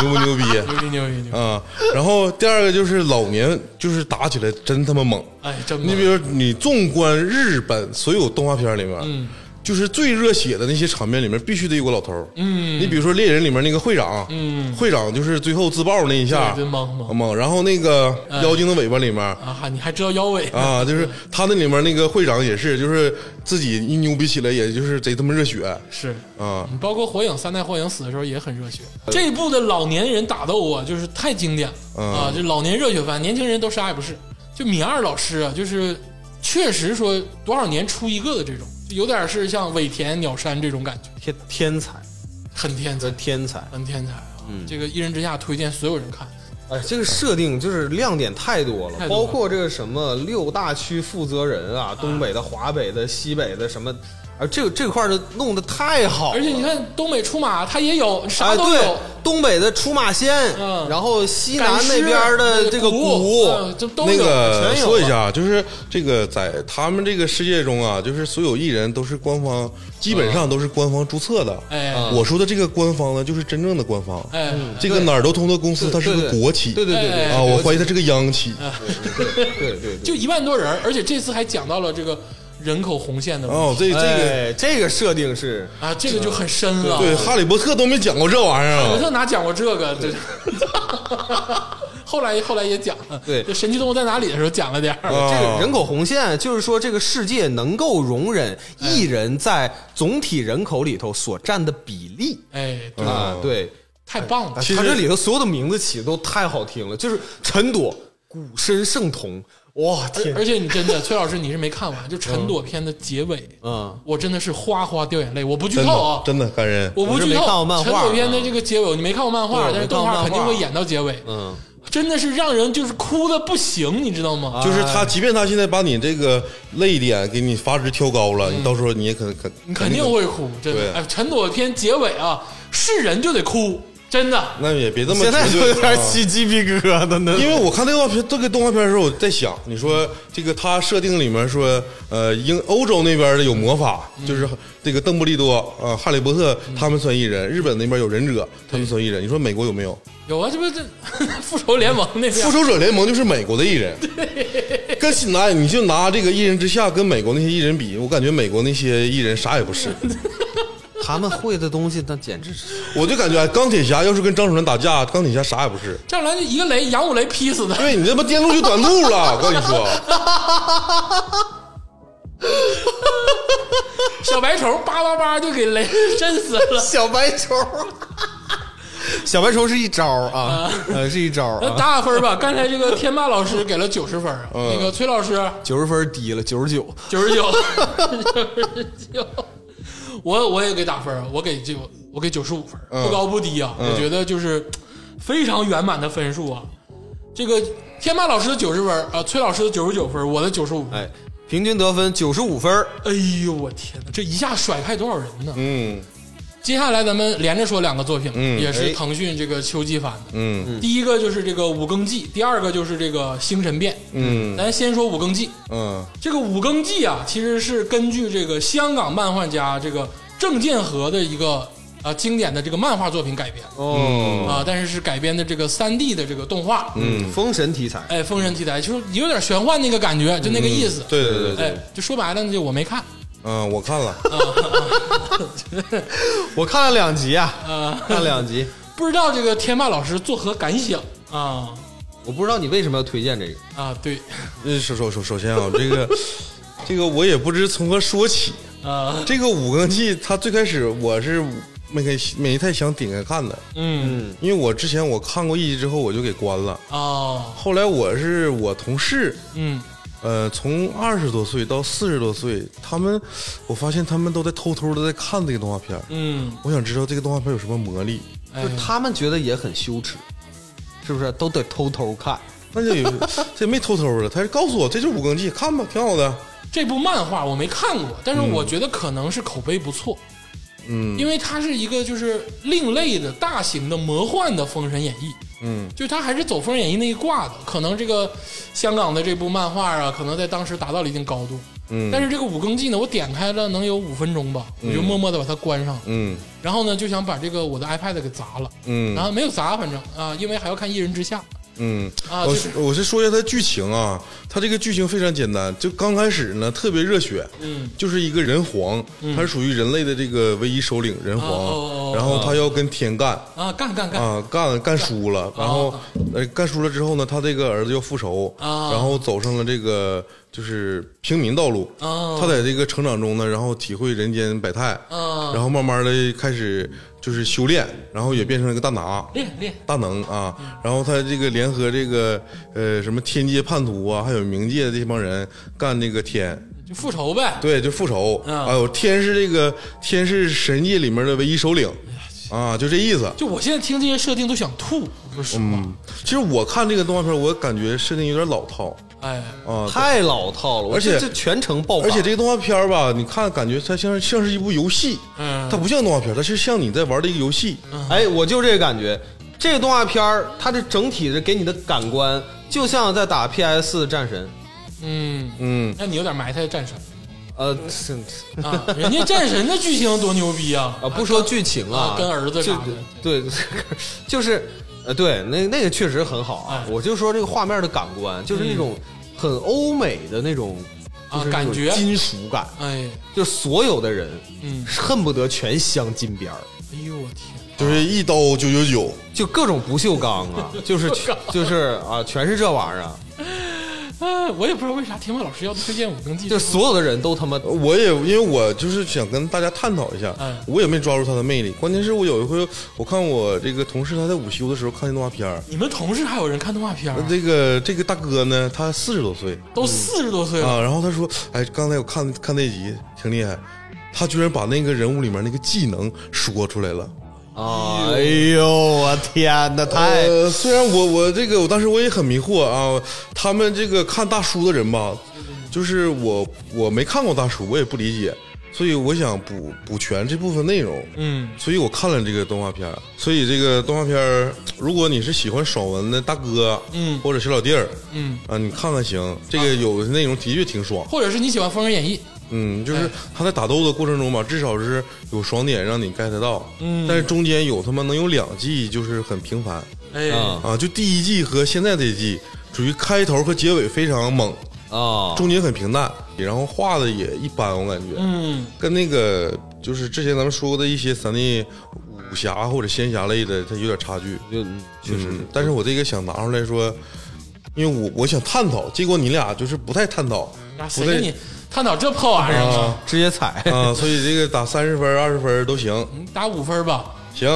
Speaker 3: 牛不牛逼
Speaker 2: 牛逼牛逼牛逼！
Speaker 3: 啊？然后第二个就是老年，就是打起来真他妈猛。
Speaker 2: 哎，真
Speaker 3: 你
Speaker 2: 猛
Speaker 3: 比如你纵观日本所有动画片里面，
Speaker 2: 嗯
Speaker 3: 就是最热血的那些场面里面，必须得有个老头儿。嗯，你比如说《猎人》里面那个会长，嗯，会长就是最后自爆那一下，
Speaker 2: 对对猛猛
Speaker 3: 猛。啊然后那个
Speaker 4: 哎
Speaker 3: 妖精的尾巴里面。
Speaker 2: 啊！哈，你还知道腰尾？
Speaker 3: 啊，就是他那里面那个会长也是，就是自己一牛逼起来，也就是贼他妈热血
Speaker 2: 是，
Speaker 3: 啊！
Speaker 2: 你嗯包括火影三代火影死的时候也很热血。这一部的老年人打斗啊，就是太经典了、
Speaker 3: 嗯
Speaker 2: 啊！这老年热血番，年轻人都啥也不是。就米二老师啊，就是确实说多少年出一个的这种，就有点是像尾田鸟山这种感觉，
Speaker 4: 天天才，
Speaker 2: 很天
Speaker 4: 这
Speaker 2: 才，
Speaker 4: 天才。
Speaker 2: 很天才啊！
Speaker 3: 嗯
Speaker 2: 这个一人之下推荐所有人看，
Speaker 3: 啊
Speaker 4: 哎，这个设定就是亮点太多了，
Speaker 2: 太多了
Speaker 4: 包括这个什么六大区负责人啊，东北的、华北的、西北的什么，啊，这个这块儿的弄得太好了。
Speaker 2: 而且你看东北出马他也有，啥
Speaker 4: 哎，
Speaker 2: 都
Speaker 4: 对
Speaker 2: 有。，
Speaker 4: 东北的出马仙，
Speaker 2: 嗯
Speaker 4: 然后西
Speaker 2: 赶
Speaker 4: 南那
Speaker 2: 尸
Speaker 4: 边的呃这个
Speaker 2: 鼓，
Speaker 4: 鼓，
Speaker 2: 嗯这都
Speaker 3: 那
Speaker 2: 有。
Speaker 3: 个
Speaker 4: 全有
Speaker 3: 说一
Speaker 4: 了
Speaker 3: 下啊，就是这个在他们这个世界中啊，就是所有艺人都是官方，基
Speaker 4: 嗯
Speaker 3: 本上都是官方注册的。
Speaker 2: 哎
Speaker 3: 我说的这个官方呢，就是真正的官方。
Speaker 2: 哎，
Speaker 3: 这个哪儿都通的公司，它是
Speaker 4: 对
Speaker 3: 个
Speaker 4: 对
Speaker 3: 国企。
Speaker 4: 对对对对哎
Speaker 2: 哎
Speaker 3: 啊，我怀疑它是个央企。
Speaker 4: 对对对。
Speaker 2: 就一万多人，而且这次还讲到了这个人口红线的问题。
Speaker 3: 哦，这这个
Speaker 4: 哎这个设定是
Speaker 2: 啊，这个就很深了。
Speaker 3: 对《哈利波特》都没讲过这玩意儿
Speaker 2: 我
Speaker 3: 啊。
Speaker 2: 特哪讲过这个？这 后来后来也讲了，
Speaker 4: 对哦
Speaker 2: 就《神奇动物在哪里》的时候讲了点儿。
Speaker 4: 这
Speaker 3: 啊
Speaker 4: 个人口红线，就是说这个世界能够容忍
Speaker 2: 哎
Speaker 4: 一人在总体人口里头所占的比例
Speaker 2: 哎，对
Speaker 4: 啊，
Speaker 3: 哦
Speaker 4: 对，
Speaker 2: 太棒了
Speaker 4: 啊！他这里头所有的名字起的都太好听了，就是陈朵、古参圣童，哇天
Speaker 2: 而！且你真的，崔老师你是没看完，就陈朵篇的结尾，
Speaker 4: 嗯，
Speaker 2: 我真的是哗哗掉眼泪。我不剧
Speaker 3: 真
Speaker 2: 透啊
Speaker 3: 的，真的感人。
Speaker 2: 我不
Speaker 4: 我是
Speaker 2: 剧
Speaker 4: 没看
Speaker 2: 透
Speaker 4: 过漫。画啊
Speaker 2: 陈朵篇的这个结尾，你没看过漫
Speaker 4: 对
Speaker 2: 画，
Speaker 4: 我没
Speaker 2: 但是动
Speaker 4: 看
Speaker 2: 画
Speaker 4: 过漫
Speaker 2: 肯定
Speaker 4: 画
Speaker 2: 会演到结尾。
Speaker 4: 嗯，
Speaker 2: 真的是让人就是哭的不行，你知道
Speaker 4: 啊
Speaker 2: 吗？
Speaker 3: 就是他，即便他现在把你这个泪点给你阀值挑高了，你到时候你也可能肯
Speaker 7: 嗯
Speaker 2: 你肯定会哭，真
Speaker 3: 对
Speaker 2: 的。哎，陈朵篇结尾啊，是人就得哭，真的，
Speaker 3: 那也别这么
Speaker 7: 现在
Speaker 3: 绝
Speaker 7: 都
Speaker 3: 对
Speaker 7: 有点
Speaker 3: 啊
Speaker 7: 起鸡皮疙瘩呢。
Speaker 3: 因为我看这个动画片，这个动画片的时候，我在想，你说这个它设定里面说，呃，英欧洲那边的有魔法，
Speaker 7: 嗯
Speaker 3: 就是这个邓布利多啊、哈利波特他们算一人；日本那边有忍者，他们算一人。你说美国有没有？
Speaker 2: 有啊，这不这 复仇联盟那
Speaker 7: 啊
Speaker 2: 边
Speaker 3: 复仇者联盟就是美国的艺人，跟拿你就拿这个《一人之下》跟美国那些艺人比，我感觉美国那些艺人啥也不是。
Speaker 4: 他们会的东西那简直是
Speaker 3: 我就感觉钢铁侠要是跟张楚岚打架，钢铁侠啥也不是。
Speaker 2: 张兰就一个雷，杨五雷劈 死的，
Speaker 3: 对你他妈电路就短路 了，我跟你说，
Speaker 2: 小白虫叭叭叭就给雷 震死
Speaker 4: 啊
Speaker 2: 了。
Speaker 7: 小白虫，小白虫是一招啊，呃，是一招
Speaker 2: 那
Speaker 7: 啊，
Speaker 2: 打打分吧，刚才这个天霸老师给了九十分，啊那个崔老师
Speaker 7: 九十分低了，九十九。
Speaker 2: 九十九，九我我也给打分儿，我给这个我给九十五分儿，不高不低啊，我觉得就是非常圆满的分数啊。这个天霸老师的九十分儿啊，崔老师的九十九分儿，我的九十五分儿。
Speaker 4: 哎，平均得分九十五分儿，
Speaker 2: 哎呦我天哪，这一下甩开多少人呢？
Speaker 3: 嗯
Speaker 2: 接下来咱们连着说两个作品，
Speaker 3: 嗯
Speaker 2: 也是腾讯这个秋季番的。
Speaker 3: 嗯
Speaker 2: 第一个就是这个《五更记》，第二个就是这个《星辰变》。
Speaker 3: 嗯
Speaker 2: 咱先说《五更记》，
Speaker 3: 嗯
Speaker 2: 这个《五更记》啊，其实是根据这个香港漫画家这个郑健和的一个啊经典的这个漫画作品改编啊、
Speaker 3: 嗯
Speaker 2: 但是是改编的这个三 D 的这个动画，
Speaker 3: 嗯，
Speaker 4: 封神题材，
Speaker 2: 哎，封神题材，就是有点玄幻那个感觉，就那个意思。
Speaker 3: 嗯对对对对，
Speaker 2: 哎，就说白了呢，就我没看，
Speaker 3: 嗯，我看了，
Speaker 4: 我看了两集啊，看了两集，
Speaker 2: 不知道这个天霸老师作何感想啊
Speaker 4: 我不知道你为什么要推荐这个，
Speaker 2: 啊，对
Speaker 3: 呃首首首首先啊，这个这个我也不知从何说起。
Speaker 2: 啊，
Speaker 3: 这个五更记，它最开始我是没给没太想点开看的，
Speaker 2: 嗯
Speaker 4: 嗯，
Speaker 3: 因为我之前我看过一集之后我就给关了。
Speaker 2: 哦，
Speaker 3: 后来我是我同事，
Speaker 2: 嗯，
Speaker 3: 呃，从二十多岁到四十多岁，他们我发现他们都在偷偷的在看这个动画片儿。
Speaker 2: 嗯，
Speaker 3: 我想知道这个动画片有什么魔力，
Speaker 2: 哎
Speaker 4: 就，是他们觉得也很羞耻，是不是？都得偷偷看，
Speaker 3: 那就有这没偷偷的，他是告诉我这就是五更记，看吧，挺好的。
Speaker 2: 这部漫画我没看过，但是我觉得可能是口碑不错，
Speaker 3: 嗯
Speaker 2: 因为它是一个就是另类的大型的魔幻的《封神演义》，
Speaker 3: 嗯，
Speaker 2: 就是它还是走《封神演义》那一挂的。可能这个香港的这部漫画啊，可能在当时达到了一定高度，
Speaker 3: 嗯
Speaker 2: 但是这个《五更记》呢，我点开了能有五分钟吧，我就默默的把它关上了，
Speaker 3: 嗯
Speaker 2: 然后呢就想把这个我的 iPad 给砸了，
Speaker 3: 嗯
Speaker 2: 然后没有砸，反正啊，因为还要看《一人之下》
Speaker 3: 嗯，
Speaker 2: 啊，
Speaker 3: 我
Speaker 2: 就是是
Speaker 3: 我是说一下它剧情啊，它这个剧情非常简单，就刚开始呢特别热血，
Speaker 2: 嗯，
Speaker 3: 就是一个人皇，他是属于人类的这个唯一首领人皇，
Speaker 2: 哦哦哦
Speaker 3: 然后他要跟天干。
Speaker 2: 啊，干干干，
Speaker 3: 啊，干干输了，然后呃，干输了之后呢，他这个儿子要复仇，
Speaker 2: 啊
Speaker 3: 然后走上了这个就是平民道路。
Speaker 2: 哦
Speaker 3: 他在这个成长中呢，然后体会人间百态，
Speaker 2: 啊
Speaker 3: 然后慢慢的开始就是修炼，然后也变成了一个大拿。
Speaker 2: 练练，
Speaker 3: 大能啊，
Speaker 2: 嗯
Speaker 3: 然后他这个联合这个呃什么天界叛徒啊，还有冥界的这帮人干那个天，
Speaker 2: 就复仇呗，
Speaker 3: 对，就复仇。
Speaker 2: 嗯
Speaker 3: 哎呦，天是这个天是神界里面的唯一首领
Speaker 2: 哎
Speaker 3: 啊，就这意思。
Speaker 2: 就我现在听这些设定都想吐，说实话，
Speaker 3: 其实我看这个动画片，我感觉设定有点老套
Speaker 2: 哎，
Speaker 3: 啊，
Speaker 4: 太老套了，我
Speaker 3: 而且
Speaker 4: 这这全程爆发，
Speaker 3: 而且这个动画片吧，你看感觉它像像是一部游戏，
Speaker 2: 嗯
Speaker 3: 它不像动画片，它是像你在玩的一个游戏。
Speaker 4: 哎，我就这个感觉。这个动画片儿，它的整体的给你的感官，就像在打 PS 4战神，
Speaker 2: 嗯，
Speaker 3: 嗯，
Speaker 2: 那你有点埋汰战神
Speaker 4: 呃，是
Speaker 2: 啊，人家战神的剧情多牛逼啊！
Speaker 4: 啊，不说剧情
Speaker 2: 啊，
Speaker 4: 啊
Speaker 2: 跟儿子
Speaker 4: 就
Speaker 2: 啥的
Speaker 4: 对， 就是呃，对，那那个确实很好啊
Speaker 2: 哎。嗯
Speaker 4: 我就说这个画面的感官，就是那种很欧美的那种
Speaker 2: 啊
Speaker 4: 就是那种
Speaker 2: 感觉
Speaker 4: 金属感，
Speaker 2: 哎，
Speaker 4: 就所有的人
Speaker 2: 嗯，
Speaker 4: 恨不得全镶金边儿，
Speaker 2: 哎呦我天，
Speaker 3: 就是一刀九九九，
Speaker 4: 就各种不锈钢啊，就是就是啊，全是这玩意儿啊，
Speaker 2: 哎，我也不知道为啥天霸老师要推荐《五更记》，
Speaker 4: 就所有的人都他妈
Speaker 3: 我也因为我就是想跟大家探讨一下，
Speaker 2: 嗯
Speaker 3: 我也没抓住它的魅力。关键是我有一回，我看我这个同事他在午休的时候看见动画片儿，
Speaker 2: 你们同事还有人看动画片儿，啊
Speaker 3: 这个这个大哥呢，他四十多岁
Speaker 2: 都四十多岁了
Speaker 3: 啊，然后他说，哎，刚才我看看那集挺厉害，他居然把那个人物里面那个技能说出来了。
Speaker 4: 啊！哎呦，我天哪，太
Speaker 3: 呃，虽然我我这个我当时我也很迷惑啊，他们这个看大叔的人吧，就是我我没看过大叔，我也不理解。所以我想补补全这部分内容。
Speaker 2: 嗯
Speaker 3: 所以我看了这个动画片儿，所以这个动画片儿，如果你是喜欢爽文的大哥，
Speaker 2: 嗯
Speaker 3: 或者小老弟儿，
Speaker 2: 嗯，
Speaker 3: 啊，你看看行，这个有的内容的确挺爽，
Speaker 2: 或者是你喜欢《封神演义》，
Speaker 3: 嗯，就
Speaker 2: 哎
Speaker 3: 是他在打斗的过程中吧，至少是有爽点让你 get 到，
Speaker 2: 嗯
Speaker 3: 但是中间有他妈能有两季就是很平凡
Speaker 2: 哎，
Speaker 4: 啊
Speaker 3: 啊，就第一季和现在这一季属于开头和结尾非常猛，
Speaker 4: 啊，
Speaker 3: 中间很平淡，然后画的也一般，我感觉，
Speaker 2: 嗯
Speaker 3: 跟那个就是之前咱们说过的一些三 D 武侠或者仙侠类的，它有点差距。
Speaker 4: 就确实
Speaker 3: 嗯，但是我这个想拿出来说，因为我我想探讨，结果你俩就是不太探讨，
Speaker 2: 那
Speaker 3: 不嗯
Speaker 2: 谁
Speaker 3: 太
Speaker 2: 跟你探讨这破玩意儿啊？
Speaker 4: 直接踩，
Speaker 3: 啊，所以这个打三十分、二十分都行，
Speaker 2: 你打五分吧。
Speaker 3: 行，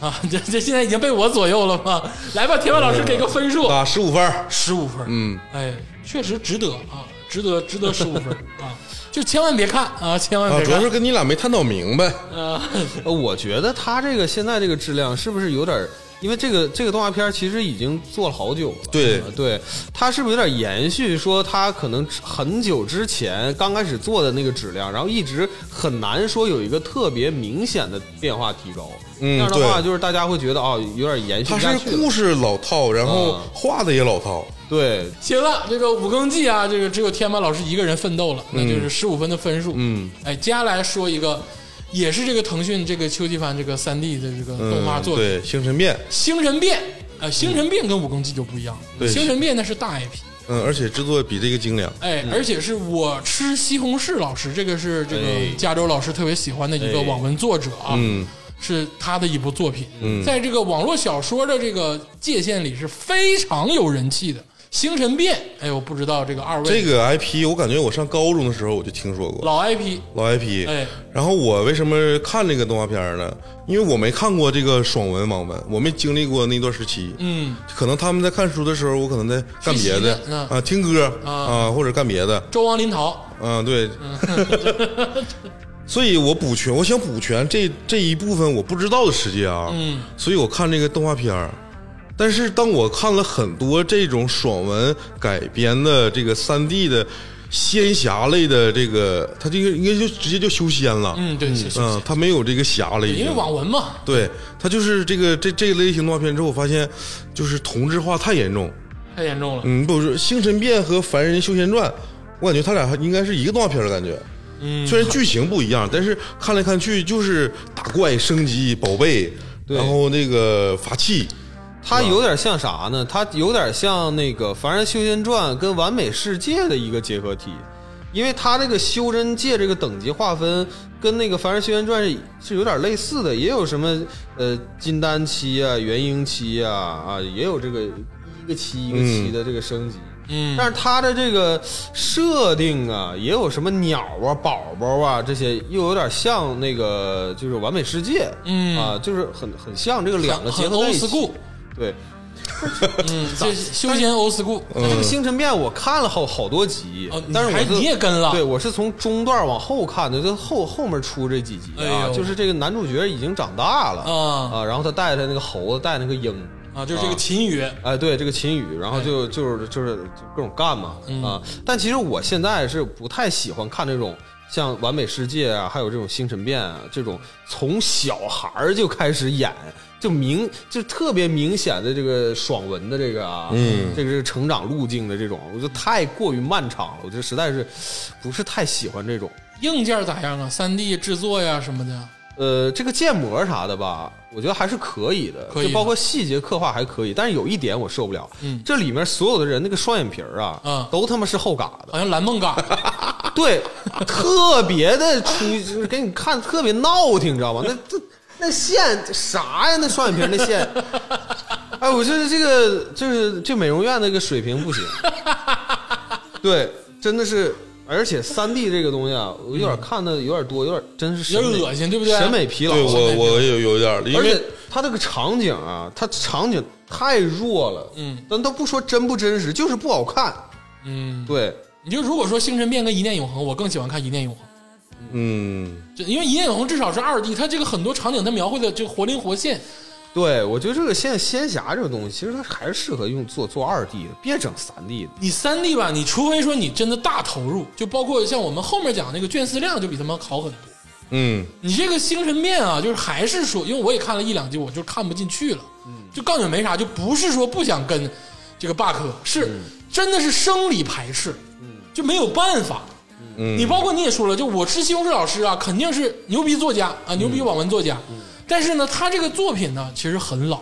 Speaker 2: 啊， 这这现在已经被我左右了吗？来吧，铁板老师给个分数，
Speaker 3: 打十五分，
Speaker 2: 十五分。
Speaker 3: 啊嗯，
Speaker 2: 哎，确实值得啊，值得值得十五 分啊，就千万别看啊，千万
Speaker 3: 啊，
Speaker 2: 别
Speaker 3: 主要
Speaker 2: 看
Speaker 3: 是跟你俩没探讨明白，
Speaker 2: 啊，
Speaker 4: 呃，我觉得他这个现在这个质量是不是有点儿？因为这个这个动画片儿其实已经做了好久了，
Speaker 3: 对
Speaker 4: 呃对，他是不是有点延续？说他可能很久之前刚开始做的那个质量，然后一直很难说有一个特别明显的变化提高。
Speaker 3: 嗯
Speaker 4: 这样的话
Speaker 3: 对
Speaker 4: 就是大家会觉得哦，有点延续
Speaker 3: 它
Speaker 4: 不下
Speaker 3: 是
Speaker 4: 去了。
Speaker 3: 故事老套，然后
Speaker 4: 啊
Speaker 3: 画的也老套，
Speaker 4: 对，
Speaker 2: 行了，这个五更记啊，这个只有天马老师一个人奋斗了，那就是十五分的分数。
Speaker 3: 嗯，
Speaker 2: 哎，接下来说一个，也是这个腾讯这个秋季番这个三 D 的这个
Speaker 3: 嗯
Speaker 2: 动画作品《
Speaker 3: 对，星辰变，
Speaker 2: 星人变》啊，《星人变》跟五更记就不一样，
Speaker 3: 对
Speaker 2: 星人变》那是大 IP。
Speaker 3: 嗯，而且制作比这个精良，
Speaker 2: 哎，而且是我吃西红柿老师，这个是这个
Speaker 4: 哎
Speaker 2: 加州老师特别喜欢的一个
Speaker 4: 哎
Speaker 2: 网文作者啊，
Speaker 3: 嗯
Speaker 2: 是他的一部作品，
Speaker 3: 嗯
Speaker 2: 在这个网络小说的这个界限里是非常有人气的。《星辰变》，哎，我不知道这个二位
Speaker 3: 这个 IP 我感觉我上高中的时候我就听说过，
Speaker 2: 老 IP，
Speaker 3: 老 IP，、
Speaker 2: 哎
Speaker 3: 然后我为什么看这个动画片儿呢？因为我没看过这个爽文网文，我没经历过那段时期。
Speaker 2: 嗯，
Speaker 3: 可能他们在看书的时候，我可能在干别的
Speaker 2: 学习呢
Speaker 3: 啊，听歌
Speaker 2: 啊
Speaker 3: 或者干别的，
Speaker 2: 周王林桃，
Speaker 3: 啊，对。
Speaker 2: 嗯
Speaker 3: 所以我补全，我想补全这这一部分我不知道的世界啊。
Speaker 2: 嗯，
Speaker 3: 所以我看这个动画片儿。但是当我看了很多这种爽文改编的这个三 D 的仙侠类的这个，它这个应该就直接就修仙了。
Speaker 2: 嗯，对，谢谢
Speaker 3: 嗯，它没有这个侠
Speaker 4: 嗯
Speaker 3: 了，已
Speaker 2: 因为
Speaker 3: 经。
Speaker 2: 网文嘛，
Speaker 3: 对，它就是这个这这一类型动画片之后，我发现就是同质化太严重。
Speaker 2: 太严重了。
Speaker 3: 嗯，不是《星辰变》和《凡人修仙传》，我感觉它俩还应该是一个动画片的感觉。
Speaker 2: 嗯，
Speaker 3: 虽然剧情不一样，但是看来看去就是打怪升级宝贝，
Speaker 4: 对
Speaker 3: 然后那个法器，
Speaker 4: 它有点像啥呢？它有点像那个《凡人修仙传》跟《完美世界》的一个结合体，因为它这个修真界这个等级划分跟那个《凡人修仙传》是是有点类似的，也有什么呃金丹期啊、元婴期啊啊，也有这个一个期一个期的这个升级。
Speaker 2: 嗯
Speaker 4: 但是它的这个设定啊，也有什么鸟啊、宝宝啊这些，又有点像那个就是《完美世界》
Speaker 2: 嗯
Speaker 4: 啊，就是很很像这个两个结
Speaker 2: 很
Speaker 4: 合在
Speaker 2: old
Speaker 4: 一起。
Speaker 2: school，
Speaker 4: 对，
Speaker 2: 嗯，这修仙 old school，
Speaker 4: 这个《星辰变》我看了好好多集，
Speaker 2: 哦你
Speaker 4: 但是我
Speaker 2: 还
Speaker 4: 是
Speaker 2: 你也跟了
Speaker 4: 对我是从中段往后看的，就后后面出这几集
Speaker 2: 哎
Speaker 4: 啊，
Speaker 2: 呦
Speaker 4: 就是这个男主角已经长大了
Speaker 2: 啊
Speaker 4: 然后他带着那个猴子，带着那个鹰，
Speaker 2: 啊，就是这个秦羽，
Speaker 4: 哎，对，这个秦羽，然后就就是就是就各种干嘛啊。但其实我现在是不太喜欢看这种像《完美世界》啊，还有这种《星辰变》啊，这种从小孩儿就开始演，就明就特别明显的这个爽文的这个啊，嗯，这个这个成长路径的这种，我就太过于漫长了，我就实在是不是太喜欢这种。
Speaker 2: 硬件咋样啊？三 D 制作呀什么的，
Speaker 4: 呃，这个建模啥的吧，我觉得还是可以的，
Speaker 2: 可以的
Speaker 4: 就包括细节刻画还可以。但是有一点我受不了，
Speaker 2: 嗯
Speaker 4: 这里面所有的人那个双眼皮儿啊，
Speaker 2: 嗯
Speaker 4: 都他妈是后嘎的，
Speaker 2: 好像蓝梦嘎，
Speaker 4: 对，特别的出，就是给你看 特别闹挺，你知道吗？那这那线啥呀？那双眼皮儿那 线，哎，我就是这个，就是这美容院那个水平不行。对，真的是，而且三 D 这个东西啊，我有点看的有点多，有点真是审
Speaker 2: 嗯
Speaker 4: 美
Speaker 2: 有点恶心对不对
Speaker 4: 审美疲劳
Speaker 3: 对
Speaker 4: 了。
Speaker 3: 我我也有有点儿，因
Speaker 4: 而
Speaker 3: 为
Speaker 4: 且它这个场景啊，它场景太弱了，
Speaker 2: 嗯，
Speaker 4: 咱都不说真不真实，就是不好看。
Speaker 2: 嗯，
Speaker 4: 对，
Speaker 2: 你就如果说《星辰变》跟《一念永恒》，我更喜欢看《一念永恒
Speaker 3: 嗯，》，
Speaker 2: 就因为《一念永恒》至少是二 D，它这个很多场景它描绘的就活灵活现，
Speaker 4: 对，我觉得这个现在仙侠这个东西，其实它还是适合用做做二 D 的，别整三 D 的。
Speaker 2: 你三 D 吧，你除非说你真的大投入，就包括像我们后面讲那个卷思量就比他们好很多。
Speaker 3: 嗯，
Speaker 2: 你这个星辰变啊，就是还是说，因为我也看了一两集，我就看不进去了。
Speaker 3: 嗯
Speaker 2: 就告诉你没啥，就不是说不想跟这个霸科，是、
Speaker 3: 嗯
Speaker 2: 真的是生理排斥，就没有办法。
Speaker 3: 嗯
Speaker 2: 你包括你也说了，就我是西红柿老师啊，肯定是牛逼作家
Speaker 3: 嗯
Speaker 2: 啊，牛逼网文作家。但是呢，他这个作品呢，其实很老，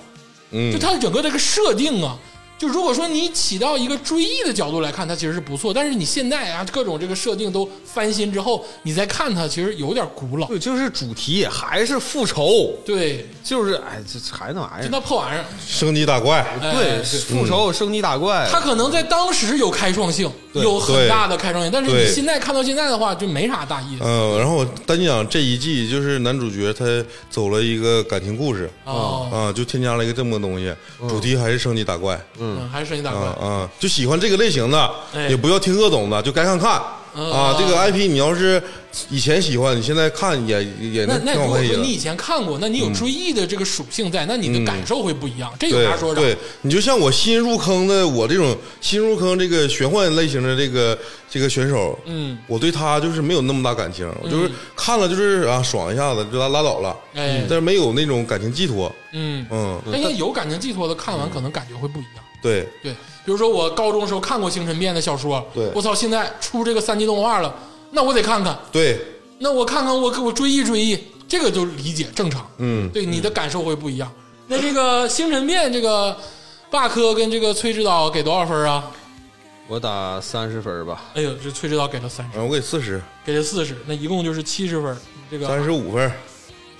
Speaker 3: 嗯
Speaker 2: 就它整个这个设定啊，就如果说你起到一个追忆的角度来看，它其实是不错。但是你现在啊，各种这个设定都翻新之后，你再看它，其实有点古老。
Speaker 4: 对，就是主题还是复仇，
Speaker 2: 对，
Speaker 4: 就是哎，这还那玩意
Speaker 2: 就
Speaker 4: 儿。
Speaker 2: 那破玩意儿，
Speaker 3: 升级打怪，
Speaker 2: 哎嗯
Speaker 4: 对，复仇、升级打怪，
Speaker 2: 它可能在当时有开创性，有很大的开创性，但是你
Speaker 3: 对
Speaker 2: 现在看到现在的话，就没啥大意思
Speaker 3: 嗯，然后我单讲这一季，就是男主角他走了一个感情故事
Speaker 2: 哦，
Speaker 3: 啊，就添加了一个这么个东西，主题还是升级打怪
Speaker 2: 嗯，还是神奇打
Speaker 3: 啊
Speaker 2: 怪，
Speaker 3: 啊，就喜欢这个类型的
Speaker 2: 哎，
Speaker 3: 也不要听各种的，就该看看
Speaker 2: 啊
Speaker 3: 啊。这个 IP 你要是以前喜欢，你现在看也也
Speaker 2: 那
Speaker 3: 能
Speaker 2: 那
Speaker 3: 嗯挺
Speaker 2: 如
Speaker 3: 好
Speaker 2: 果
Speaker 3: 看
Speaker 2: 说
Speaker 3: 的嗯
Speaker 2: 你。以前看过，那你有追忆的这个属性在，那你的感受会不一样，这有
Speaker 3: 对
Speaker 2: 啥说啥。
Speaker 3: 对，你就像我新入坑的，我这种新入坑这个玄幻类型的这个这个选手，
Speaker 2: 嗯，
Speaker 3: 我对他就是没有那么大感情，我就是看了就是啊爽一下子就拉拉倒了，
Speaker 2: 哎
Speaker 3: 但是没有那种感情寄托，
Speaker 2: 嗯，
Speaker 3: 嗯，
Speaker 2: 但是有感情寄托的，看完可能感觉会不一样。
Speaker 3: 对，
Speaker 2: 对，比如说我高中时候看过《星辰变》的小说，
Speaker 3: 对
Speaker 2: 我操，现在出这个三 D 动画了，那我得看看，
Speaker 3: 对，
Speaker 2: 那我看看，我给我追忆追忆，这个就理解正常。
Speaker 3: 嗯
Speaker 2: 对你的感受会不一样。那这个《星辰变》这个霸科跟这个崔指导给多少分啊？
Speaker 4: 我打三十分吧。
Speaker 2: 哎呦，这崔指导给了三十，
Speaker 3: 嗯然后我给四十，
Speaker 2: 给了四十，那一共就是七十分，这个
Speaker 3: 三十五分，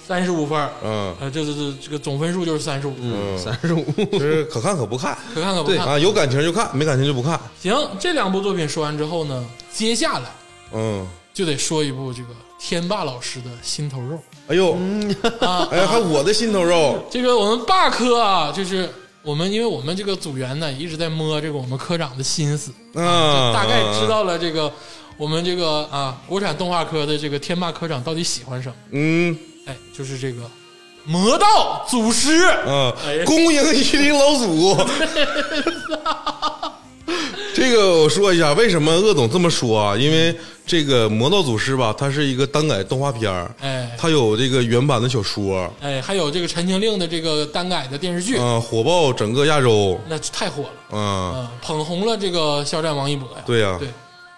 Speaker 2: 三十五分，
Speaker 3: 嗯，
Speaker 2: 呃，这这这这个总分数就是三十五，
Speaker 4: 嗯，三十五。
Speaker 3: 就是可看可不看
Speaker 2: 可看可不看。
Speaker 3: 啊，有感情就看，没感情就不看，
Speaker 2: 行，这两部作品说完之后呢，接下来
Speaker 3: 嗯，
Speaker 2: 就得说一部这个天霸老师的心头肉。
Speaker 3: 哎呦，
Speaker 2: 嗯
Speaker 3: 哎呀，还我的心 头肉，
Speaker 2: 这个我们霸科啊，就是我们因为我们这个组员呢一直在摸这个我们科长的心思，
Speaker 3: 啊，
Speaker 2: 大概知，道了这个我们这个啊国产动画科的这个天霸科长到底喜欢什么？
Speaker 3: 嗯。
Speaker 2: 哎，就是这个魔道祖师。
Speaker 3: 啊
Speaker 2: 哎呀，
Speaker 3: 恭迎夷陵 老祖。这个我说一下，为什么鄂总这么说啊？因为这个《魔道祖师》吧，它是一个单改动画片儿，
Speaker 2: 哎
Speaker 3: 它有这个原版的小说，
Speaker 2: 哎，还有这个《陈情令》的这个单改的电视剧，
Speaker 3: 啊、火爆整个亚洲，
Speaker 2: 那太火了，
Speaker 3: 啊、
Speaker 2: 嗯，捧红了这个肖战、王一博呀。
Speaker 3: 对呀、
Speaker 2: 对，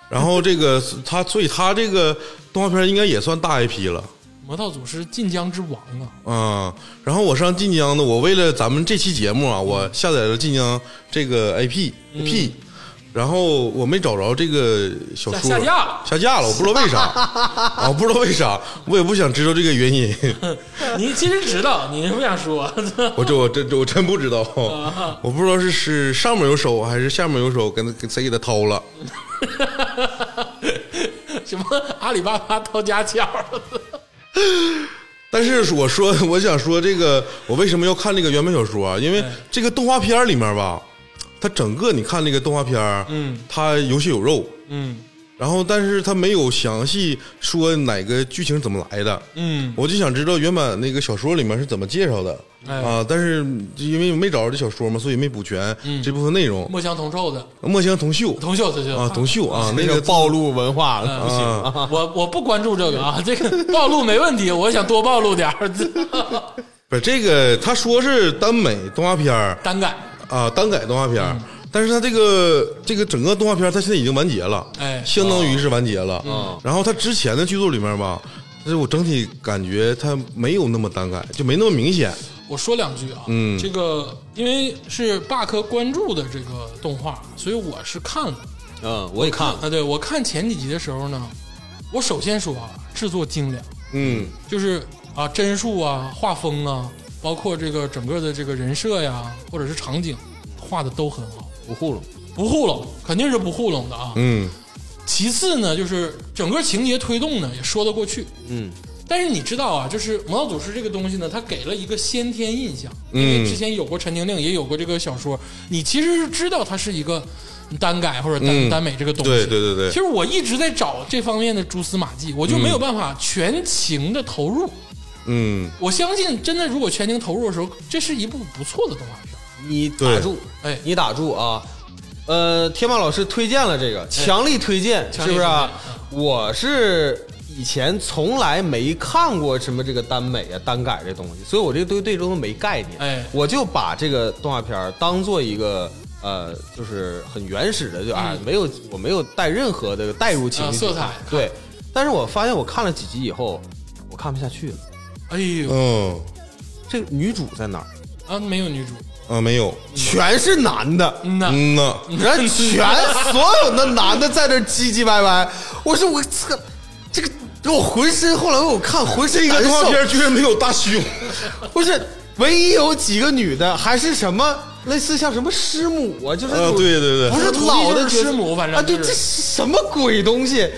Speaker 3: 然后这个它，所以它这个动画片应该也算大 IP 了。
Speaker 2: 魔道祖师晋江之王啊，
Speaker 3: 啊、然后我上晋江的，我为了咱们这期节目啊，我下载了晋江这个 AP
Speaker 2: 嗯
Speaker 3: P，、然后我没找着这个小说
Speaker 2: 下下架了
Speaker 3: 下架了，我不知道 为啥啊，我不知道为啥，我也不想知道这个 原因，
Speaker 2: 你其实知道， 你不想说，
Speaker 3: 我这我真我真不知道，
Speaker 2: 啊
Speaker 3: 我不知道是是上面有手还是下面有手，跟跟谁给他掏了，
Speaker 2: 什么阿里巴巴掏家巧，
Speaker 3: 但是我说 我想说这个，我为什么要看这个原本小说啊？因
Speaker 2: 哎
Speaker 3: 为这个动画片里面吧，它整个你看那个动画片，
Speaker 2: 嗯，
Speaker 3: 它有血有肉。
Speaker 2: 嗯
Speaker 3: 然后，但是他没有详细说哪个剧情怎么来的，
Speaker 2: 嗯，
Speaker 3: 我就想知道原版那个小说里面是怎么介绍的、
Speaker 2: 哎
Speaker 3: 啊。但是因为没找着这小说嘛，所以没补全、这部分内容。
Speaker 2: 墨香铜臭的，
Speaker 3: 墨香铜臭
Speaker 2: 嗯铜臭铜臭
Speaker 3: 啊，铜臭 啊，那个
Speaker 4: 暴露文化了，
Speaker 2: 嗯
Speaker 4: 不行
Speaker 3: 啊，
Speaker 2: 我我不关注这个啊，这个暴露没问题，我想多暴露点儿，
Speaker 3: 不是这个，他说是耽美动画片儿
Speaker 2: 单改，
Speaker 3: 啊，单改动画片儿。但是他这个这个整个动画片，他现在已经完结了，
Speaker 2: 哎
Speaker 3: 相当于是完结了。
Speaker 4: 嗯
Speaker 3: 然后他之前的剧作里面吧，就是我整体感觉他没有那么单改，就没那么明显。
Speaker 2: 我说两句啊，
Speaker 3: 嗯
Speaker 2: 这个因为是霸科关注的这个动画，所以我是看了
Speaker 4: 嗯，我也看了，
Speaker 2: 啊。对，我看前几集的时候呢，我首先说啊，制作精良，
Speaker 3: 嗯
Speaker 2: 就是啊帧数啊、画风啊，包括这个整个的这个人设呀，或者是场景，画的都很好，
Speaker 4: 不糊弄。
Speaker 2: 不糊弄，肯定是不糊弄的啊。
Speaker 3: 嗯
Speaker 2: 其次呢，就是整个情节推动呢也说得过去，
Speaker 4: 嗯，
Speaker 2: 但是你知道啊，就是魔道祖师这个东西呢，它给了一个先天印象，因
Speaker 3: 嗯
Speaker 2: 为之前有过《陈情令》，也有过这个小说，你其实是知道它是一个单改或者单、
Speaker 3: 嗯
Speaker 2: 单美这个东西。
Speaker 3: 对对对对
Speaker 2: 其实我一直在找这方面的蛛丝马迹，我就没有办法全情的投入。
Speaker 3: 嗯，
Speaker 2: 我相信，真的如果全情投入的时候，这是一部不错的动画片。
Speaker 4: 你打住，
Speaker 2: 对哎
Speaker 4: 你打住啊！呃，天霸老师推荐了这个，强力推荐，
Speaker 2: 哎强
Speaker 4: 是
Speaker 2: 力
Speaker 4: 不是啊
Speaker 2: 推荐？
Speaker 4: 我是以前从来没看过什么这个耽美啊、耽改这东西，所以我这对对这东西没概念。
Speaker 2: 哎
Speaker 4: 我就把这个动画片儿当做一个。呃，就是很原始的，就啊、
Speaker 2: 嗯
Speaker 4: 没有，我没有带任何的代入情
Speaker 2: 啊
Speaker 4: 绪、
Speaker 2: 色彩
Speaker 4: 对。但是我发现我看了几集以后，我看不下去了。
Speaker 2: 哎呦，
Speaker 3: 嗯
Speaker 4: 这个女主在哪儿？
Speaker 2: 啊，没有女主，
Speaker 3: 啊，没有，
Speaker 7: 全是男的，
Speaker 2: 嗯呐，
Speaker 3: 嗯呐，
Speaker 7: 人全所有的男的在这唧唧歪歪，我说我操，这个我浑身后来我看浑身
Speaker 3: 这
Speaker 7: 难
Speaker 3: 个动画
Speaker 7: 受，
Speaker 3: 片居然没有大胸，
Speaker 7: 呃不是唯一有几个女的还是什么类似像什么师母啊，就是那
Speaker 3: 啊，
Speaker 7: 种
Speaker 3: 对对
Speaker 7: 不
Speaker 3: 对，
Speaker 7: 是老的
Speaker 2: 就是师母反正
Speaker 7: 啊，对，
Speaker 2: 就
Speaker 7: 这
Speaker 2: 是
Speaker 7: 是什么鬼东西？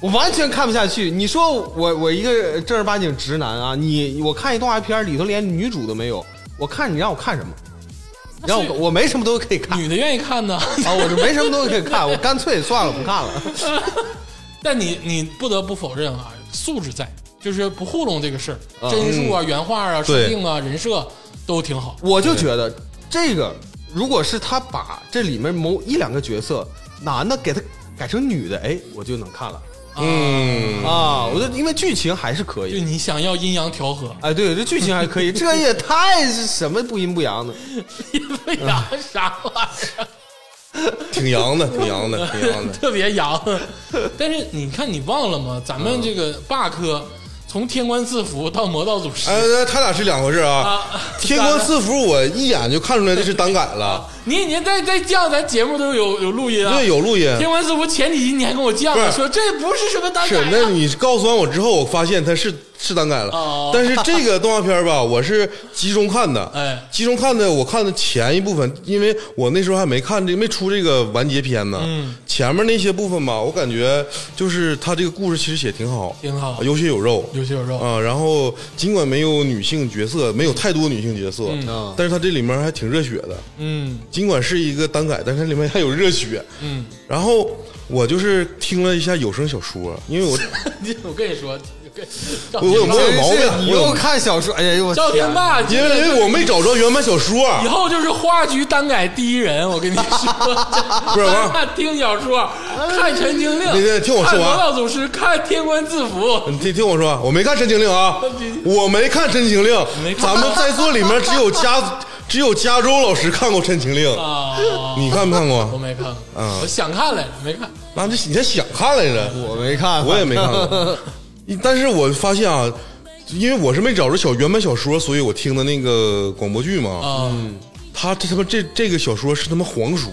Speaker 7: 我完全看不下去。你说我我一个正儿八经直男啊，你我看一动画片里头连女主都没有，我看你让我看什么？让我我没什么都可以看
Speaker 2: 女的愿意看呢。
Speaker 7: 啊，我就没什么都可以看，我干脆算了不看了。
Speaker 2: 但你你不得不否认啊，素质在，就是不糊弄这个事儿，帧数啊、原画啊、设
Speaker 3: 嗯对
Speaker 2: 定啊、人设都挺好。
Speaker 4: 我就觉得这个，如果是他把这里面某一两个角色男的给他改成女的，哎，我就能看了
Speaker 3: 嗯，
Speaker 4: 啊！我就因为剧情还是可
Speaker 2: 就
Speaker 4: 以，
Speaker 2: 你想要阴阳调和，
Speaker 4: 哎，对，这剧情还可以，这也太是什么不阴不阳的，
Speaker 2: 因为啥
Speaker 3: 嗯
Speaker 2: 啥玩意儿？
Speaker 3: 挺洋的，挺洋的，挺洋 的，
Speaker 2: 特别洋。但是你看，你忘了吗？咱
Speaker 3: 嗯
Speaker 2: 们这个霸科从天官赐福到魔道祖师
Speaker 3: 哎，那他俩是两回事啊
Speaker 2: 啊。
Speaker 3: 天官赐福，我一眼就看出来这是耽改了，
Speaker 2: 你你再再犟，咱节目都有有录音啊。
Speaker 3: 对，有录音。
Speaker 2: 天官赐福前几集你还跟我犟
Speaker 3: 不
Speaker 2: 呢，
Speaker 3: 是
Speaker 2: 说这不是什么单改
Speaker 3: 是，
Speaker 2: 啊
Speaker 3: 那你告诉完我之后，我发现它是是单改了。
Speaker 2: 哦
Speaker 3: 但是这个动画片吧，我是集中看的。
Speaker 2: 哎
Speaker 3: 集中看的，我看的前一部分，因为我那时候还没看这没出这个完结篇呢。嗯，前面那些部分吧，我感觉就是它这个故事其实写挺好，
Speaker 2: 挺好
Speaker 3: 有血有肉，
Speaker 2: 有血有肉
Speaker 3: 啊。然后尽管没有女性角色，没有太多女性角色，
Speaker 4: 嗯
Speaker 3: 但是它这里面还挺热血的。
Speaker 2: 嗯
Speaker 3: 尽管是一个单改，但是它里面还有热血。
Speaker 2: 嗯，
Speaker 3: 然后我就是听了一下有声小说，因为我。
Speaker 2: 我跟你说，赵
Speaker 3: 我有
Speaker 2: 天
Speaker 3: 毛
Speaker 2: 霸
Speaker 3: 病，
Speaker 7: 你
Speaker 3: 我
Speaker 7: 又
Speaker 3: 有，
Speaker 7: 看小说？哎呀，我
Speaker 2: 赵天霸，
Speaker 3: 因为因为我没找着原版小说，
Speaker 2: 以后就是话剧单改第一人，我跟你说，
Speaker 3: 不是王
Speaker 2: 看听小说，看《陈情令》，
Speaker 3: 你你听我说
Speaker 2: 看
Speaker 3: 完
Speaker 2: 魔道祖师》，看《天官赐福》，
Speaker 3: 你听听我说，我没看《陈情令》啊
Speaker 2: 你，
Speaker 3: 我没看《陈情令
Speaker 2: 没》，看
Speaker 3: 咱们在座里面只有加 只有加州老师看过《陈情令》，
Speaker 2: 啊，
Speaker 3: 你看没看
Speaker 2: 我
Speaker 3: 过？
Speaker 2: 没看过，
Speaker 3: 嗯
Speaker 2: 我想看来着，没看。
Speaker 3: 那这你还想看来着？
Speaker 7: 我没看，
Speaker 3: 我也没看过， 但是我发现啊，因为我是没找着小原版小说，所以我听的那个广播剧嘛，
Speaker 2: 啊，
Speaker 3: 他这他妈这这个小说是他妈黄书，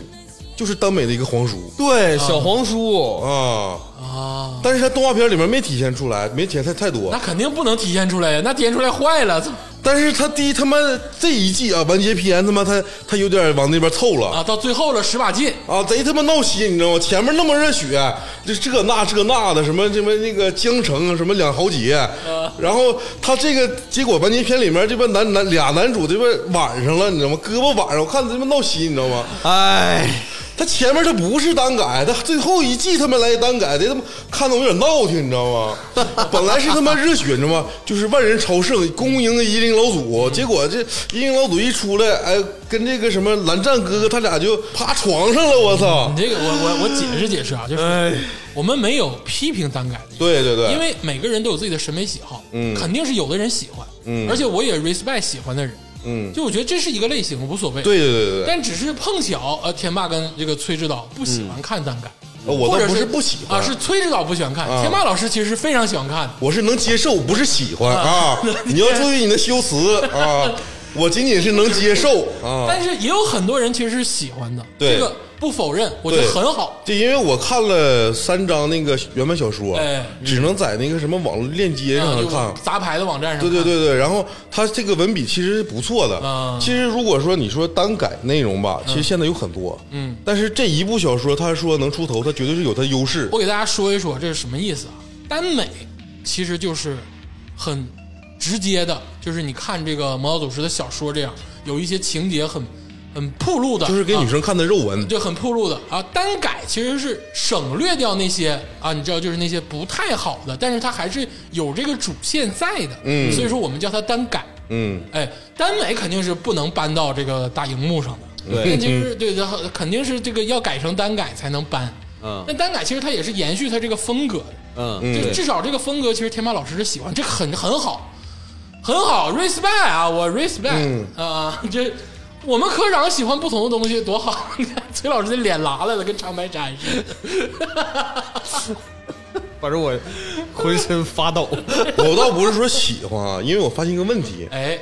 Speaker 3: 就是耽美的一个黄书
Speaker 7: 对小黄书，
Speaker 3: 啊，
Speaker 2: 啊，
Speaker 3: 但是他动画片里面没体现出来，没体现太太多
Speaker 2: 那。肯定不能体现出来呀，那体现出来坏了操
Speaker 3: 但是他第一他妈这一季啊，完结篇他妈他他有点往那边凑了
Speaker 2: 啊！到最后了，十把劲，
Speaker 3: 啊，贼他妈闹心，你知道吗？前面那么热血，这这那这那的，什么什么那个江城，啊什么两豪杰，然后他这个结果完结篇里面这帮男男俩男主这边晚上了，你知道吗？胳膊晚上，我看他妈闹心，你知道吗？
Speaker 7: 哎，
Speaker 3: 他前面他不是单改，他最后一季他妈来单改的，他妈看得我有点闹挺，你知道 吗？本来是他妈热血，你知道吗？就是万人朝圣，恭迎夷陵老祖。结果这夷陵老祖一出来，哎，跟这个什么蓝湛哥哥他俩就趴床上了，我操
Speaker 2: 你！这个我我我解释解释啊，就是我们没有批评单改的意思，
Speaker 3: 对对哎对，
Speaker 2: 因为每个人都有自己的审美喜好，嗯，肯定是有的人喜欢，嗯，而且我也 respect 喜欢的人，
Speaker 3: 嗯，
Speaker 2: 就我觉得这是一个类型，无所谓，
Speaker 3: 对对对对对，
Speaker 2: 但只是碰巧，呃，天霸跟这个崔指导不喜欢看单改，
Speaker 3: 呃我
Speaker 2: 或者
Speaker 3: 倒不
Speaker 2: 是
Speaker 3: 是不喜欢嗯
Speaker 2: 啊，是崔指导不喜欢看，天霸老师其实是非常喜欢看的。
Speaker 3: 我是能接受，不是喜 欢啊。你要注意你的修辞啊，我仅仅是能接受啊。
Speaker 2: 但是也有很多人其实是喜欢的，
Speaker 3: 对
Speaker 2: 这个不否认，我觉得
Speaker 3: 对
Speaker 2: 很好。啊
Speaker 3: 就因为我看了三章那个原版小说，
Speaker 2: 哎
Speaker 3: 只能在那个什么网络链接
Speaker 2: 啊
Speaker 3: 上
Speaker 2: 就
Speaker 3: 看。
Speaker 2: 杂牌的网站上，
Speaker 3: 对对，对对，然后他这个文笔其实是不错的。
Speaker 2: 啊
Speaker 3: 其实如果说你说单改内容吧，其实现在有很多。
Speaker 2: 嗯，
Speaker 3: 但是这一部小说，他说能出头，他绝对是有他优势
Speaker 2: 我。给大家说一说这是什么意思啊？耽美其实就是很直接的，就是你看这个《魔道祖师》的小说这样，有一些情节很很铺路的，
Speaker 3: 就是给
Speaker 2: 啊
Speaker 3: 女生看的肉文，
Speaker 2: 就很铺路的啊。单改其实是省略掉那些啊，你知道，就是那些不太好的，但是它还是有这个主线在的，
Speaker 3: 嗯
Speaker 2: 所以说我们叫它单改。
Speaker 3: 嗯，
Speaker 2: 哎，耽美肯定是不能搬到这个大荧幕上的，
Speaker 4: 对
Speaker 2: 那就是对，然后肯定是这个要改成单改才能搬。
Speaker 4: 嗯
Speaker 2: 但单改其实它也是延续它这个风格的，
Speaker 4: 嗯，
Speaker 2: 就
Speaker 4: 对
Speaker 2: 至少这个风格，其实天霸老师是喜欢，这个很很好，很好，respect 啊，我
Speaker 3: 嗯
Speaker 2: respect 啊、这我们科长喜欢不同的东西多好， 你看崔老师的脸拉来了，跟长白山似的。
Speaker 7: 反正我浑身发抖。
Speaker 3: 我倒不是说喜欢啊，因为我发现一个问题，
Speaker 2: 哎，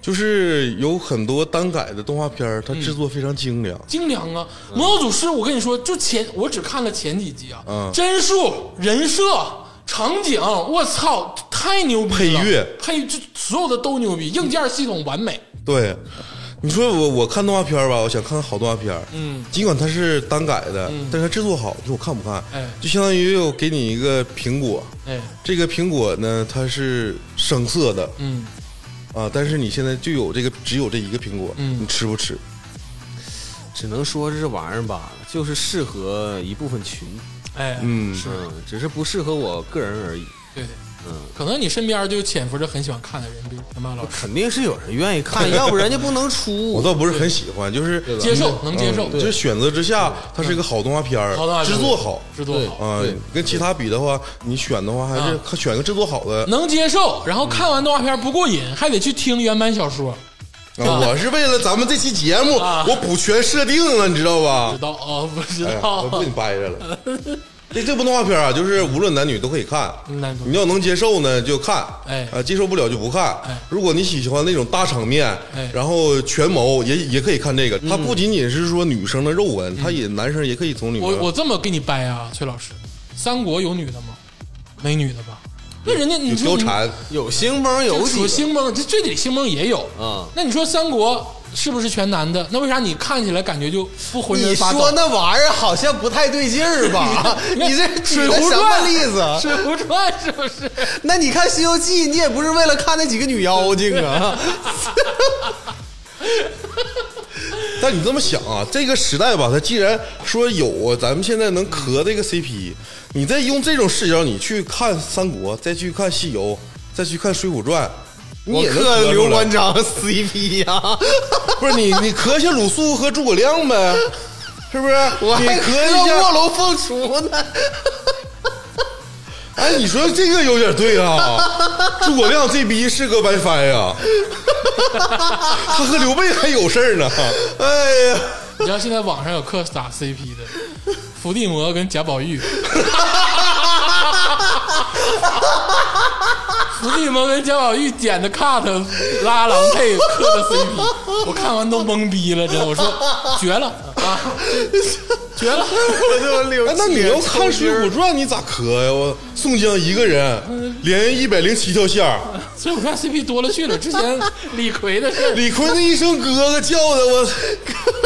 Speaker 3: 就是有很多单改的动画片儿它制作非常精良，
Speaker 2: 精良啊！
Speaker 3: 嗯
Speaker 2: 魔道祖师，我跟你说，就前我只看了前几集啊，
Speaker 3: 嗯
Speaker 2: 帧数、人设、场景，我操，太牛逼了！
Speaker 3: 配乐
Speaker 2: 配这所有的都牛逼，硬件系统完美。
Speaker 3: 对。你说我我看动画片儿吧，我想看好动画片，嗯，尽管它是单改的，但是它制作好，你说我看不看？
Speaker 2: 嗯哎
Speaker 3: 就相当于我给你一个苹果，
Speaker 2: 哎，
Speaker 3: 这个苹果呢它是生涩的，
Speaker 2: 嗯，
Speaker 3: 啊，但是你现在就有这个只有这一个苹果，
Speaker 2: 嗯
Speaker 3: 你吃不吃？
Speaker 4: 只能说这玩意儿吧，就是适合一部分群，
Speaker 2: 哎，
Speaker 3: 嗯，
Speaker 4: 嗯，只是不适合我个人而已。
Speaker 2: 对对，
Speaker 4: 嗯，
Speaker 2: 可能你身边就潜伏着很喜欢看的人，比如天霸老师，
Speaker 4: 肯定是有人愿意看，要不人家不能
Speaker 3: 我
Speaker 4: 出。
Speaker 3: 倒不是很喜欢，就是
Speaker 2: 接受能接受，嗯
Speaker 3: 嗯就是选择之下，它是一个好动画片儿
Speaker 2: 好的，
Speaker 3: 制作好
Speaker 2: 制作好，
Speaker 3: 啊。跟其他比的话，你选的话还是
Speaker 2: 啊
Speaker 3: 看选个制作好的。啊
Speaker 2: 能接受。然后看完动画片不过瘾，还得去听原版小说，
Speaker 3: 啊我是为了咱们这期节目，
Speaker 2: 啊
Speaker 3: 我补全设定了，你知道吧
Speaker 2: 知？道啊、不知
Speaker 3: 嗯哎呀，
Speaker 2: 道
Speaker 3: 我，不给你掰着了。这这部动画片啊，就是无论男女都可以看，
Speaker 2: 那
Speaker 3: 你要能接受呢就看，
Speaker 2: 哎
Speaker 3: 啊接受不了就不看
Speaker 2: 哎。
Speaker 3: 如果你喜欢那种大场面
Speaker 2: 哎，
Speaker 3: 然后权谋也也可以看这个。它不仅仅是说女生的肉文，它也男生也可以从里面
Speaker 2: 我。我这么跟你掰啊，崔老师，三国有女的吗？没女的吧？那人家你
Speaker 3: 有
Speaker 2: 说
Speaker 3: 貂
Speaker 2: 你
Speaker 3: 蝉，
Speaker 4: 有星崩有
Speaker 2: 就
Speaker 4: 几
Speaker 2: 说
Speaker 4: 个？
Speaker 2: 星崩，这这里星崩也有
Speaker 3: 嗯
Speaker 4: 啊
Speaker 2: 那你说三国是不是全男的？那为啥你看起来感觉就不浑
Speaker 4: 你
Speaker 2: 身发抖？
Speaker 4: 说那玩意儿好像不太对劲儿吧？你这举
Speaker 2: 水
Speaker 4: 的
Speaker 2: 浒
Speaker 4: 什么
Speaker 2: 传
Speaker 4: 例子？
Speaker 2: 水浒传》是不是？
Speaker 4: 那你看《西游记》，你也不是为了看那几个女妖精啊？
Speaker 3: 但你这么想啊，这个时代吧，它既然说有啊，咱们现在能磕这个 CP，你再用这种视角，你去看三国，再去看西游，再去看水浒传，你
Speaker 4: 我
Speaker 3: 也能
Speaker 4: 克
Speaker 3: 磕
Speaker 4: 刘
Speaker 3: 关，
Speaker 4: 关张 CP 呀、
Speaker 3: 不是你你磕一下鲁肃和诸葛亮 呗，是不是？
Speaker 4: 我
Speaker 3: 你
Speaker 4: 还
Speaker 3: 磕
Speaker 4: 磕
Speaker 3: 一
Speaker 4: 卧
Speaker 3: 下，
Speaker 4: 龙凤雏呢。
Speaker 3: 哎，你说这个有点对 啊，诸葛亮这逼是个 WiFi 呀，他和刘备还有事儿呢，
Speaker 4: 哎呀，
Speaker 2: 你知道现在网上有磕打 CP 的，伏地魔跟贾宝玉，伏地魔跟贾宝玉剪的 cut 拉郎配磕的 CP，我看完都懵逼了，真的，我说绝了啊，绝了！
Speaker 4: 我就溜
Speaker 3: 哎，那你要看《水浒传》，你咋磕呀？我宋江一个人
Speaker 4: 嗯
Speaker 3: 连一百零七条线儿
Speaker 2: 所以我看 CP 多了去了，之前李逵的事儿
Speaker 3: 李逵那一声哥哥叫的我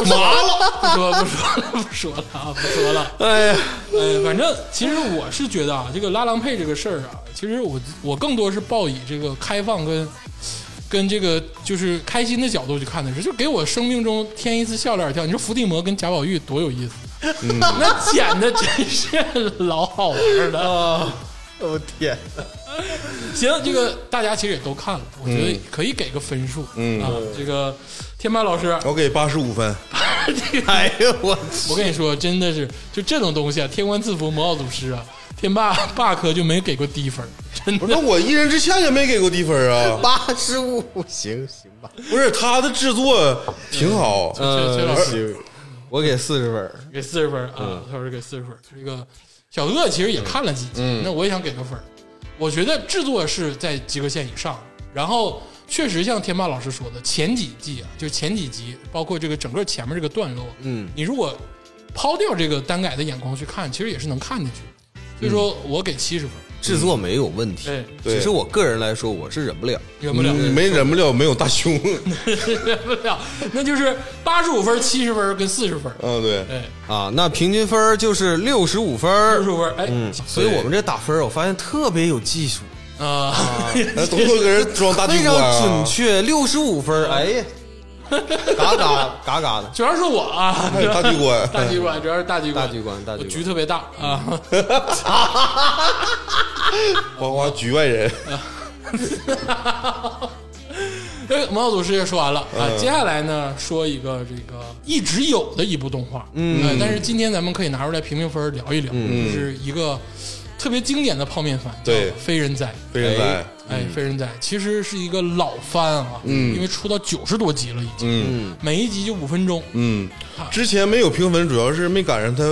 Speaker 3: 麻了。
Speaker 2: 不说不说了不说了啊，不说了。
Speaker 4: 哎呀，
Speaker 2: 呃，反正其实我是觉得啊，这个拉郎配这个事儿啊，其实我我更多是抱以这个开放跟跟这个就是开心的角度去看的是，就给我生命中添一次笑脸儿跳。你说伏地魔跟贾宝玉多有意思，那剪的真是老好玩儿了。
Speaker 4: 嗯我天，
Speaker 2: 行，这个大家其实也都看了，我觉得可以给个分数。嗯啊，这个天霸老师，
Speaker 3: 我给八十五分，
Speaker 4: 哎呀，我
Speaker 2: 我跟你说，真的是就这种东西啊，天官赐福，魔道祖师啊，天霸霸科就没给过低分儿， 真
Speaker 3: 不是那
Speaker 2: 的。
Speaker 3: 我一人之下也没给过低分 啊。
Speaker 4: 八十五，行行吧，
Speaker 3: 不是他的制作挺好，
Speaker 2: 崔崔老
Speaker 3: 呃
Speaker 2: 师。
Speaker 4: 行，我给四十分。
Speaker 2: 给四十分儿
Speaker 3: 嗯
Speaker 2: 啊，他说给四十分儿。这个小鳄其实也看了几集，
Speaker 3: 嗯
Speaker 2: 那我也想给个分儿。我觉得制作是在及格线以上，然后确实像天霸老师说的，前几季啊，就前几集，包括这个整个前面这个段落，
Speaker 4: 嗯，
Speaker 2: 你如果抛掉这个单改的眼光去看，其实也是能看进去。所以说我给七十分儿，
Speaker 4: 制作没有问题，
Speaker 2: 哎
Speaker 4: 只是我个人来说，我是忍不了。
Speaker 2: 忍不了，
Speaker 3: 你嗯没忍不了没有 大胸。啊
Speaker 2: 忍不了，那就是 八十五分儿、七十分儿跟四十分儿，
Speaker 3: 嗯，对，
Speaker 2: 哎，
Speaker 4: 啊，那平均分儿就是六十五分
Speaker 2: 六十
Speaker 4: 儿，嗯
Speaker 2: 五分儿，哎，
Speaker 7: 嗯
Speaker 4: 所以我们这打分儿，我发现特别有技术，
Speaker 2: 啊，
Speaker 3: 那多多搁这装大
Speaker 4: 非
Speaker 3: 地瓜
Speaker 4: 常
Speaker 3: 啊
Speaker 4: 准确，六十五分儿。哎呀，
Speaker 7: 嘎嘎嘎嘎的。
Speaker 2: 主要是我啊，
Speaker 3: 还有大局 观
Speaker 2: 大局观主要是大局观，
Speaker 7: 嗯大局观大局观
Speaker 2: 我局特别大啊。
Speaker 3: 花花局外人，
Speaker 2: 哎，毛小祖师爷说完了啊，
Speaker 7: 嗯
Speaker 2: 接下来呢，说一个这个一直有的一部动画，嗯、但是今天咱们可以拿出来评评分，聊一聊，
Speaker 7: 嗯
Speaker 2: 就是一个特别经典的泡面番，叫
Speaker 3: 对
Speaker 2: 《非人哉》。
Speaker 3: 非人哉，
Speaker 7: 嗯
Speaker 2: 哎，《非人哉》其实是一个老番啊，嗯，因为出到九十多集了，已经，嗯，每一集就五分钟，
Speaker 3: 嗯，之前没有评分，主要是没赶上它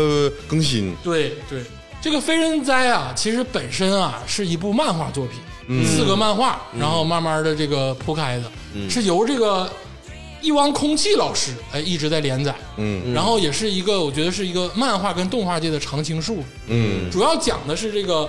Speaker 3: 更新，
Speaker 2: 对对，这个《非人哉》啊，其实本身啊是一部漫画作品，
Speaker 3: 嗯
Speaker 2: 四个漫画，然后慢慢的这个铺开的，
Speaker 3: 嗯
Speaker 2: 是由这个一汪空气老师哎一直在连载，
Speaker 3: 嗯
Speaker 2: 然后也是一个我觉得是一个漫画跟动画界的常青树，
Speaker 3: 嗯
Speaker 2: 主要讲的是这个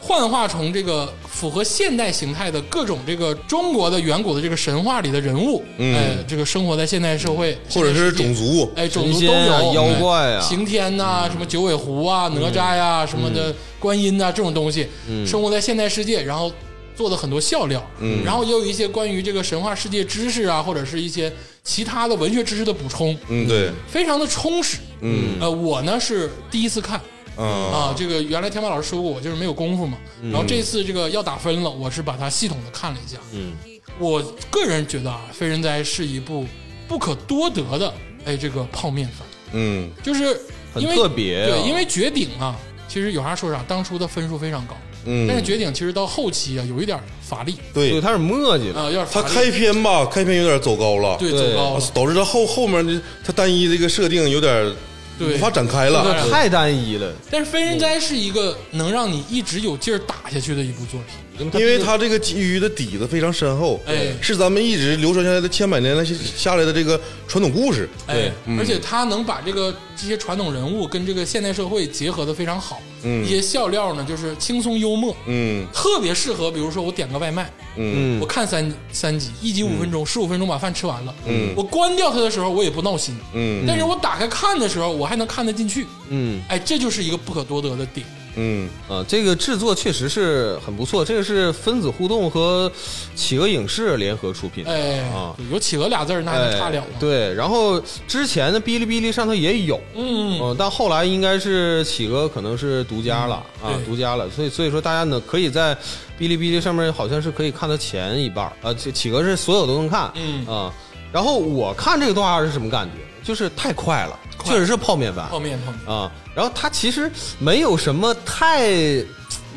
Speaker 2: 幻化虫这个符合现代形态的各种这个中国的远古的这个神话里的人物，
Speaker 3: 嗯
Speaker 2: 哎，这个生活在现代社会
Speaker 3: 或者是种。
Speaker 2: 现代世界
Speaker 3: 族，
Speaker 2: 哎，种族
Speaker 4: 神
Speaker 2: 都有，嗯
Speaker 4: 仙啊妖
Speaker 2: 哎
Speaker 4: 怪啊
Speaker 2: 刑天呐、什么九尾狐啊、哪吒呀、什么的观音呐、这种东西，生活在现代世界，然后做的很多笑料，
Speaker 3: 嗯
Speaker 2: 然后也有一些关于这个神话世界知识啊，或者是一些其他的文学知识的补充，
Speaker 3: 嗯，对，
Speaker 2: 非常的充实。
Speaker 3: 嗯
Speaker 2: 呃，我呢是第一次看
Speaker 3: 啊，
Speaker 2: 啊，这个原来天霸老师说过，我就是没有功夫嘛，然后这次这个要打分了，我是把它系统的看了一下，
Speaker 4: 嗯，
Speaker 2: 我个人觉得啊，《非人哉》是一部不可多得的，哎，这个泡面番。
Speaker 3: 嗯
Speaker 2: 就是
Speaker 4: 很
Speaker 2: 因为
Speaker 4: 特别啊
Speaker 2: 对，因为绝顶啊，其实有啥说啥，当初的分数非常高，
Speaker 3: 嗯，
Speaker 2: 但是绝顶其实到后期啊，有一点乏力
Speaker 3: 对
Speaker 7: 对，他是墨迹了，
Speaker 2: 啊，有点乏
Speaker 3: 他
Speaker 2: 力
Speaker 3: 开篇吧，开篇有点走高了，
Speaker 2: 对
Speaker 7: 对
Speaker 2: 走高
Speaker 3: 啊
Speaker 2: 了，
Speaker 3: 导致他后后面的他单一这个设定有点
Speaker 2: 对
Speaker 3: 无法展开了，
Speaker 2: 对
Speaker 7: 太单一了。
Speaker 2: 但是《非人哉》是一个能让你一直有劲儿打下去的一部作品，
Speaker 3: 因为他这个基于的底子非常深厚，
Speaker 2: 哎
Speaker 3: 是咱们一直流传下来的千百年来下下来的这个传统故事，
Speaker 2: 哎，
Speaker 3: 嗯
Speaker 2: 而且它能把这个这些传统人物跟这个现代社会结合的非常好，
Speaker 3: 嗯
Speaker 2: 一些笑料呢就是轻松幽默，
Speaker 3: 嗯
Speaker 2: 特别适合，比如说我点个外卖，
Speaker 3: 嗯
Speaker 2: 我看三三集，一集五分钟，十五分钟把饭吃完了，
Speaker 3: 嗯
Speaker 2: 我关掉它的时候我也不闹心，
Speaker 3: 嗯
Speaker 2: 但是我打开看的时候，我还能看得进去。
Speaker 4: 嗯
Speaker 2: 哎，这就是一个不可多得的点。
Speaker 3: 嗯
Speaker 4: 啊，这个制作确实是很不错，这个是分子互动和企鹅影视联合出品的。
Speaker 2: 哎，
Speaker 4: 啊
Speaker 2: 有企鹅俩字儿，那还能差
Speaker 4: 哎
Speaker 2: 了吗？，
Speaker 4: 对，然后之前的哔哩哔哩上头也有，
Speaker 2: 嗯，
Speaker 4: 嗯，但后来应该是企鹅可能是独家了、
Speaker 2: 嗯
Speaker 4: 啊
Speaker 2: 对，
Speaker 4: 独家了，所以所以说大家呢可以在哔哩哔哩上面好像是可以看到前一半儿，呃，企企鹅是所有都能看，
Speaker 2: 嗯
Speaker 4: 啊，然后我看这个动画是什么感觉？就是太快了，
Speaker 2: 快
Speaker 4: 确实是泡面番
Speaker 2: 泡面泡面，
Speaker 4: 啊，然后它其实没有什么太，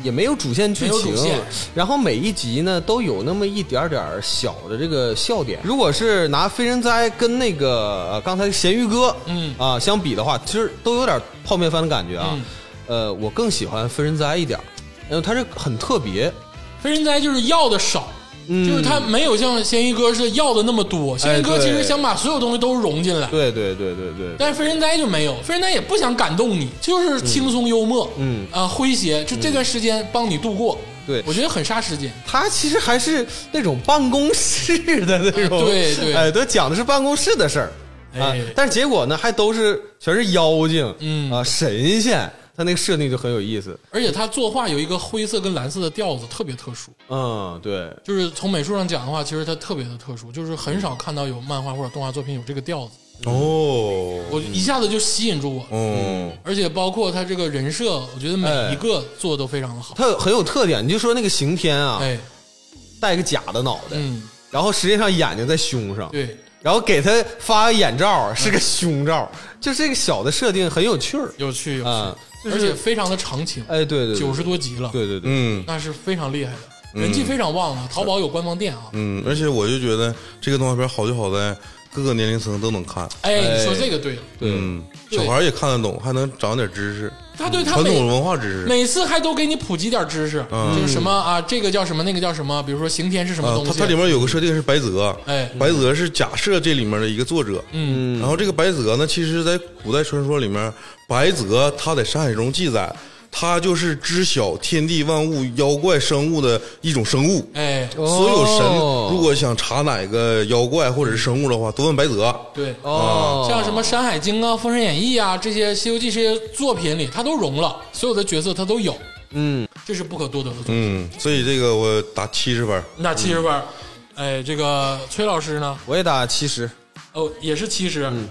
Speaker 4: 也没有主线剧
Speaker 2: 没有
Speaker 4: 情
Speaker 2: 主线，
Speaker 4: 然后每一集呢都有那么一点点儿小的这个笑点。如果是拿《非人哉》跟那个、呃刚才咸鱼哥
Speaker 2: 嗯
Speaker 4: 啊相比的话，其实都有点泡面番的感觉啊。
Speaker 2: 嗯
Speaker 4: 呃，我更喜欢《非人哉》一点儿，因为它是很特别。
Speaker 2: 非人哉就是要的少。就是他没有像咸鱼哥是要的那么多，咸鱼哥其实
Speaker 4: 嗯哎对
Speaker 2: 想把所有东西都融进来，
Speaker 4: 对对对对对，
Speaker 2: 但是非人哉就没有，非人哉也不想感动你，就是轻松幽默，
Speaker 4: 嗯
Speaker 2: 啊诙谐，就这段时间帮你度过，
Speaker 4: 对
Speaker 2: 我觉得很杀时间，
Speaker 4: 他其实还是那种办公室的那种，
Speaker 2: 啊 对对
Speaker 4: 哎，都讲的是办公室的事儿，啊
Speaker 2: 哎，
Speaker 4: 但是结果呢，还都是全是妖精，
Speaker 2: 嗯
Speaker 4: 啊，神仙，他那个设定就很有意思，
Speaker 2: 而且他作画有一个灰色跟蓝色的调子，特别特殊，
Speaker 4: 嗯，对，
Speaker 2: 就是从美术上讲的话，其实它特别的特殊，就是很少看到有漫画或者动画作品有这个调子，
Speaker 3: 哦
Speaker 2: 我一下子就吸引住我，
Speaker 3: 哦
Speaker 2: 而且包括他这个人设，我觉得每
Speaker 3: 哎
Speaker 2: 一个做的都非常的好。
Speaker 4: 他有很有特点。你就说那个刑天啊，
Speaker 2: 哎，
Speaker 4: 戴个假的脑袋，
Speaker 2: 嗯，
Speaker 4: 然后实际上眼睛在胸上，
Speaker 2: 对，嗯
Speaker 4: 然后给他发个眼罩，是个胸罩，就这个小的设定很有趣儿，
Speaker 2: 有趣有
Speaker 3: 嗯
Speaker 4: 啊
Speaker 2: 趣，
Speaker 4: 就是
Speaker 2: 而且非常的长情，
Speaker 4: 哎，对对，对
Speaker 2: 九十，多集了，
Speaker 4: 对对对，
Speaker 3: 嗯
Speaker 2: 那是非常厉害的，人气非常旺啊！淘宝有官方店啊。
Speaker 3: 嗯，而且我就觉得这个动画片好就好在各个年龄层都能看，
Speaker 2: 哎，你说这个对了，
Speaker 3: 嗯，
Speaker 2: 对
Speaker 3: 小孩也看得懂，还能长点知识，
Speaker 2: 他对他
Speaker 3: 传统
Speaker 2: 每
Speaker 3: 文化嗯知识。
Speaker 2: 每次还都给你普及点知识，就是什么啊，这个叫什么，那个叫什么，比如说刑天是什么
Speaker 3: 啊，
Speaker 2: 东
Speaker 3: 它
Speaker 2: 西，
Speaker 3: 它里面有个设定是白泽，
Speaker 2: 哎
Speaker 3: 白泽是假设这里面的一个作者，
Speaker 2: 嗯
Speaker 3: 然后这个白泽呢，其实在古代传说里面，白泽他在山海中记载，他就是知晓天地万物、妖怪生物的一种生物。
Speaker 2: 哎，
Speaker 3: 所有神如果想查哪个妖怪或者是生物的话，都问白泽。
Speaker 2: 对，
Speaker 4: 哦，
Speaker 2: 嗯像什么《山海经》啊、《封神演义》啊这些《西游记》这些作品里，他都融了，所有的角色他都有，
Speaker 4: 嗯，
Speaker 2: 这是不可多得的作品。
Speaker 3: 嗯，所以这个我打七十分。
Speaker 2: 那七十分儿，哎，这个崔老师呢？
Speaker 4: 我也打七十，
Speaker 2: 哦，也是七十。
Speaker 4: 嗯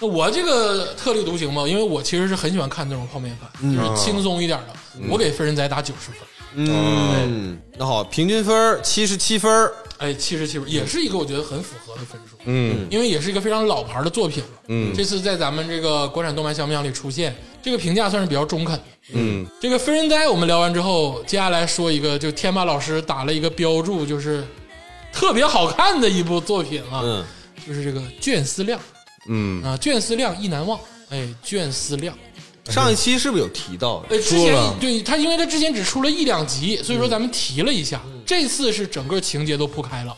Speaker 2: 那我这个特立独行吧，因为我其实是很喜欢看那种泡面番，就是轻松一点的。
Speaker 4: 哦
Speaker 2: 我给《飞人仔》打九十分，
Speaker 4: 嗯，那好，平均分七十七分，
Speaker 2: 哎，七十七分也是一个我觉得很符合的分数，
Speaker 3: 嗯
Speaker 2: 因为也是一个非常老牌的作品了。
Speaker 3: 嗯
Speaker 2: 这次在咱们这个国产动漫项目上里出现，这个评价算是比较中肯的。
Speaker 3: 嗯
Speaker 2: 这个《飞人呆》我们聊完之后，接下来说一个，就天霸老师打了一个标注，就是特别好看的一部作品啊，
Speaker 4: 嗯，
Speaker 2: 就是这个《卷思量》
Speaker 3: 嗯，
Speaker 2: 啊，《卷思量》意难忘，哎，《卷思量》
Speaker 4: 上一期是不是有提到？
Speaker 2: 呃，之前
Speaker 3: 哎说了嗯
Speaker 2: 对他，因为他之前只出了一两集，所以说咱们提了一下，这次是整个情节都铺开了，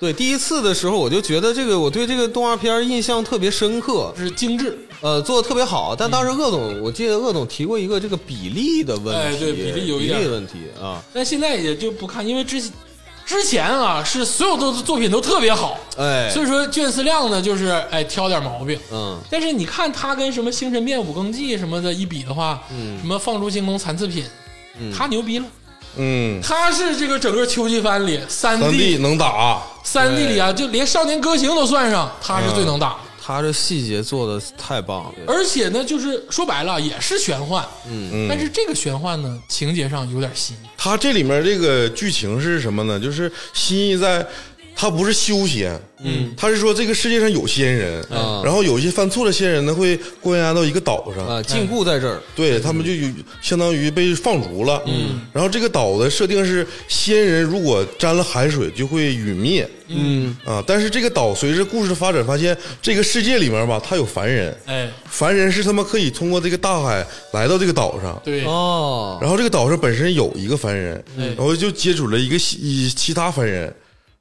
Speaker 4: 对，第一次的时候我就觉得这个我对这个动画片印象特别深刻，
Speaker 2: 就是精致，
Speaker 4: 呃，做的特别好。但
Speaker 2: 嗯
Speaker 4: 当时鄂总，我记得鄂总提过一个这个比例的问
Speaker 2: 哎
Speaker 4: 题，
Speaker 2: 对比例有一点
Speaker 4: 问题啊，
Speaker 2: 但现在也就不看，因为之前之前啊是所有的作品都特别好，
Speaker 4: 哎，
Speaker 2: 所以说《卷思量》呢就是哎挑点毛病，
Speaker 4: 嗯，
Speaker 2: 但是你看他跟什么《星辰变》《五更记》什么的一比的话，什么《放逐星空》《残次品》他牛逼了，
Speaker 3: 嗯，
Speaker 2: 他是这个整个秋季番里三
Speaker 3: 三 D
Speaker 2: D
Speaker 3: 能打，
Speaker 2: 三 D 嗯里啊，就连少年歌行都算上，他是最能打。
Speaker 4: 他这细节做的太棒了，
Speaker 2: 而且呢，就是说白了也是玄幻，嗯，但是这个玄幻呢，情节上有点新意，
Speaker 3: 它这里面这个剧情是什么呢？就是心意在，它不是修仙，嗯，它是说这个世界上有仙人，
Speaker 4: 嗯
Speaker 3: 然后有一些犯错的仙人呢会关押到一个岛上，
Speaker 4: 啊，禁锢在这儿，
Speaker 3: 对他们就有相当于被放逐了，嗯，然后这个岛的设定是仙人如果沾了海水就会陨灭，嗯啊，但是这个岛随着故事发展，发现这个世界里面吧，它有凡人，
Speaker 2: 哎，
Speaker 3: 凡人是他妈可以通过这个大海来到这个岛上，
Speaker 2: 对，
Speaker 4: 哦，
Speaker 3: 然后这个岛上本身有一个凡人，
Speaker 2: 嗯
Speaker 3: 然后就接触了一个西一其他凡人，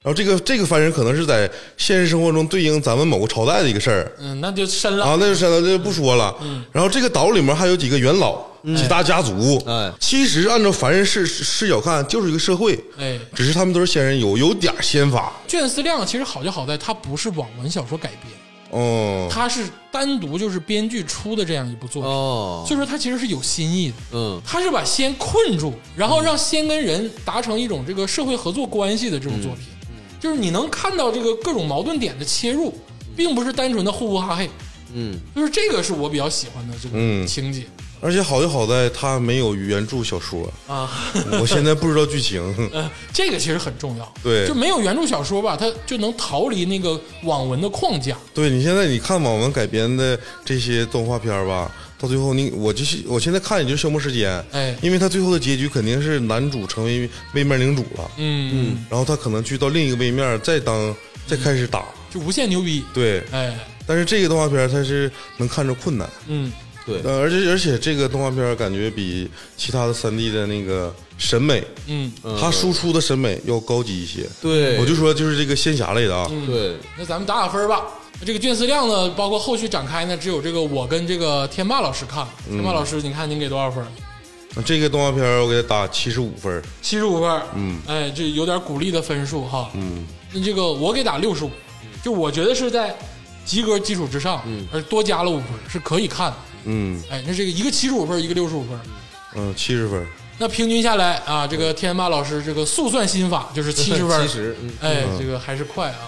Speaker 3: 然后这个这个凡人可能是在现实生活中对应咱们某个朝代的一个事儿
Speaker 2: 嗯，那就深了，嗯
Speaker 3: 啊，那就删了，那就不说了。然后这个岛里面还有几个元老，几大家族，
Speaker 4: 哎
Speaker 3: 其实按照凡人视视角看，就是一个社会，
Speaker 2: 哎，
Speaker 3: 只是他们都是仙人，有有点儿仙法，
Speaker 2: 卷思量其实好就好在它不是网文小说改编，
Speaker 3: 嗯
Speaker 2: 它是单独就是编剧出的这样一部作品，
Speaker 4: 哦，
Speaker 2: 所以说它其实是有新意的。
Speaker 4: 嗯
Speaker 2: 它是把仙困住，然后让仙跟人达成一种这个社会合作关系的这种作品，
Speaker 4: 嗯
Speaker 2: 就是你能看到这个各种矛盾点的切入，并不是单纯的互不哈嘿，
Speaker 4: 嗯，
Speaker 2: 就是这个是我比较喜欢的这个
Speaker 3: 嗯
Speaker 2: 情节、
Speaker 3: 而且好就好在它没有原著 小说，
Speaker 2: 啊，
Speaker 3: 我现在不知道剧情。
Speaker 2: 呃，这个其实很重要，
Speaker 3: 对
Speaker 2: 就没有原著小说吧，它就能逃离那个网文的框架，
Speaker 3: 对你现在你看网文改编的这些动画片儿吧，到最后你我就是我现在看也就是消磨时间，
Speaker 2: 哎
Speaker 3: 因为他最后的结局肯定是男主成为位面领主了，
Speaker 2: 嗯，
Speaker 3: 然后他可能去到另一个位面再当再开始打，
Speaker 2: 就无限牛逼，
Speaker 3: 对，
Speaker 2: 哎，
Speaker 3: 但是这个动画片儿它是能看着困难，
Speaker 2: 嗯，
Speaker 4: 对，
Speaker 3: 呃，而且而且这个动画片儿感觉比其他的三 D 的那个审美，
Speaker 2: 嗯，
Speaker 3: 它输出的审美要高级一些，
Speaker 4: 对，嗯
Speaker 3: 我就说就是这个仙侠类的啊，
Speaker 4: 对，
Speaker 2: 那咱们打打分吧。这个卷思量呢，包括后续展开呢，只有这个我跟这个天霸老师看了。天霸老师，你看您给多少分？
Speaker 3: 这个动画片儿我给它打七十五分儿，
Speaker 2: 七十五分，嗯，哎，这有点鼓励的分数哈，嗯，那这个我给打六十五，就我觉得是在及格基础之上，嗯，而多加了五分是可以看的，
Speaker 3: 嗯
Speaker 2: 哎，那这个一个七十五分，一个六十五分，
Speaker 3: 嗯，七十分儿。
Speaker 2: 那平均下来啊，这个天霸老师这个速算心法就是七十分，
Speaker 4: 七十，嗯
Speaker 2: 哎，这个还是快 啊，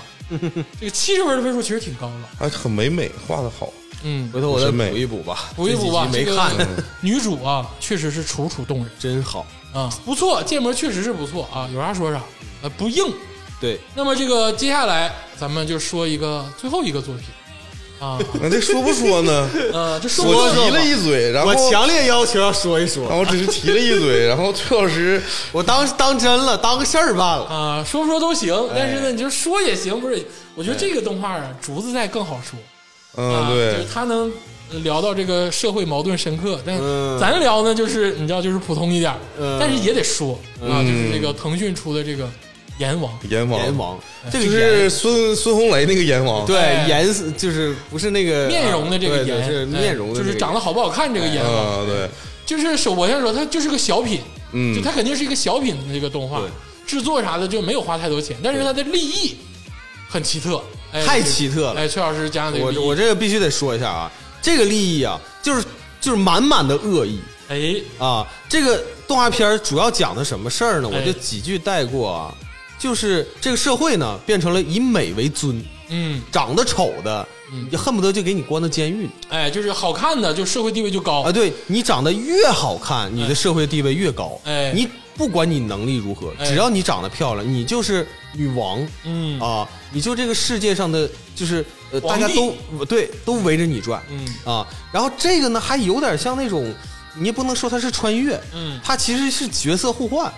Speaker 2: 这个七十分的分数其实挺高了，
Speaker 3: 还哎很唯美，画的 好。
Speaker 2: 嗯，
Speaker 4: 回头我再
Speaker 3: 审美
Speaker 4: 补一补吧，
Speaker 2: 补一补吧，
Speaker 4: 这几集没看，
Speaker 2: 这个女主啊，确实是楚楚动人
Speaker 4: 真好，
Speaker 2: 啊，不错，建模确实是不错啊，有啥说啥，呃，不硬，
Speaker 4: 对，
Speaker 2: 那么这个接下来咱们就说一个最后一个作品啊，
Speaker 3: 那这说不说 呢？
Speaker 2: 呃，这说
Speaker 3: 我
Speaker 2: 说
Speaker 3: 提了一嘴，然后
Speaker 4: 我强烈要求要说一
Speaker 3: 然
Speaker 2: 哦
Speaker 4: 说，
Speaker 3: 后只是提了一 嘴，然后崔老师
Speaker 4: 我当当真了，当个事儿办了。
Speaker 2: 啊，说说都行，但是呢，你就说也行，不是？我觉得这个动画啊，竹子在更好说，
Speaker 3: 嗯
Speaker 2: 啊，就是
Speaker 3: 对，
Speaker 2: 他能聊到这个社会矛盾深刻，但
Speaker 4: 嗯
Speaker 2: 咱聊呢，就是你知道，就是普通一点儿，
Speaker 4: 嗯
Speaker 2: 但是也得说啊，就是这个腾讯出的这个《阎王》，
Speaker 3: 阎王，
Speaker 4: 阎王，这个
Speaker 3: 就
Speaker 4: 阎
Speaker 3: 是孙孙红雷那个阎王，
Speaker 4: 对
Speaker 2: 哎
Speaker 4: 阎是就是不是那个
Speaker 2: 面容的这个
Speaker 4: 对对
Speaker 2: 阎，
Speaker 4: 是面容的
Speaker 2: 哎
Speaker 4: 这
Speaker 2: 就
Speaker 4: 个哎嗯
Speaker 2: 是长得好不好看这个阎王，
Speaker 3: 啊对，
Speaker 2: 就是首我先说，它就是个小品，
Speaker 3: 嗯
Speaker 2: 就它肯定是一个小品的这个动画
Speaker 4: 对，
Speaker 2: 制作啥的就没有花太多钱，但是它的立意很奇特，哎、
Speaker 4: 太奇特了。
Speaker 2: 哎，崔老师讲讲这个
Speaker 4: 我
Speaker 2: 立意，
Speaker 4: 我这个必须得说一下啊，这个利益啊，就是就是满满的恶意
Speaker 2: 哎，
Speaker 4: 啊。这个动画片儿主要讲的什么事儿呢？
Speaker 2: 哎
Speaker 4: 我就几句带过啊，就是这个社会呢变成了以美为尊，
Speaker 2: 嗯，
Speaker 4: 长得丑的，你恨不得就给你关到监狱里
Speaker 2: 哎，就是好看的，就社会地位就高
Speaker 4: 啊！。对你长得越好看，你的社会地位越高。
Speaker 2: 哎
Speaker 4: 你不管你能力如何，
Speaker 2: 哎
Speaker 4: 只要你长得漂亮，你就是女王
Speaker 2: 嗯
Speaker 4: 啊！你就这个世界上的，就是呃，大
Speaker 2: 皇帝
Speaker 4: 家都对都围着你转
Speaker 2: 嗯
Speaker 4: 啊。然后这个呢，还有点像那种，你也不能说它是穿越，
Speaker 2: 嗯
Speaker 4: 它其实是角色互换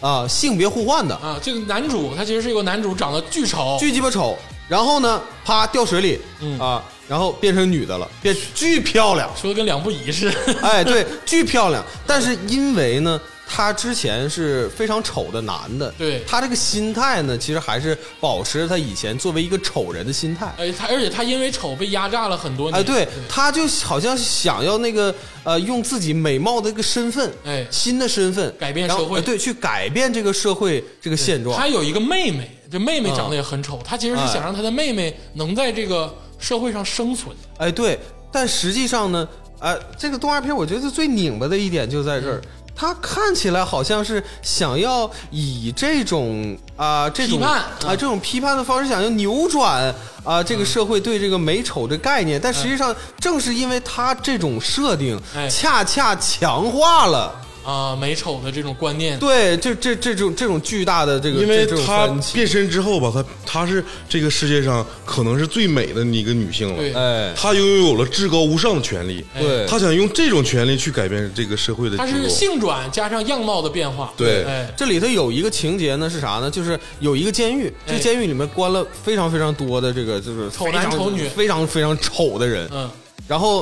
Speaker 4: 啊，性别互换的。
Speaker 2: 啊，这个男主他其实是一个男主，长得巨丑，
Speaker 4: 巨鸡巴丑，然后呢，啪掉水里，
Speaker 2: 嗯
Speaker 4: 啊，然后变成女的了，变巨漂亮，
Speaker 2: 说的跟两不疑似的。
Speaker 4: 哎，对，巨漂亮。但是因为呢，她之前是非常丑的男的，
Speaker 2: 对
Speaker 4: 她这个心态呢，其实还是保持她以前作为一个丑人的心态。
Speaker 2: 哎，他而且他因为丑被压榨了很多年。
Speaker 4: 哎，对，她就好像想要那个呃，用自己美貌的一个身份，
Speaker 2: 哎
Speaker 4: 新的身份
Speaker 2: 改变
Speaker 4: 然后
Speaker 2: 社会
Speaker 4: 哎对，去改变这个社会这个现状。
Speaker 2: 他有一个妹妹，这妹妹长得也很
Speaker 3: 嗯
Speaker 2: 丑，他其实是想让他的妹妹能在这个社会上生存。
Speaker 4: 哎，对，但实际上呢，哎，
Speaker 7: 这个动画片我觉得最拧巴的一点就在这儿，
Speaker 2: 嗯
Speaker 7: 它看起来好像是想要以这种啊、这种
Speaker 2: 批判
Speaker 7: 啊、这种批判的方式想要扭转啊、这
Speaker 2: 嗯
Speaker 7: 个社会对这个美丑的概念，但实际上正是因为它这种设定
Speaker 2: 哎，
Speaker 7: 恰恰强化了
Speaker 3: 哎
Speaker 2: 啊、美丑的这种观念，
Speaker 7: 对这这这种这种巨大的这个
Speaker 3: 因为
Speaker 7: 这种
Speaker 3: 她
Speaker 7: 分歧
Speaker 3: 变身之后吧，她她是这个世界上可能是最美的一个女性
Speaker 2: 对
Speaker 3: 了，她拥有了至高无上的权利，
Speaker 7: 对
Speaker 3: 她想用这种权利去改变这个社会的
Speaker 2: 他
Speaker 3: 制
Speaker 2: 是
Speaker 3: 度。
Speaker 2: 性转加上样貌的变化。
Speaker 3: 对
Speaker 2: 哎，
Speaker 4: 这里头有一个情节呢是啥呢？就是有一个监狱，这
Speaker 2: 哎
Speaker 4: 个监狱里面关了非常非常多的这个就是
Speaker 2: 丑男
Speaker 4: 非常
Speaker 2: 丑女
Speaker 4: 非常非常丑的人。
Speaker 2: 嗯
Speaker 4: 然后，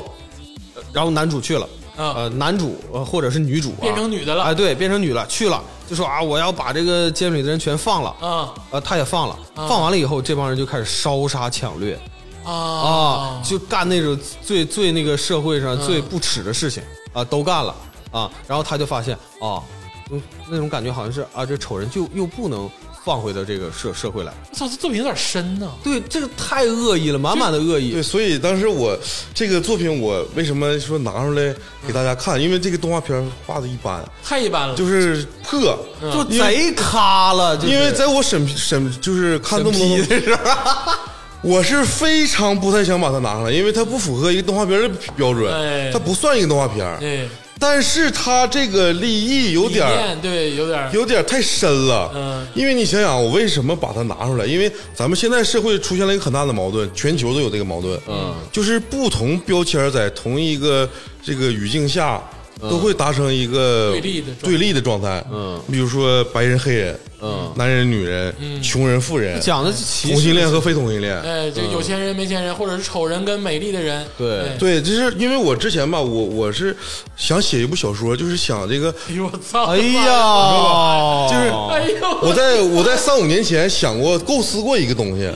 Speaker 4: 呃然后男主去了，
Speaker 2: 啊，
Speaker 4: 呃，男主呃或者是女主啊
Speaker 2: 变成女的了
Speaker 4: 啊，对，变成女了，去了就说啊，我要把这个监狱里的人全放了。
Speaker 2: 啊
Speaker 4: 呃，他也放了，
Speaker 2: 啊
Speaker 4: 放完了以后，这帮人就开始烧杀抢掠
Speaker 2: 啊
Speaker 3: 哦
Speaker 4: 啊，就干那种最最那个社会上
Speaker 3: 嗯
Speaker 4: 最不耻的事情啊，都干了啊。然后他就发现啊，嗯，那种感觉好像是啊，这丑人就又不能放回到这个社社会来。
Speaker 2: 我操，这作品有点深呢、
Speaker 4: 对，这个太恶意了，满满的恶意
Speaker 3: 对，。所以当时我这个作品，我为什么说拿出来给大家看？因为这个动画片画的一般，
Speaker 2: 太一般了。
Speaker 3: 就是破，
Speaker 7: 嗯
Speaker 4: 就贼咖了，就是
Speaker 3: 因为在我审审就是看这么多的时候，我是非常不太想把它拿上来，因为它不符合一个动画片的标准
Speaker 2: 哎，
Speaker 3: 它不算一个动画片。
Speaker 2: 对，
Speaker 3: 但是它这个立意有点
Speaker 2: 理
Speaker 3: 儿
Speaker 2: 念对，有点
Speaker 3: 有点太深了。
Speaker 2: 嗯
Speaker 3: 因为你想想，我为什么把它拿出来？因为咱们现在社会出现了一个很大的矛盾，全球都有这个矛盾。嗯，就是不同标签在同一个这个语境下。都会达成一个
Speaker 2: 嗯对立的状态
Speaker 3: 对立的状态，嗯，比如说白人黑人，嗯，男人女人，
Speaker 2: 嗯
Speaker 3: 穷人富人，
Speaker 4: 讲的是
Speaker 3: 嗯
Speaker 4: 歧
Speaker 3: 同
Speaker 4: 视
Speaker 3: 性恋和非同性恋，
Speaker 2: 哎，就有钱人、没钱人，或者是丑人跟美丽的人，
Speaker 4: 对
Speaker 2: 哎，
Speaker 3: 嗯对，就是因为我之前吧，我我是想写一部小说，就是想这个
Speaker 2: 哎呦我操！
Speaker 4: 哎，呀，
Speaker 3: 就是
Speaker 2: 哎呦，
Speaker 3: 我在我在三五年前想过构思过一个东西，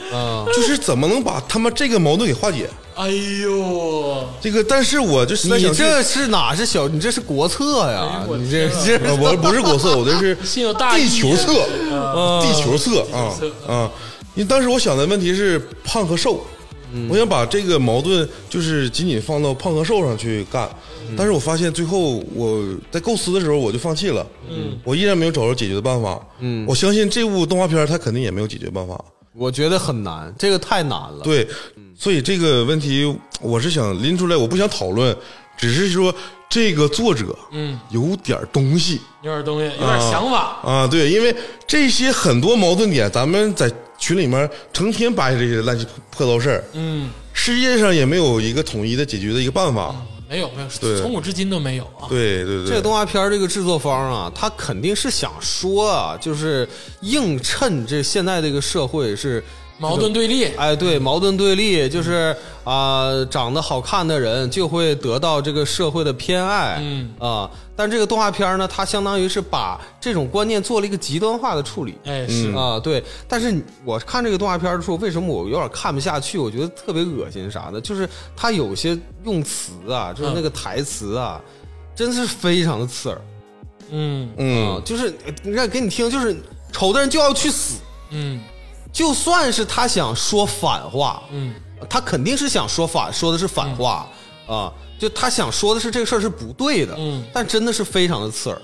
Speaker 3: 就是怎么能把他们这个矛盾给化解。
Speaker 2: 哎呦，
Speaker 3: 这个，但是我就实在
Speaker 4: 你
Speaker 3: 想去，
Speaker 4: 这是哪是小？你这是国策呀
Speaker 2: 哎！我
Speaker 4: 你这
Speaker 2: 天啊
Speaker 4: 这
Speaker 3: 呃 我不是国策，我这是
Speaker 2: 心有大义
Speaker 3: 地球策，地球策啊
Speaker 2: 地球
Speaker 3: 啊！因为当时我想的问题是胖和瘦，我想把这个矛盾就是仅仅放到胖和瘦上去干，但是我发现最后我在构思的时候我就放弃了，我依然没有找着解决的办法。我相信这部动画片它肯定也没有解决办法。
Speaker 4: 我觉得很难，这个太难了。
Speaker 3: 对，所以这个问题我是想拎出来，我不想讨论，只是说这个作者
Speaker 2: 嗯，
Speaker 3: 有点东西
Speaker 2: 有点东西，有点想法，
Speaker 3: 啊，对，因为这些很多矛盾点，咱们在群里面成天掰扯这些乱七破糟事儿，
Speaker 2: 嗯，
Speaker 3: 世界上也没有一个统一的解决的一个办法。
Speaker 2: 没有没有，
Speaker 3: 对
Speaker 2: 从古至今都没有啊。
Speaker 3: 对对
Speaker 4: 这个
Speaker 3: 对，
Speaker 4: 动画片儿这个制作方啊，他肯定是想说啊，就是映衬这现在这个社会是
Speaker 2: 矛盾对立，
Speaker 4: 哎，对，矛盾对立，就是啊、长得好看的人就会得到这个社会的偏爱，
Speaker 2: 嗯
Speaker 4: 啊、但这个动画片儿呢，它相当于是把这种观念做了一个极端化的处理，
Speaker 2: 哎是，
Speaker 4: 啊、对。但是你我看这个动画片儿的时候，为什么我有点看不下去？我觉得特别恶心啥的，就是它有些用词啊，就是那个台词啊，真是非常的刺耳。
Speaker 2: 嗯
Speaker 3: 嗯
Speaker 4: 啊，，就是你看给你听，就是丑的人就要去死，
Speaker 2: 嗯
Speaker 4: 就算是他想说反话，
Speaker 2: 嗯，
Speaker 4: 他肯定是想说反，说的是反话啊，就他想说的是这个事儿是不对的，
Speaker 2: 嗯
Speaker 4: 但真的是非常的刺耳，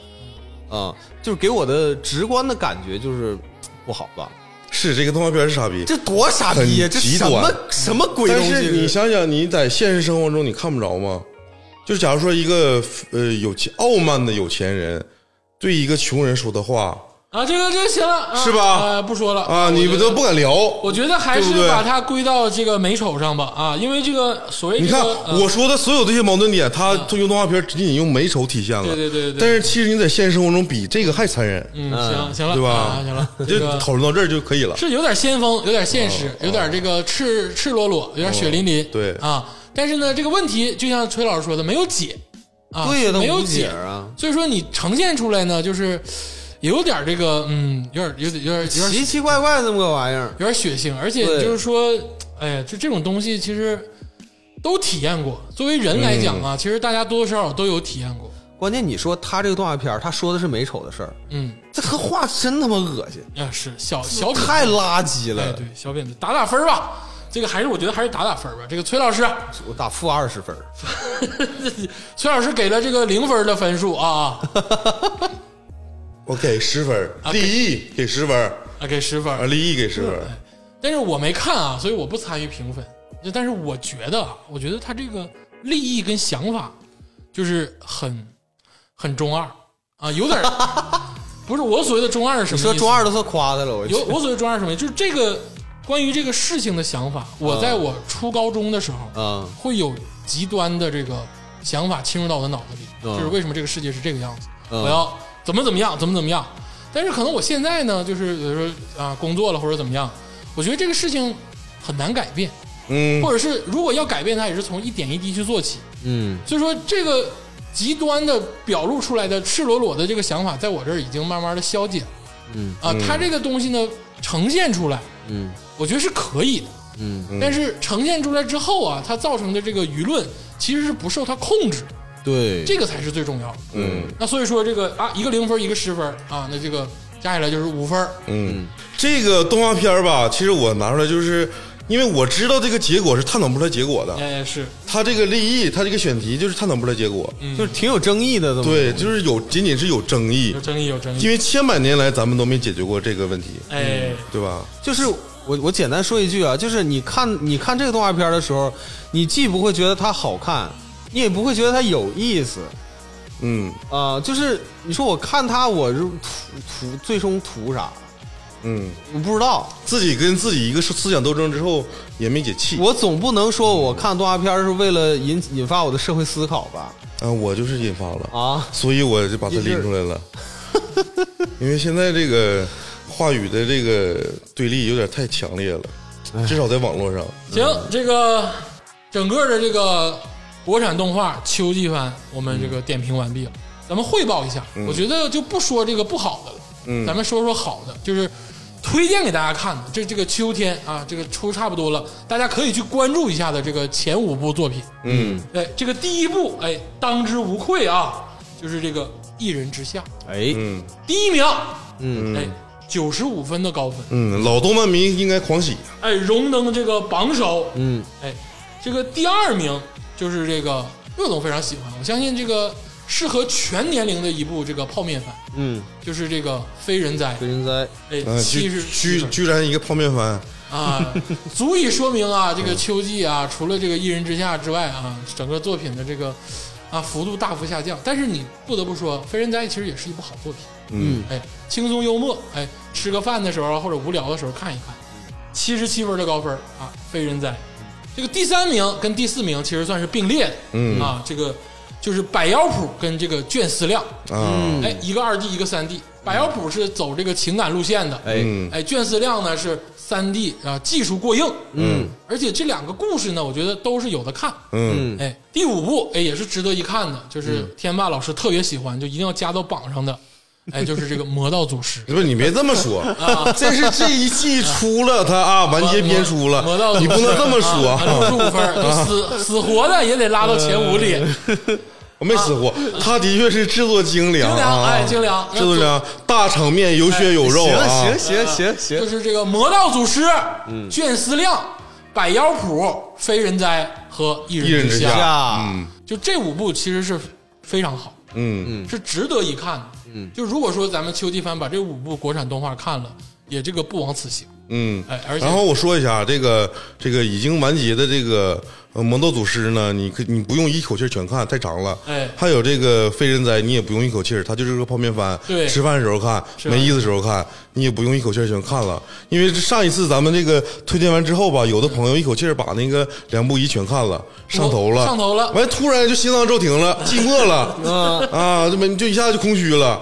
Speaker 4: 啊，就是给我的直观的感觉就是不好吧，
Speaker 3: 是这个动画片是傻逼，
Speaker 7: 这多傻逼呀！
Speaker 3: 很
Speaker 7: 这
Speaker 3: 极
Speaker 7: 什么
Speaker 3: 端
Speaker 7: 什么鬼
Speaker 3: 但
Speaker 7: 东西？
Speaker 3: 是你想想，你在现实生活中你看不着吗？就假如说一个呃有钱傲慢的有钱人对一个穷人说的话
Speaker 2: 啊，这个这个行了，啊
Speaker 3: 是吧
Speaker 2: 呃，不说了
Speaker 3: 啊，
Speaker 2: 我
Speaker 3: 你
Speaker 2: 觉
Speaker 3: 们
Speaker 2: 得
Speaker 3: 都不敢聊。
Speaker 2: 我觉得还
Speaker 3: 对不
Speaker 2: 是
Speaker 3: 对
Speaker 2: 把它归到这个美丑上吧啊，因为这个所谓、这
Speaker 3: 你
Speaker 2: 个、
Speaker 3: 看
Speaker 2: 呃
Speaker 3: 我说的所有这些矛盾点，他通过动画片仅仅用美丑体现了。
Speaker 2: 嗯对对对对对
Speaker 3: 但是其实你在现实生活中比这个还残忍，
Speaker 2: 嗯行行了
Speaker 3: 对吧？
Speaker 2: 啊、行了，这
Speaker 3: 就
Speaker 2: 个
Speaker 3: 讨论到这儿就可以了。
Speaker 2: 是有点先锋，有点现实，有点这个赤赤裸裸，有点血淋淋，
Speaker 3: 哦对
Speaker 2: 啊。但是呢，这个问题就像崔老师说的，没有解啊，
Speaker 4: 对呀，它
Speaker 2: 没有
Speaker 4: 无解
Speaker 2: 解。
Speaker 4: 啊。
Speaker 2: 所以说你呈现出来呢，就是也有点这个，嗯，有点有点有点有点
Speaker 4: 奇奇怪怪这么个玩意儿，
Speaker 2: 有点血腥，而且
Speaker 4: 对
Speaker 2: 就是说，哎呀，就这种东西其实都体验过。作为人来讲啊，
Speaker 4: 嗯
Speaker 2: 其实大家多多少少都有体验过，
Speaker 4: 关键你说他这个动画片儿，他说的是美丑的事儿，
Speaker 2: 嗯，
Speaker 4: 这他画真他妈恶心，
Speaker 2: 啊是小小品
Speaker 4: 太垃圾
Speaker 2: 哎
Speaker 4: 了。
Speaker 2: 对小品打打分儿吧。这个还是我觉得还是打打分儿吧。这个崔老师，
Speaker 4: 我打负二十分儿，
Speaker 2: 崔老师给了这个零分的分数啊，
Speaker 3: 我给十分儿，立意给十分儿，
Speaker 2: 啊给十分
Speaker 3: 啊，
Speaker 2: 儿。
Speaker 3: 立意给十分儿。
Speaker 2: 但是我没看啊，所以我不参与评分。就但是我觉得啊，我觉得他这个立意跟想法就是很很中二啊，有点儿 不是我所谓的中二是什么意思？
Speaker 4: 说中二都算夸他了，我
Speaker 2: 有我所谓中二什么意思？就是这个关于这个事情的想法，我
Speaker 4: 嗯
Speaker 2: 在我初高中的时候，
Speaker 4: 啊
Speaker 2: 会有极端的这个想法侵入到我的脑子里，
Speaker 4: 嗯
Speaker 2: 就是为什么这个世界是这个样子，
Speaker 4: 嗯
Speaker 2: 我要怎么怎么样，怎么怎么样。但是可能我现在呢，就是比如说啊，工作了或者怎么样，我觉得这个事情很难改变，
Speaker 3: 嗯
Speaker 2: 或者是如果要改变，它也是从一点一滴去做起。
Speaker 4: 嗯
Speaker 2: 所以说，这个极端的表露出来的赤裸裸的这个想法，在我这儿已经慢慢的消解了
Speaker 4: 嗯
Speaker 2: 啊。它这个东西呢，呈现出来，
Speaker 4: 嗯
Speaker 2: 我觉得是可以的。
Speaker 4: 嗯，
Speaker 2: 但是呈现出来之后啊，它造成的这个舆论其实是不受它控制，
Speaker 4: 对，
Speaker 2: 这个才是最重要的。
Speaker 3: 嗯
Speaker 2: 那所以说这个啊，一个零分，一个十分啊，那这个加起来就是五分。
Speaker 3: 嗯，这个动画片儿吧，其实我拿出来就是。因为我知道这个结果是探讨不出来结果的，
Speaker 2: 哎，是
Speaker 3: 他这个立意，他这个选题就是探讨不出来结果。
Speaker 2: 嗯
Speaker 4: 就是挺有争议的，这么
Speaker 3: 对，就是有仅仅是有争议
Speaker 2: 有，争议，有争
Speaker 3: 因
Speaker 2: 议。
Speaker 3: 为千百年来咱们都没解决过这个问题，
Speaker 2: 哎，
Speaker 3: 对吧？
Speaker 4: 就是我我简单说一句啊，就是你看你看这个动画片的时候，你既不会觉得它好看，你也不会觉得它有意思
Speaker 3: 嗯
Speaker 4: 啊、就是你说我看它，我是图图最终图啥？
Speaker 3: 嗯，
Speaker 4: 我不知道，
Speaker 3: 自己跟自己一个思想斗争之后也没解气。
Speaker 4: 我总不能说我看动画片是为了引引发我的社会思考吧？
Speaker 3: 啊，我就是引发了，
Speaker 4: 啊，
Speaker 3: 所以我就把它拎出来了。 因为现在这个话语的这个对立有点太强烈了，
Speaker 4: 哎
Speaker 3: 至少在网络上。
Speaker 2: 行，这个整个的这个国产动画秋季番，我们这个点评完毕了。咱们汇报一下，
Speaker 4: 嗯
Speaker 2: 我觉得就不说这个不好的了，咱们说说好的，就是推荐给大家看的。这这个秋天啊，这个出差不多了，大家可以去关注一下的这个前五部作品。
Speaker 3: 嗯
Speaker 2: 哎，这个第一部，哎，当之无愧啊，就是这个《一人之下》
Speaker 4: 哎，
Speaker 3: 嗯
Speaker 2: 第一名，
Speaker 4: 嗯
Speaker 2: 哎，九十五分的高分，
Speaker 3: 嗯，老动漫迷应该狂喜。
Speaker 2: 哎，荣登这个榜首。
Speaker 4: 嗯，
Speaker 2: 哎，这个第二名就是这个乐总非常喜欢，我相信这个适合全年龄的一部这个泡面番，
Speaker 4: 嗯，
Speaker 2: 就是这个《非人哉
Speaker 4: 飞人哉，》，
Speaker 2: 哎，
Speaker 3: 嗯，
Speaker 2: 七十
Speaker 3: 居
Speaker 2: 七
Speaker 3: 居
Speaker 2: 分
Speaker 3: 居然一个泡面番，
Speaker 2: 啊，足以说明啊，这个秋季啊，除了这个《一人之下》之外啊，整个作品的这个啊幅度大幅下降。但是你不得不说，《非人哉》其实也是一部好作品，
Speaker 3: 嗯
Speaker 2: 哎，轻松幽默，哎，吃个饭的时候啊或者无聊的时候看一看，七十七分的高分啊，《非人哉》这个第三名跟第四名其实算是并列的，
Speaker 3: 嗯
Speaker 2: 啊，这个就是百妖谱跟这个卷思量，
Speaker 4: 嗯
Speaker 3: 啊，
Speaker 2: 哎，一个二 D 一个三 D，百妖谱是走这个情感路线的，
Speaker 4: 哎，
Speaker 3: 嗯
Speaker 2: 哎，卷思量呢是三 D 啊，技术过硬，
Speaker 4: 嗯
Speaker 2: 而且这两个故事呢，我觉得都是有的看。
Speaker 3: 嗯
Speaker 4: 嗯，
Speaker 2: 哎，第五部哎也是值得一看的，就是天霸老师特别喜欢，就一定要加到榜上的，哎，就是这个《魔道祖师》
Speaker 3: 不是你别这么说，
Speaker 4: 啊
Speaker 3: 这是这一季出了，他啊完结篇出了
Speaker 2: 魔魔道，祖师
Speaker 3: 你不能这么说
Speaker 2: 啊，六十五分儿，就死死活的也得拉到前五里。
Speaker 3: 我没死过，他的确是制作精良
Speaker 2: 啊精良
Speaker 3: 啊，
Speaker 2: 哎精良
Speaker 3: 制作精良，大场面有血有肉啊，嗯
Speaker 4: 行行行行
Speaker 2: 就
Speaker 4: 行，
Speaker 2: 是这个《魔道祖师》、卷思量、百妖谱、非人哉和一
Speaker 3: 一人
Speaker 2: 之
Speaker 3: 之下，
Speaker 7: 啊
Speaker 4: 呀，
Speaker 3: 嗯
Speaker 2: 就这五部其实是非常好，
Speaker 3: 嗯
Speaker 2: 是值得一看的。嗯，就如果说咱们秋季番把这五部国产动画看了，也这个不枉此行。
Speaker 3: 嗯，
Speaker 2: 哎而且
Speaker 3: 然后我说一下这个这个已经完结的这个呃《萌豆祖师》呢，你可你不用一口气儿全看，太长了。
Speaker 2: 哎
Speaker 3: 还有这个《非人哉》，你也不用一口气儿，它就是个泡面番。
Speaker 2: 对
Speaker 3: 吃饭时候看，
Speaker 2: 是吧
Speaker 3: 没意思的时候看，你也不用一口气儿全看了，因为上一次咱们这个推荐完之后吧，有的朋友一口气儿把那个两部一全看了，上头了，
Speaker 2: 上头了
Speaker 3: 完突然就心脏骤停了，寂寞 了。啊，这么就一下就空虚了，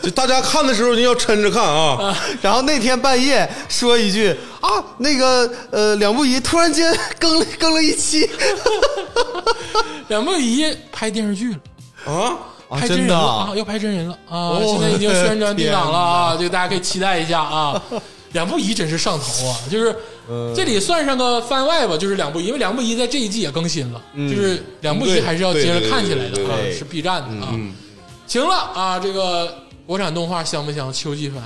Speaker 3: 就大家看的时候你要抻着看啊，
Speaker 7: 然后那天半夜说一句啊，那个呃，两不疑突然间 更了更了一期，
Speaker 2: 两梦一拍电视剧了。
Speaker 3: 啊，
Speaker 7: 啊
Speaker 2: 拍真人了啊，要拍真人了啊！
Speaker 3: 哦
Speaker 2: 现在已经宣传定档了 啊，这个大家可以期待一下啊。两不疑真是上头啊，就是
Speaker 3: 呃
Speaker 2: 这里算上个番外吧，就是两不疑，因为两不疑在这一季也更新了，就是两不疑
Speaker 3: 嗯对
Speaker 2: 还是要接着看起来
Speaker 3: 对
Speaker 2: 的
Speaker 3: 对
Speaker 2: 啊
Speaker 3: 对，嗯
Speaker 2: 是 B 站的啊。行了啊，这个国产动画香不香？秋季番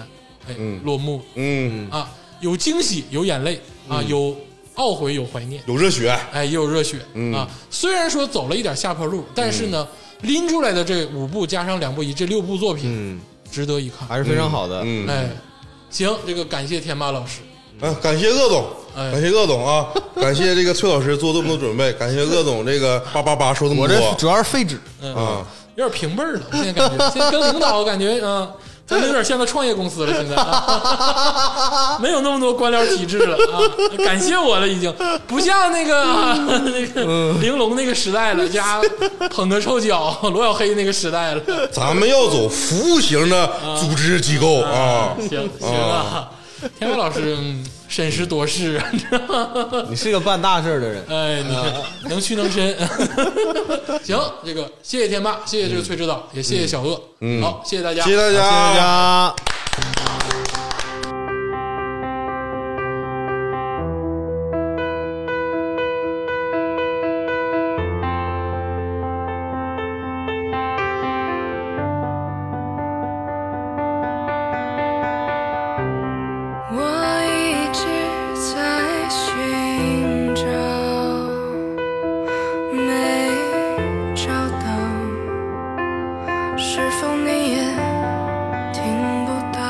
Speaker 2: 哎落幕
Speaker 3: 嗯，
Speaker 2: 啊，有惊喜，有眼泪啊，有懊悔，有怀念。
Speaker 3: 有热血，
Speaker 2: 哎，也有热血、啊。虽然说走了一点下坡路，但是呢，拎出来的这五部加上两部一，这六部作品、
Speaker 4: 嗯，
Speaker 2: 值得一看。
Speaker 4: 还是非常好的。
Speaker 3: 嗯，
Speaker 2: 哎，行，这个感谢天霸老师，
Speaker 3: 啊，感谢鄂总，
Speaker 2: 哎
Speaker 3: 感谢鄂总啊，感谢这个崔老师做这么多准备，感谢鄂总这个叭叭叭说这么
Speaker 7: 我这主
Speaker 3: 多
Speaker 7: 要是废纸，
Speaker 3: 啊，
Speaker 2: 有点平辈儿了，现在感觉，现在跟领导感觉啊。咱们有点像个创业公司了，现在、啊 没有那么多官僚体制了啊！感谢我了，已经不像那个、啊那个玲珑那个时代了，家捧个臭脚罗小黑那个时代了。
Speaker 3: 咱们要走服务型的组织机构啊，
Speaker 2: 行行啊，天伟老师嗯审时度势，
Speaker 4: 你是个办大事儿的人，
Speaker 2: 哎，你看 能屈能伸。行，这个谢谢天霸，谢谢这个崔指导，也谢谢小鄂，好，嗯谢谢大家，
Speaker 3: 谢谢大
Speaker 7: 大
Speaker 3: 家。
Speaker 7: 家。
Speaker 5: 我一直在寻找，没找到，是否你也听不到？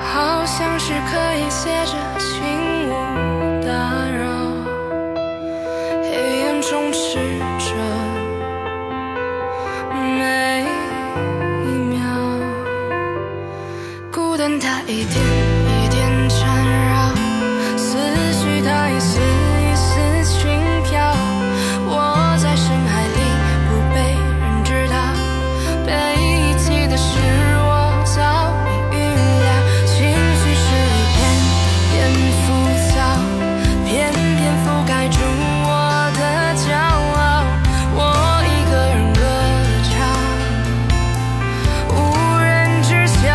Speaker 5: 好像是可以写着请勿打扰，黑暗中吃着每一秒。孤单它一点一点缠绕，思绪它一丝一丝轻飘。我在深海里不被人知道，被遗弃的是我早已预料。情绪是一片片浮躁，片片覆盖住我的骄傲。我一个人歌唱。无人知晓。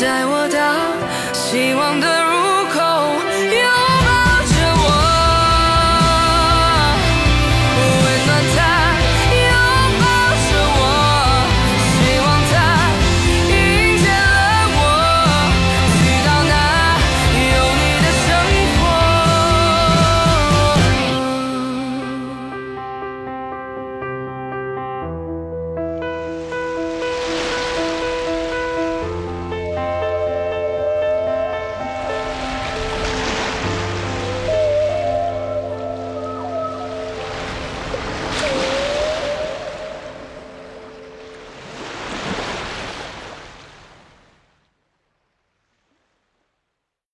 Speaker 5: 带我到希望的。